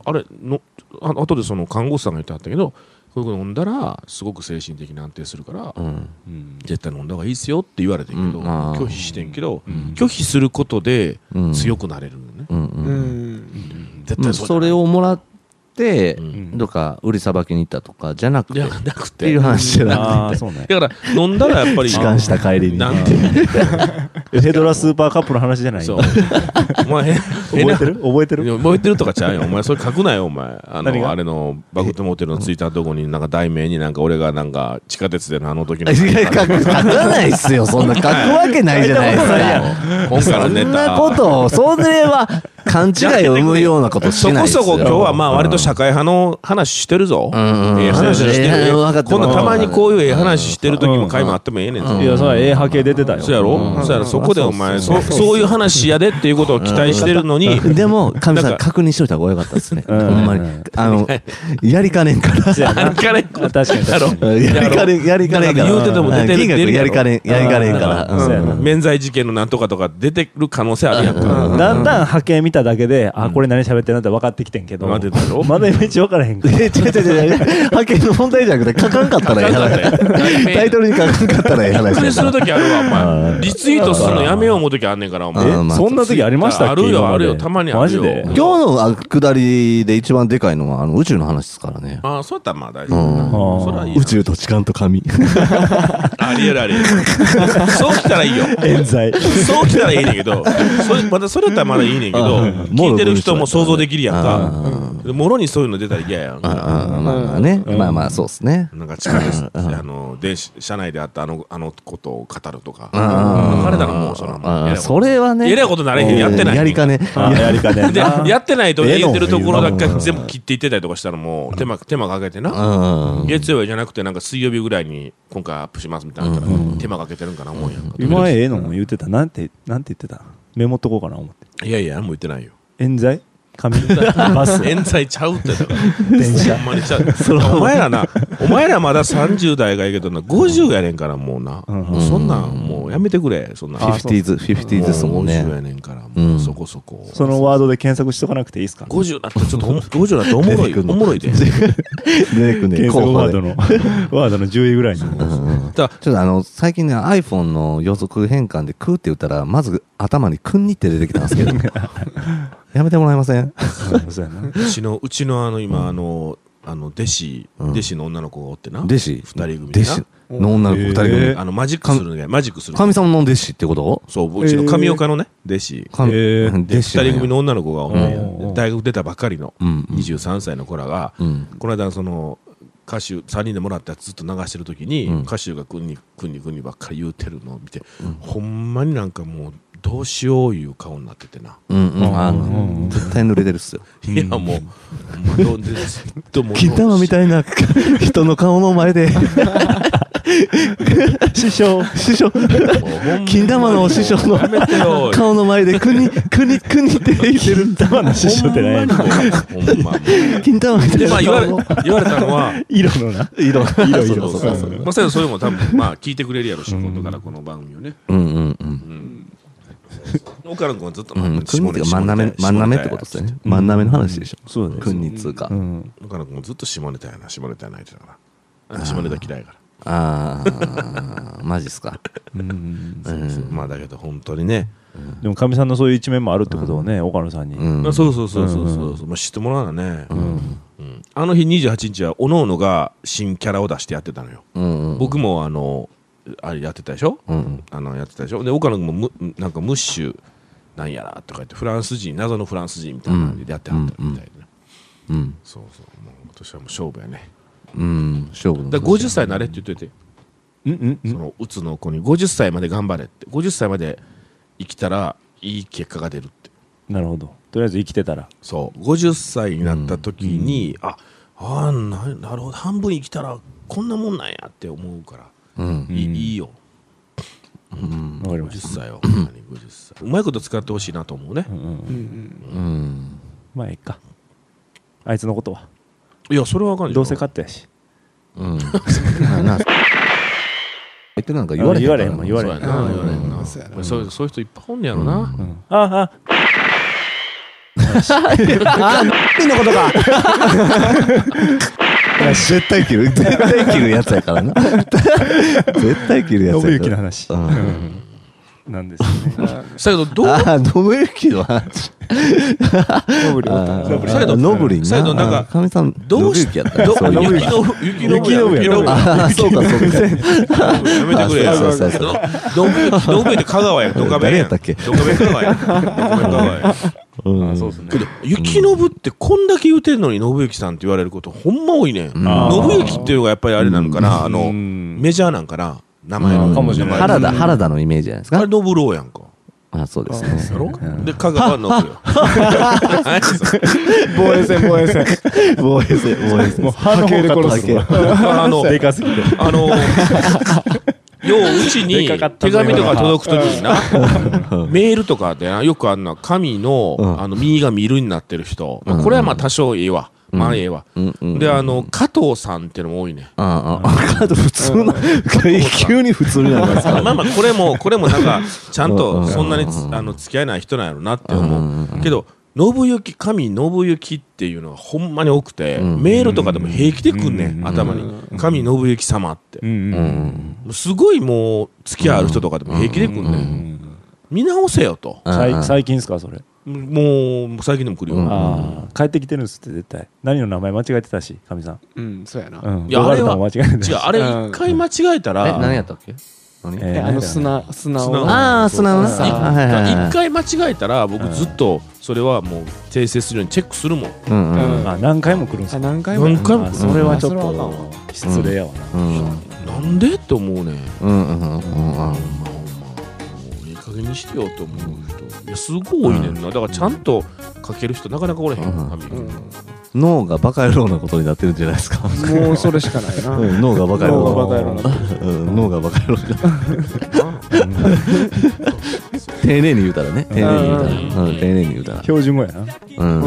Speaker 2: あれのあ、あとでその看護師さんが言ってはったけど、こういうこと飲んだら、すごく精神的に安定するから、
Speaker 1: うん。
Speaker 3: うん
Speaker 2: 絶対飲んだ方がいいですよって言われてんけど、
Speaker 1: うんあー
Speaker 2: 拒否してんけど、
Speaker 3: うん
Speaker 2: 拒否することで
Speaker 1: うん。
Speaker 2: 強くなれるのね、
Speaker 1: うん。
Speaker 4: う
Speaker 1: うん。
Speaker 4: ん
Speaker 2: 絶
Speaker 1: まあ
Speaker 2: 対
Speaker 1: そ
Speaker 2: そう
Speaker 1: れ
Speaker 2: じゃない
Speaker 1: をもらって、
Speaker 2: うん
Speaker 1: どっか売りさばきに行ったとかじゃなく
Speaker 2: じ
Speaker 1: て
Speaker 2: ゃ
Speaker 1: っ
Speaker 2: なく
Speaker 1: てい
Speaker 2: て
Speaker 1: う。話じゃ
Speaker 3: あ
Speaker 1: な
Speaker 3: あ
Speaker 1: くて
Speaker 3: そうね
Speaker 2: だから飲んだらやっぱり
Speaker 1: 痴漢した帰りに
Speaker 2: なんて
Speaker 3: [laughs] ヘドラスーパーカップの話じゃな
Speaker 1: [laughs]
Speaker 3: い
Speaker 2: そう
Speaker 3: 覚。
Speaker 2: お前、
Speaker 3: えてる覚えてる
Speaker 2: る覚えてるとかちゃうよ。お前、それ書くなよ、お前。あ
Speaker 3: 何
Speaker 2: の、
Speaker 3: が
Speaker 2: あれの、バグってモテルのツイッターのとこに、なんか題名になんか俺がなんか、地下鉄でのあの時
Speaker 1: [laughs]
Speaker 2: の。
Speaker 1: いや書く書かないっすよそんな書くわけないじゃないですか
Speaker 2: 本から
Speaker 1: そ
Speaker 2: ネ
Speaker 1: ん
Speaker 2: タ
Speaker 1: な。ことをそれは勘違いを生むようなことし
Speaker 2: そ
Speaker 1: ない
Speaker 2: こ
Speaker 1: ですよ
Speaker 2: そこ今日はまあ割と社会派の話してるぞ。
Speaker 1: んうん
Speaker 2: ええ話してる
Speaker 1: ええ分かっ。てます
Speaker 2: こんなたまにこういうええ話してる時も回もあってもええねんぞ
Speaker 3: いやそれは A 波形出てたよ
Speaker 2: そうやろそうやろそこでお前、そそういう話やでっていうことを期待してるのに、
Speaker 1: でも神さ
Speaker 2: なんんか
Speaker 1: 確認しといた方が良かったですねほ
Speaker 3: うん
Speaker 1: んま
Speaker 3: う
Speaker 1: に
Speaker 3: ん
Speaker 1: あのやりかねんか
Speaker 3: そうや
Speaker 1: ら
Speaker 2: あ
Speaker 3: な
Speaker 2: かれん
Speaker 3: あ確かに確かに
Speaker 1: やりかねんやりかねんから
Speaker 2: なんか言うてても出てる
Speaker 1: うん金額やりかねんやりかねんか
Speaker 3: うんそうや
Speaker 1: ら
Speaker 3: な
Speaker 2: 免罪事件のなんとかとか出てる可能性あるやんか。
Speaker 3: だんだん波形見ただけで、あ、これ何喋ってるなって分かってきてんけど、
Speaker 2: 待ってたろ
Speaker 3: まだいまいち分からへんか
Speaker 1: え、
Speaker 3: ら。
Speaker 1: 違う違う違う違う。派遣の問題じゃなくて、書かんかったらええ話。タイトルに書かんかったらええ
Speaker 2: びっ
Speaker 1: 話
Speaker 2: くりす
Speaker 1: や
Speaker 2: る
Speaker 1: な。
Speaker 2: と [laughs] きあるわ、お前。リツイートするのやめよう思うときあんねんから、お前。
Speaker 1: う
Speaker 2: え
Speaker 1: んまあ
Speaker 3: そんな時ありましたっけ
Speaker 2: ある
Speaker 3: 今
Speaker 2: よ、
Speaker 3: ま
Speaker 2: あ
Speaker 3: で
Speaker 2: るよ、たまにあるよ。
Speaker 3: マジで
Speaker 1: 今日のあ下りで一番でかいのは、あの、宇宙の話ですからね。
Speaker 2: ああ、そうやったらまあ大丈夫。
Speaker 3: うん
Speaker 2: それはいいよ
Speaker 1: 宇。宙と痴漢と
Speaker 2: [laughs]
Speaker 1: 紙。
Speaker 2: ありえるありえる。そう来たらいいよ。
Speaker 3: 冤罪。
Speaker 2: そう来たらいいねんけど、それまたそれやったらまだいいねんけど、
Speaker 1: うん
Speaker 2: 聞いてる人も想像できるやん
Speaker 1: う
Speaker 2: か。でもろにそういうの出たら嫌やん
Speaker 1: あ
Speaker 2: か。
Speaker 1: あまあまあね。まあまあ、そうですね。
Speaker 2: なんか地下鉄、あの、電車車内であったあの、あのことを語るとか。
Speaker 1: あ
Speaker 2: 彼らのもうその、
Speaker 1: あ
Speaker 2: えらい
Speaker 1: あ
Speaker 2: こと
Speaker 1: それはね。
Speaker 2: えらいことなれへん
Speaker 1: う
Speaker 2: やってない
Speaker 1: やりかね。
Speaker 3: あやりかねえ
Speaker 2: で
Speaker 3: な。
Speaker 2: やってないと言えてるところだけ
Speaker 1: ええの
Speaker 2: 全部切っていってたりとかしたらもう手間手間かけて
Speaker 1: う
Speaker 2: な、
Speaker 1: ん。
Speaker 2: 月曜日じゃなくてなんか水曜日ぐらいに今回アップしますみたいな、手間かけてるんかな思うやんか、
Speaker 3: 今ええの言ってた。なんて、なんて言ってたメモっとこうかな思って。
Speaker 2: いやいや何も言ってないよ
Speaker 3: 冤罪
Speaker 2: [laughs]
Speaker 3: 紙バス
Speaker 2: 冤罪ちゃうってだから
Speaker 3: 電車
Speaker 1: [laughs]
Speaker 2: ほんまにちゃうお前らなお前らまだ30代がいいけどな50やねんからもうな、
Speaker 3: ん
Speaker 2: もうそんなんもうやめてくれそんなん
Speaker 1: フィフティーズ、フィフティーズですもんね
Speaker 2: もう。50やねんから
Speaker 1: う
Speaker 2: もうんそこそこ、
Speaker 3: [laughs] そのワードで検索しとかなくていいですか
Speaker 2: 50になってちょっとおも50になっておもろ
Speaker 1: 出て
Speaker 2: い
Speaker 1: く
Speaker 2: お
Speaker 1: んの
Speaker 2: もろいで
Speaker 1: 出てくんね
Speaker 3: 検
Speaker 1: 候
Speaker 3: 索
Speaker 1: 補
Speaker 3: ワー
Speaker 1: で
Speaker 2: [laughs]
Speaker 3: ドの、ワードの10位ぐらいに。
Speaker 2: だ
Speaker 1: ちょっとあの、最近ね、iPhone の予測変換で、クーって言ったら、まず頭にくんにって出てきたんです
Speaker 2: [laughs]
Speaker 1: けど、やめてもらえません
Speaker 3: うんそうやな。
Speaker 2: うちの、うちのあの、今、あの、あの、弟子、弟子の女の子がおってな。
Speaker 1: 弟子
Speaker 2: 二人組
Speaker 1: 弟
Speaker 2: でな
Speaker 1: 子の女の子二人組。
Speaker 3: え
Speaker 2: あの、マジックするのね、マジックする。
Speaker 1: 神様の弟子ってこと
Speaker 2: そう、うちの神岡のね、弟子。
Speaker 1: 神
Speaker 3: えー
Speaker 1: 弟
Speaker 2: 二
Speaker 1: 子なんや
Speaker 2: 人組の女の子がおんねん
Speaker 3: うん
Speaker 2: 大学出たばっかりの、
Speaker 1: うんうん
Speaker 2: 23歳の子らが、
Speaker 1: うん。
Speaker 2: この間、その、歌手3人でもらったやつずっと流してる時に、
Speaker 1: うん
Speaker 2: 歌手がくんにくんにくんにばっかり言うてるのを見て、ほんまになんかもうどうしよういう顔になっててな、
Speaker 1: うんうん。あ
Speaker 3: うんう
Speaker 1: の、
Speaker 3: ん
Speaker 1: 絶対濡れてるっすよ。
Speaker 2: いや
Speaker 1: [laughs]
Speaker 2: もうほんまどうでずっともう
Speaker 1: 金玉みたいな人の顔の前で、
Speaker 3: 師匠。
Speaker 1: 師匠、
Speaker 2: もうほんまに
Speaker 1: 金玉の師匠の
Speaker 2: やめてよ
Speaker 1: 顔の前で、くに、くに、くにって言ってる。
Speaker 3: 玉の師匠ってない
Speaker 2: ほんまにもうほんまも
Speaker 1: 金玉み
Speaker 2: う
Speaker 1: た
Speaker 2: で
Speaker 1: い
Speaker 2: ま
Speaker 1: な
Speaker 2: あ言われ
Speaker 1: 顔の。
Speaker 2: 言われたのは
Speaker 3: [laughs] 色のな。
Speaker 1: 色、色、色。
Speaker 2: そう [laughs] そうそうそうまあそれそれも多分まあ聞いてくれるやろし今度からこの番組をね
Speaker 1: うんうんうん。
Speaker 2: 岡野君はずっと
Speaker 1: う
Speaker 2: まあ
Speaker 1: ん、クンニっていうか
Speaker 2: 下
Speaker 1: 真ん中
Speaker 2: ネタ
Speaker 1: 目、真ん中目ってことですよね。真ん中目の話でしょ。
Speaker 3: そうだね
Speaker 1: クンニっつうか
Speaker 3: う。ん。
Speaker 2: 岡野君もずっと下ネタやな下ネタやないってたから下ネタ嫌いやから
Speaker 1: ああ、マジっすか。
Speaker 3: うん
Speaker 2: そうそうまあだけど本当にね、
Speaker 3: でもかみさんのそういう一面もあるってことをね、岡野さんに、
Speaker 1: うん
Speaker 2: まあ、そうそうそうそうそううんまあ、知ってもらわなね、
Speaker 1: うん
Speaker 2: うんあの日28日はおのおのが新キャラを出してやってたのよ、
Speaker 1: うんうん
Speaker 2: 僕もあのあれやってたでしょ、
Speaker 1: うん
Speaker 2: あのやってたでしょで岡野君もむなんかムッシュなんやらとか言ってフランス人謎のフランス人みたいなのでやってはったみたいな、
Speaker 1: うん
Speaker 2: そうそうもう今年はもう勝負やね
Speaker 1: うん勝負の
Speaker 2: だから50歳になれって言ってて
Speaker 3: うんう
Speaker 2: そ
Speaker 3: ん
Speaker 2: のうつの子に50歳まで頑張れって50歳まで生きたらいい結果が出るって
Speaker 3: なるほどとりあえず生きてたら
Speaker 2: そう50歳になった時に、ああーななるほど半分生きたらこんなもんなんやって思うから、
Speaker 1: うん
Speaker 2: い
Speaker 3: うん
Speaker 2: いいよ
Speaker 3: わかりま
Speaker 2: 50
Speaker 3: した
Speaker 2: 歳を50歳うまいこと使ってほしいなと思うね、
Speaker 3: うんうん
Speaker 4: うんうん
Speaker 1: うん
Speaker 3: まあいいかあいつのことはい
Speaker 2: やそれはあかんじゃん
Speaker 3: どうせ勝ったやし
Speaker 1: うんまあな言ってなんか言われへんから
Speaker 3: 言われへんもん言われへん
Speaker 2: そうやな
Speaker 4: うん
Speaker 2: 言われへんな、
Speaker 4: うん
Speaker 2: そうやなそうそういう人いっぱいおんねやろな、
Speaker 3: うんああ
Speaker 1: あーってのことか絶対切る絶対切るやつや [laughs] からな絶対切るやつやから
Speaker 3: 信行の話
Speaker 1: うん
Speaker 3: なんですよね
Speaker 2: だけどどう
Speaker 1: ああ信行の話
Speaker 4: ノブリ
Speaker 1: あ
Speaker 4: は
Speaker 1: ー
Speaker 2: ノブリサイド
Speaker 1: あノブリン
Speaker 2: サイドなんか
Speaker 1: あーかみさん
Speaker 2: どう
Speaker 1: 信
Speaker 2: し
Speaker 1: 行やったね
Speaker 2: どう
Speaker 1: そういえば
Speaker 2: 雪の雪の上
Speaker 3: 雪の上
Speaker 2: 雪の上
Speaker 1: ああそうかそうか
Speaker 2: やめてくれや。
Speaker 1: あ
Speaker 2: ど
Speaker 1: そうそうそうそう
Speaker 2: どんぶり、どんぶりって香川や。どかべ
Speaker 1: 誰
Speaker 2: や
Speaker 1: や
Speaker 2: ん。
Speaker 1: ったっけ
Speaker 2: どかべ香川や。どかべ香川や。
Speaker 1: うん
Speaker 3: そうですね
Speaker 2: けど、雪のぶってこんだけ言うてんのに、信行さんって言われること、ほんま多いねん。信
Speaker 3: あー
Speaker 2: 行っていうのがやっぱりあれなのかな、あの、
Speaker 3: うん
Speaker 2: メジャーなんかな、名前
Speaker 1: うん
Speaker 2: の。
Speaker 3: かもしれない
Speaker 1: 原田原田のイメージじゃないです
Speaker 2: あ
Speaker 1: か
Speaker 2: れ、信郎やんか。
Speaker 1: あそうです
Speaker 2: や
Speaker 1: ね
Speaker 2: ろで、香川の信郎。 [laughs] 何それ
Speaker 4: 防衛戦防衛戦
Speaker 1: 防衛戦防衛
Speaker 3: もう歯の方が
Speaker 4: 波
Speaker 1: 形で殺す
Speaker 2: あの、
Speaker 3: でかすぎて
Speaker 1: [laughs]
Speaker 2: あの、よう、うちに
Speaker 3: で
Speaker 2: 手
Speaker 3: かかったぞ
Speaker 2: 紙とか届くときにな、メールとかでな、よくあんな、紙の、
Speaker 1: うん
Speaker 2: あの、右が見るになってる人、まあ
Speaker 1: うん
Speaker 2: これはまあ多少ええわ。まあええわ。
Speaker 1: うんうん
Speaker 2: で、あの、加藤さんってのも多いね。
Speaker 1: ああああ普通の [laughs] 急に普通になりますか
Speaker 2: まあまあ、これも、これもなんか、ちゃん
Speaker 1: うんう
Speaker 2: と、
Speaker 1: ん
Speaker 2: そんなにつ、あの、付き合えない人なんやろなって
Speaker 1: うん
Speaker 2: 思う。けど、信行、神信行っていうのがほんまに多くて、
Speaker 1: うん
Speaker 2: メールとかでも平気でくんね、
Speaker 3: うんん
Speaker 2: 頭に。神信行様って
Speaker 3: う。ん
Speaker 1: う
Speaker 3: うん
Speaker 1: ん
Speaker 2: すごいもう、付き合う人とかでも平気でくんねん。見直せよと。
Speaker 3: さい
Speaker 1: うん
Speaker 3: 最近ですかそれ
Speaker 2: もう、最近でも来るよ。
Speaker 1: うん
Speaker 3: ああ帰ってきてるんですって絶対何の名前間違えてたしかみさん
Speaker 4: うんそうやな、
Speaker 3: うん
Speaker 2: いや
Speaker 3: ド
Speaker 2: あ
Speaker 3: ガ
Speaker 2: れ
Speaker 3: ル
Speaker 2: は
Speaker 3: タも間違えてた
Speaker 2: 違
Speaker 3: し
Speaker 2: う、あれ一回間違えた
Speaker 1: え
Speaker 2: ら、
Speaker 1: 何やったっけ何
Speaker 3: え
Speaker 4: え
Speaker 3: ー
Speaker 4: あの砂砂
Speaker 2: 砂
Speaker 4: を
Speaker 2: を
Speaker 1: ああ素直な
Speaker 4: そうそう
Speaker 1: あはいはいはい
Speaker 2: 一回間違えたら、僕ずっと、それはもう、訂正するようにチェックするもん。
Speaker 1: うんうん
Speaker 4: うん
Speaker 3: あ何回も来るんです
Speaker 4: あ
Speaker 3: か
Speaker 4: 何回も
Speaker 2: 何回も
Speaker 3: あそれはちょっ
Speaker 4: うんそれはあかん
Speaker 3: と失礼やわな
Speaker 1: うん
Speaker 2: なんでって思うねん。
Speaker 1: うんうんうんうんうん
Speaker 2: まあまあもういい加減にしてよと思う人。いや、すごい多いねんな。だから、ちゃんと書ける人、なかなかおれへん。
Speaker 1: うん
Speaker 2: 紙
Speaker 4: うん
Speaker 1: 脳がバカ野郎なことになってるんじゃないですか
Speaker 4: もうそれしかないな、
Speaker 1: うん脳がバカ野郎
Speaker 4: 脳がバカ野郎になって
Speaker 1: うん脳がバカ野郎じゃん
Speaker 2: な
Speaker 1: 丁寧に言うたらね丁寧に言うたら
Speaker 2: うん
Speaker 1: うん丁寧に言うたら
Speaker 3: 標準語やな
Speaker 1: うん
Speaker 4: ん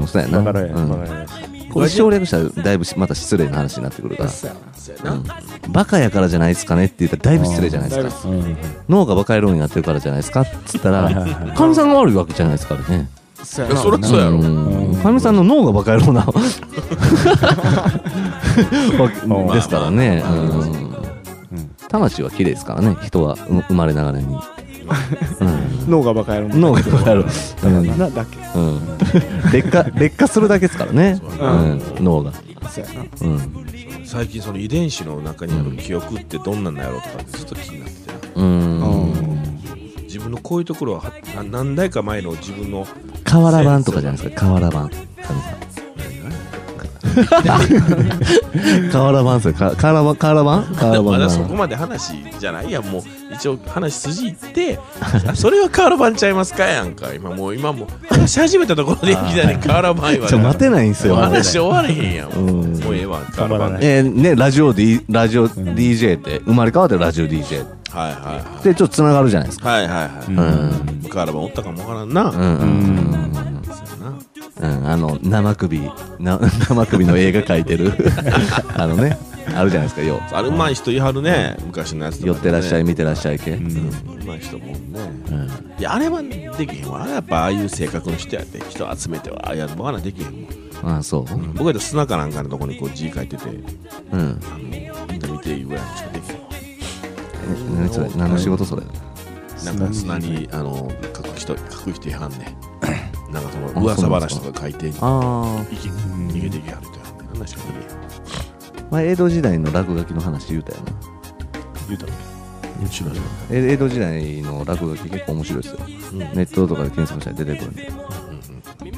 Speaker 1: うんそうや
Speaker 3: だ
Speaker 1: な
Speaker 3: からや
Speaker 1: うん
Speaker 3: だからや
Speaker 1: これ省略したらだいぶしまた失礼な話になってくるから
Speaker 4: そうやな
Speaker 2: そうやな
Speaker 1: バカやからじゃないですかねって言ったらだいぶ失礼じゃないで
Speaker 4: だい
Speaker 1: す
Speaker 4: ぶ
Speaker 1: か
Speaker 3: うん
Speaker 1: 脳がバカ野郎になってるからじゃないですかって言った
Speaker 3: はいはいは
Speaker 1: らかみさんが悪いわけじゃないですからね
Speaker 4: そう
Speaker 2: いやそれはそうやろ
Speaker 1: うんかみさんの脳がバカ野郎なわですからねうん
Speaker 3: うん
Speaker 1: 魂は綺麗ですからね人はう生まれながらにうん
Speaker 4: 脳がバカ野郎にな
Speaker 1: 脳がバカ野郎うん
Speaker 4: なだけ
Speaker 1: うん劣化劣化するだけですからねうん脳が
Speaker 4: そうやな
Speaker 1: うん
Speaker 2: 最近、その遺伝子の中にある記憶ってどんなんだろうとか、ずっと気になっててな。
Speaker 1: うん
Speaker 2: 自分のこういうところははな何代か前の自分の
Speaker 1: 瓦版とかじゃないですか瓦版かみさん瓦版っすよ。か瓦版、瓦版
Speaker 2: で
Speaker 1: 瓦
Speaker 2: もま
Speaker 1: 版
Speaker 2: だ
Speaker 1: な
Speaker 2: そこ
Speaker 1: の。
Speaker 2: まで話じゃないやんもう一応話筋いってあそれはカーラバンちゃいますかやんか今もう今もう話し始めたところでいきなりカーラバン言わ
Speaker 1: ちょ、待
Speaker 2: れ
Speaker 1: てないんです
Speaker 2: も
Speaker 1: よ
Speaker 2: う。話終われへんやん
Speaker 1: うん
Speaker 2: もうええわカーラバンで
Speaker 1: えー、ね、ラジオ、D、ラジオ DJ って、生まれ変わってラジオ DJ っ
Speaker 2: はいは
Speaker 1: て、ちょっと繋がるじゃないですか。
Speaker 2: いはいはいはいは
Speaker 1: うん。
Speaker 2: いカーラバンおったかもわからんな、
Speaker 1: うんうん
Speaker 2: そうやな
Speaker 1: うん、あの生首な [laughs] 生首の映画描いて [laughs] るあのねあるじゃないですかよ
Speaker 2: あれうまい人いはるね、昔のやつとか、ね、
Speaker 1: 寄ってらっしゃい見てらっしゃい系、
Speaker 2: うんうまい人もんね、いやあれはできへんわあれはやっぱああいう性格の人やって人集めてはあいや僕はなできへんもん
Speaker 1: あそう、
Speaker 2: 僕は砂かなんかのとこにこう字書いてて
Speaker 1: うん、
Speaker 2: あのみんな見っていうぐらいのしかできない
Speaker 1: 何それ何の仕事それ
Speaker 2: なんか砂にあの書く人書く人やはん [laughs] ねなんかその噂話とか書いて生
Speaker 1: あ
Speaker 2: き逃げていきはるとやはんね話しかできない
Speaker 1: あ江戸時代の落書きの話言うたよな
Speaker 3: 言うた
Speaker 2: 知らない
Speaker 1: え江戸時代の落書き結構面白いですよ、
Speaker 2: うん
Speaker 1: ネットとかで検索したら出てくるんで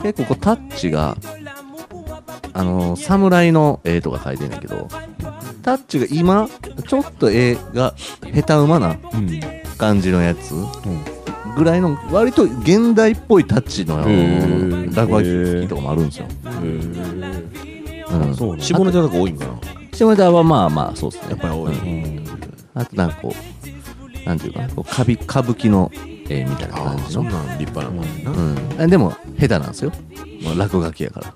Speaker 1: 結構こうタッチがあの侍の絵とか描いてんねんけどタッチが今ちょっと絵が下手馬な
Speaker 3: うん
Speaker 1: 感じのやつぐらいの割と現代っぽいタッチの
Speaker 2: ー
Speaker 1: 落書きとかもあるんですよ、うん、
Speaker 3: そうね
Speaker 2: 下ネタとか多いんかな
Speaker 1: 下ネタはまあまあそうですね
Speaker 2: やっぱり多い、
Speaker 1: あとなんかこうなんていうかなこう歌び歌舞伎の絵みたいな
Speaker 2: あ
Speaker 1: 感
Speaker 2: あ
Speaker 1: じ
Speaker 2: そ
Speaker 1: の
Speaker 2: んなん立派なもんやな、
Speaker 1: うんあ、でも下手なんですよ、まあ、落書きやから、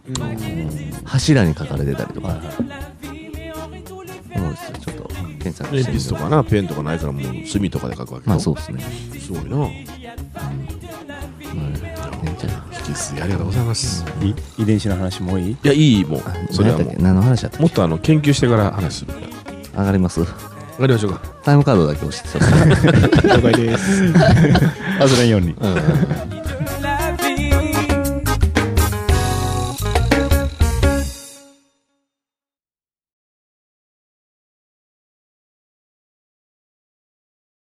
Speaker 1: 柱に書かれてたりとか、そうですよちょっと検索
Speaker 2: 鉛
Speaker 1: してみ
Speaker 2: 筆
Speaker 1: る
Speaker 2: とかなペンとかないからもう墨とかで書くわけ
Speaker 1: まあそううですね
Speaker 2: すごいな、うん
Speaker 1: いいんじゃない
Speaker 2: 引き続きありがとうございます、い
Speaker 3: い遺伝子の話もういい
Speaker 2: やいいもうそ
Speaker 1: 何
Speaker 2: れ
Speaker 1: やったっ
Speaker 2: はも
Speaker 1: け
Speaker 2: う
Speaker 1: 何の話だったっ
Speaker 2: もっとあの研究してから話するわ
Speaker 1: け上がります
Speaker 2: かりましょうか
Speaker 1: タイムカードだけ押してた
Speaker 3: 了解です忘れんように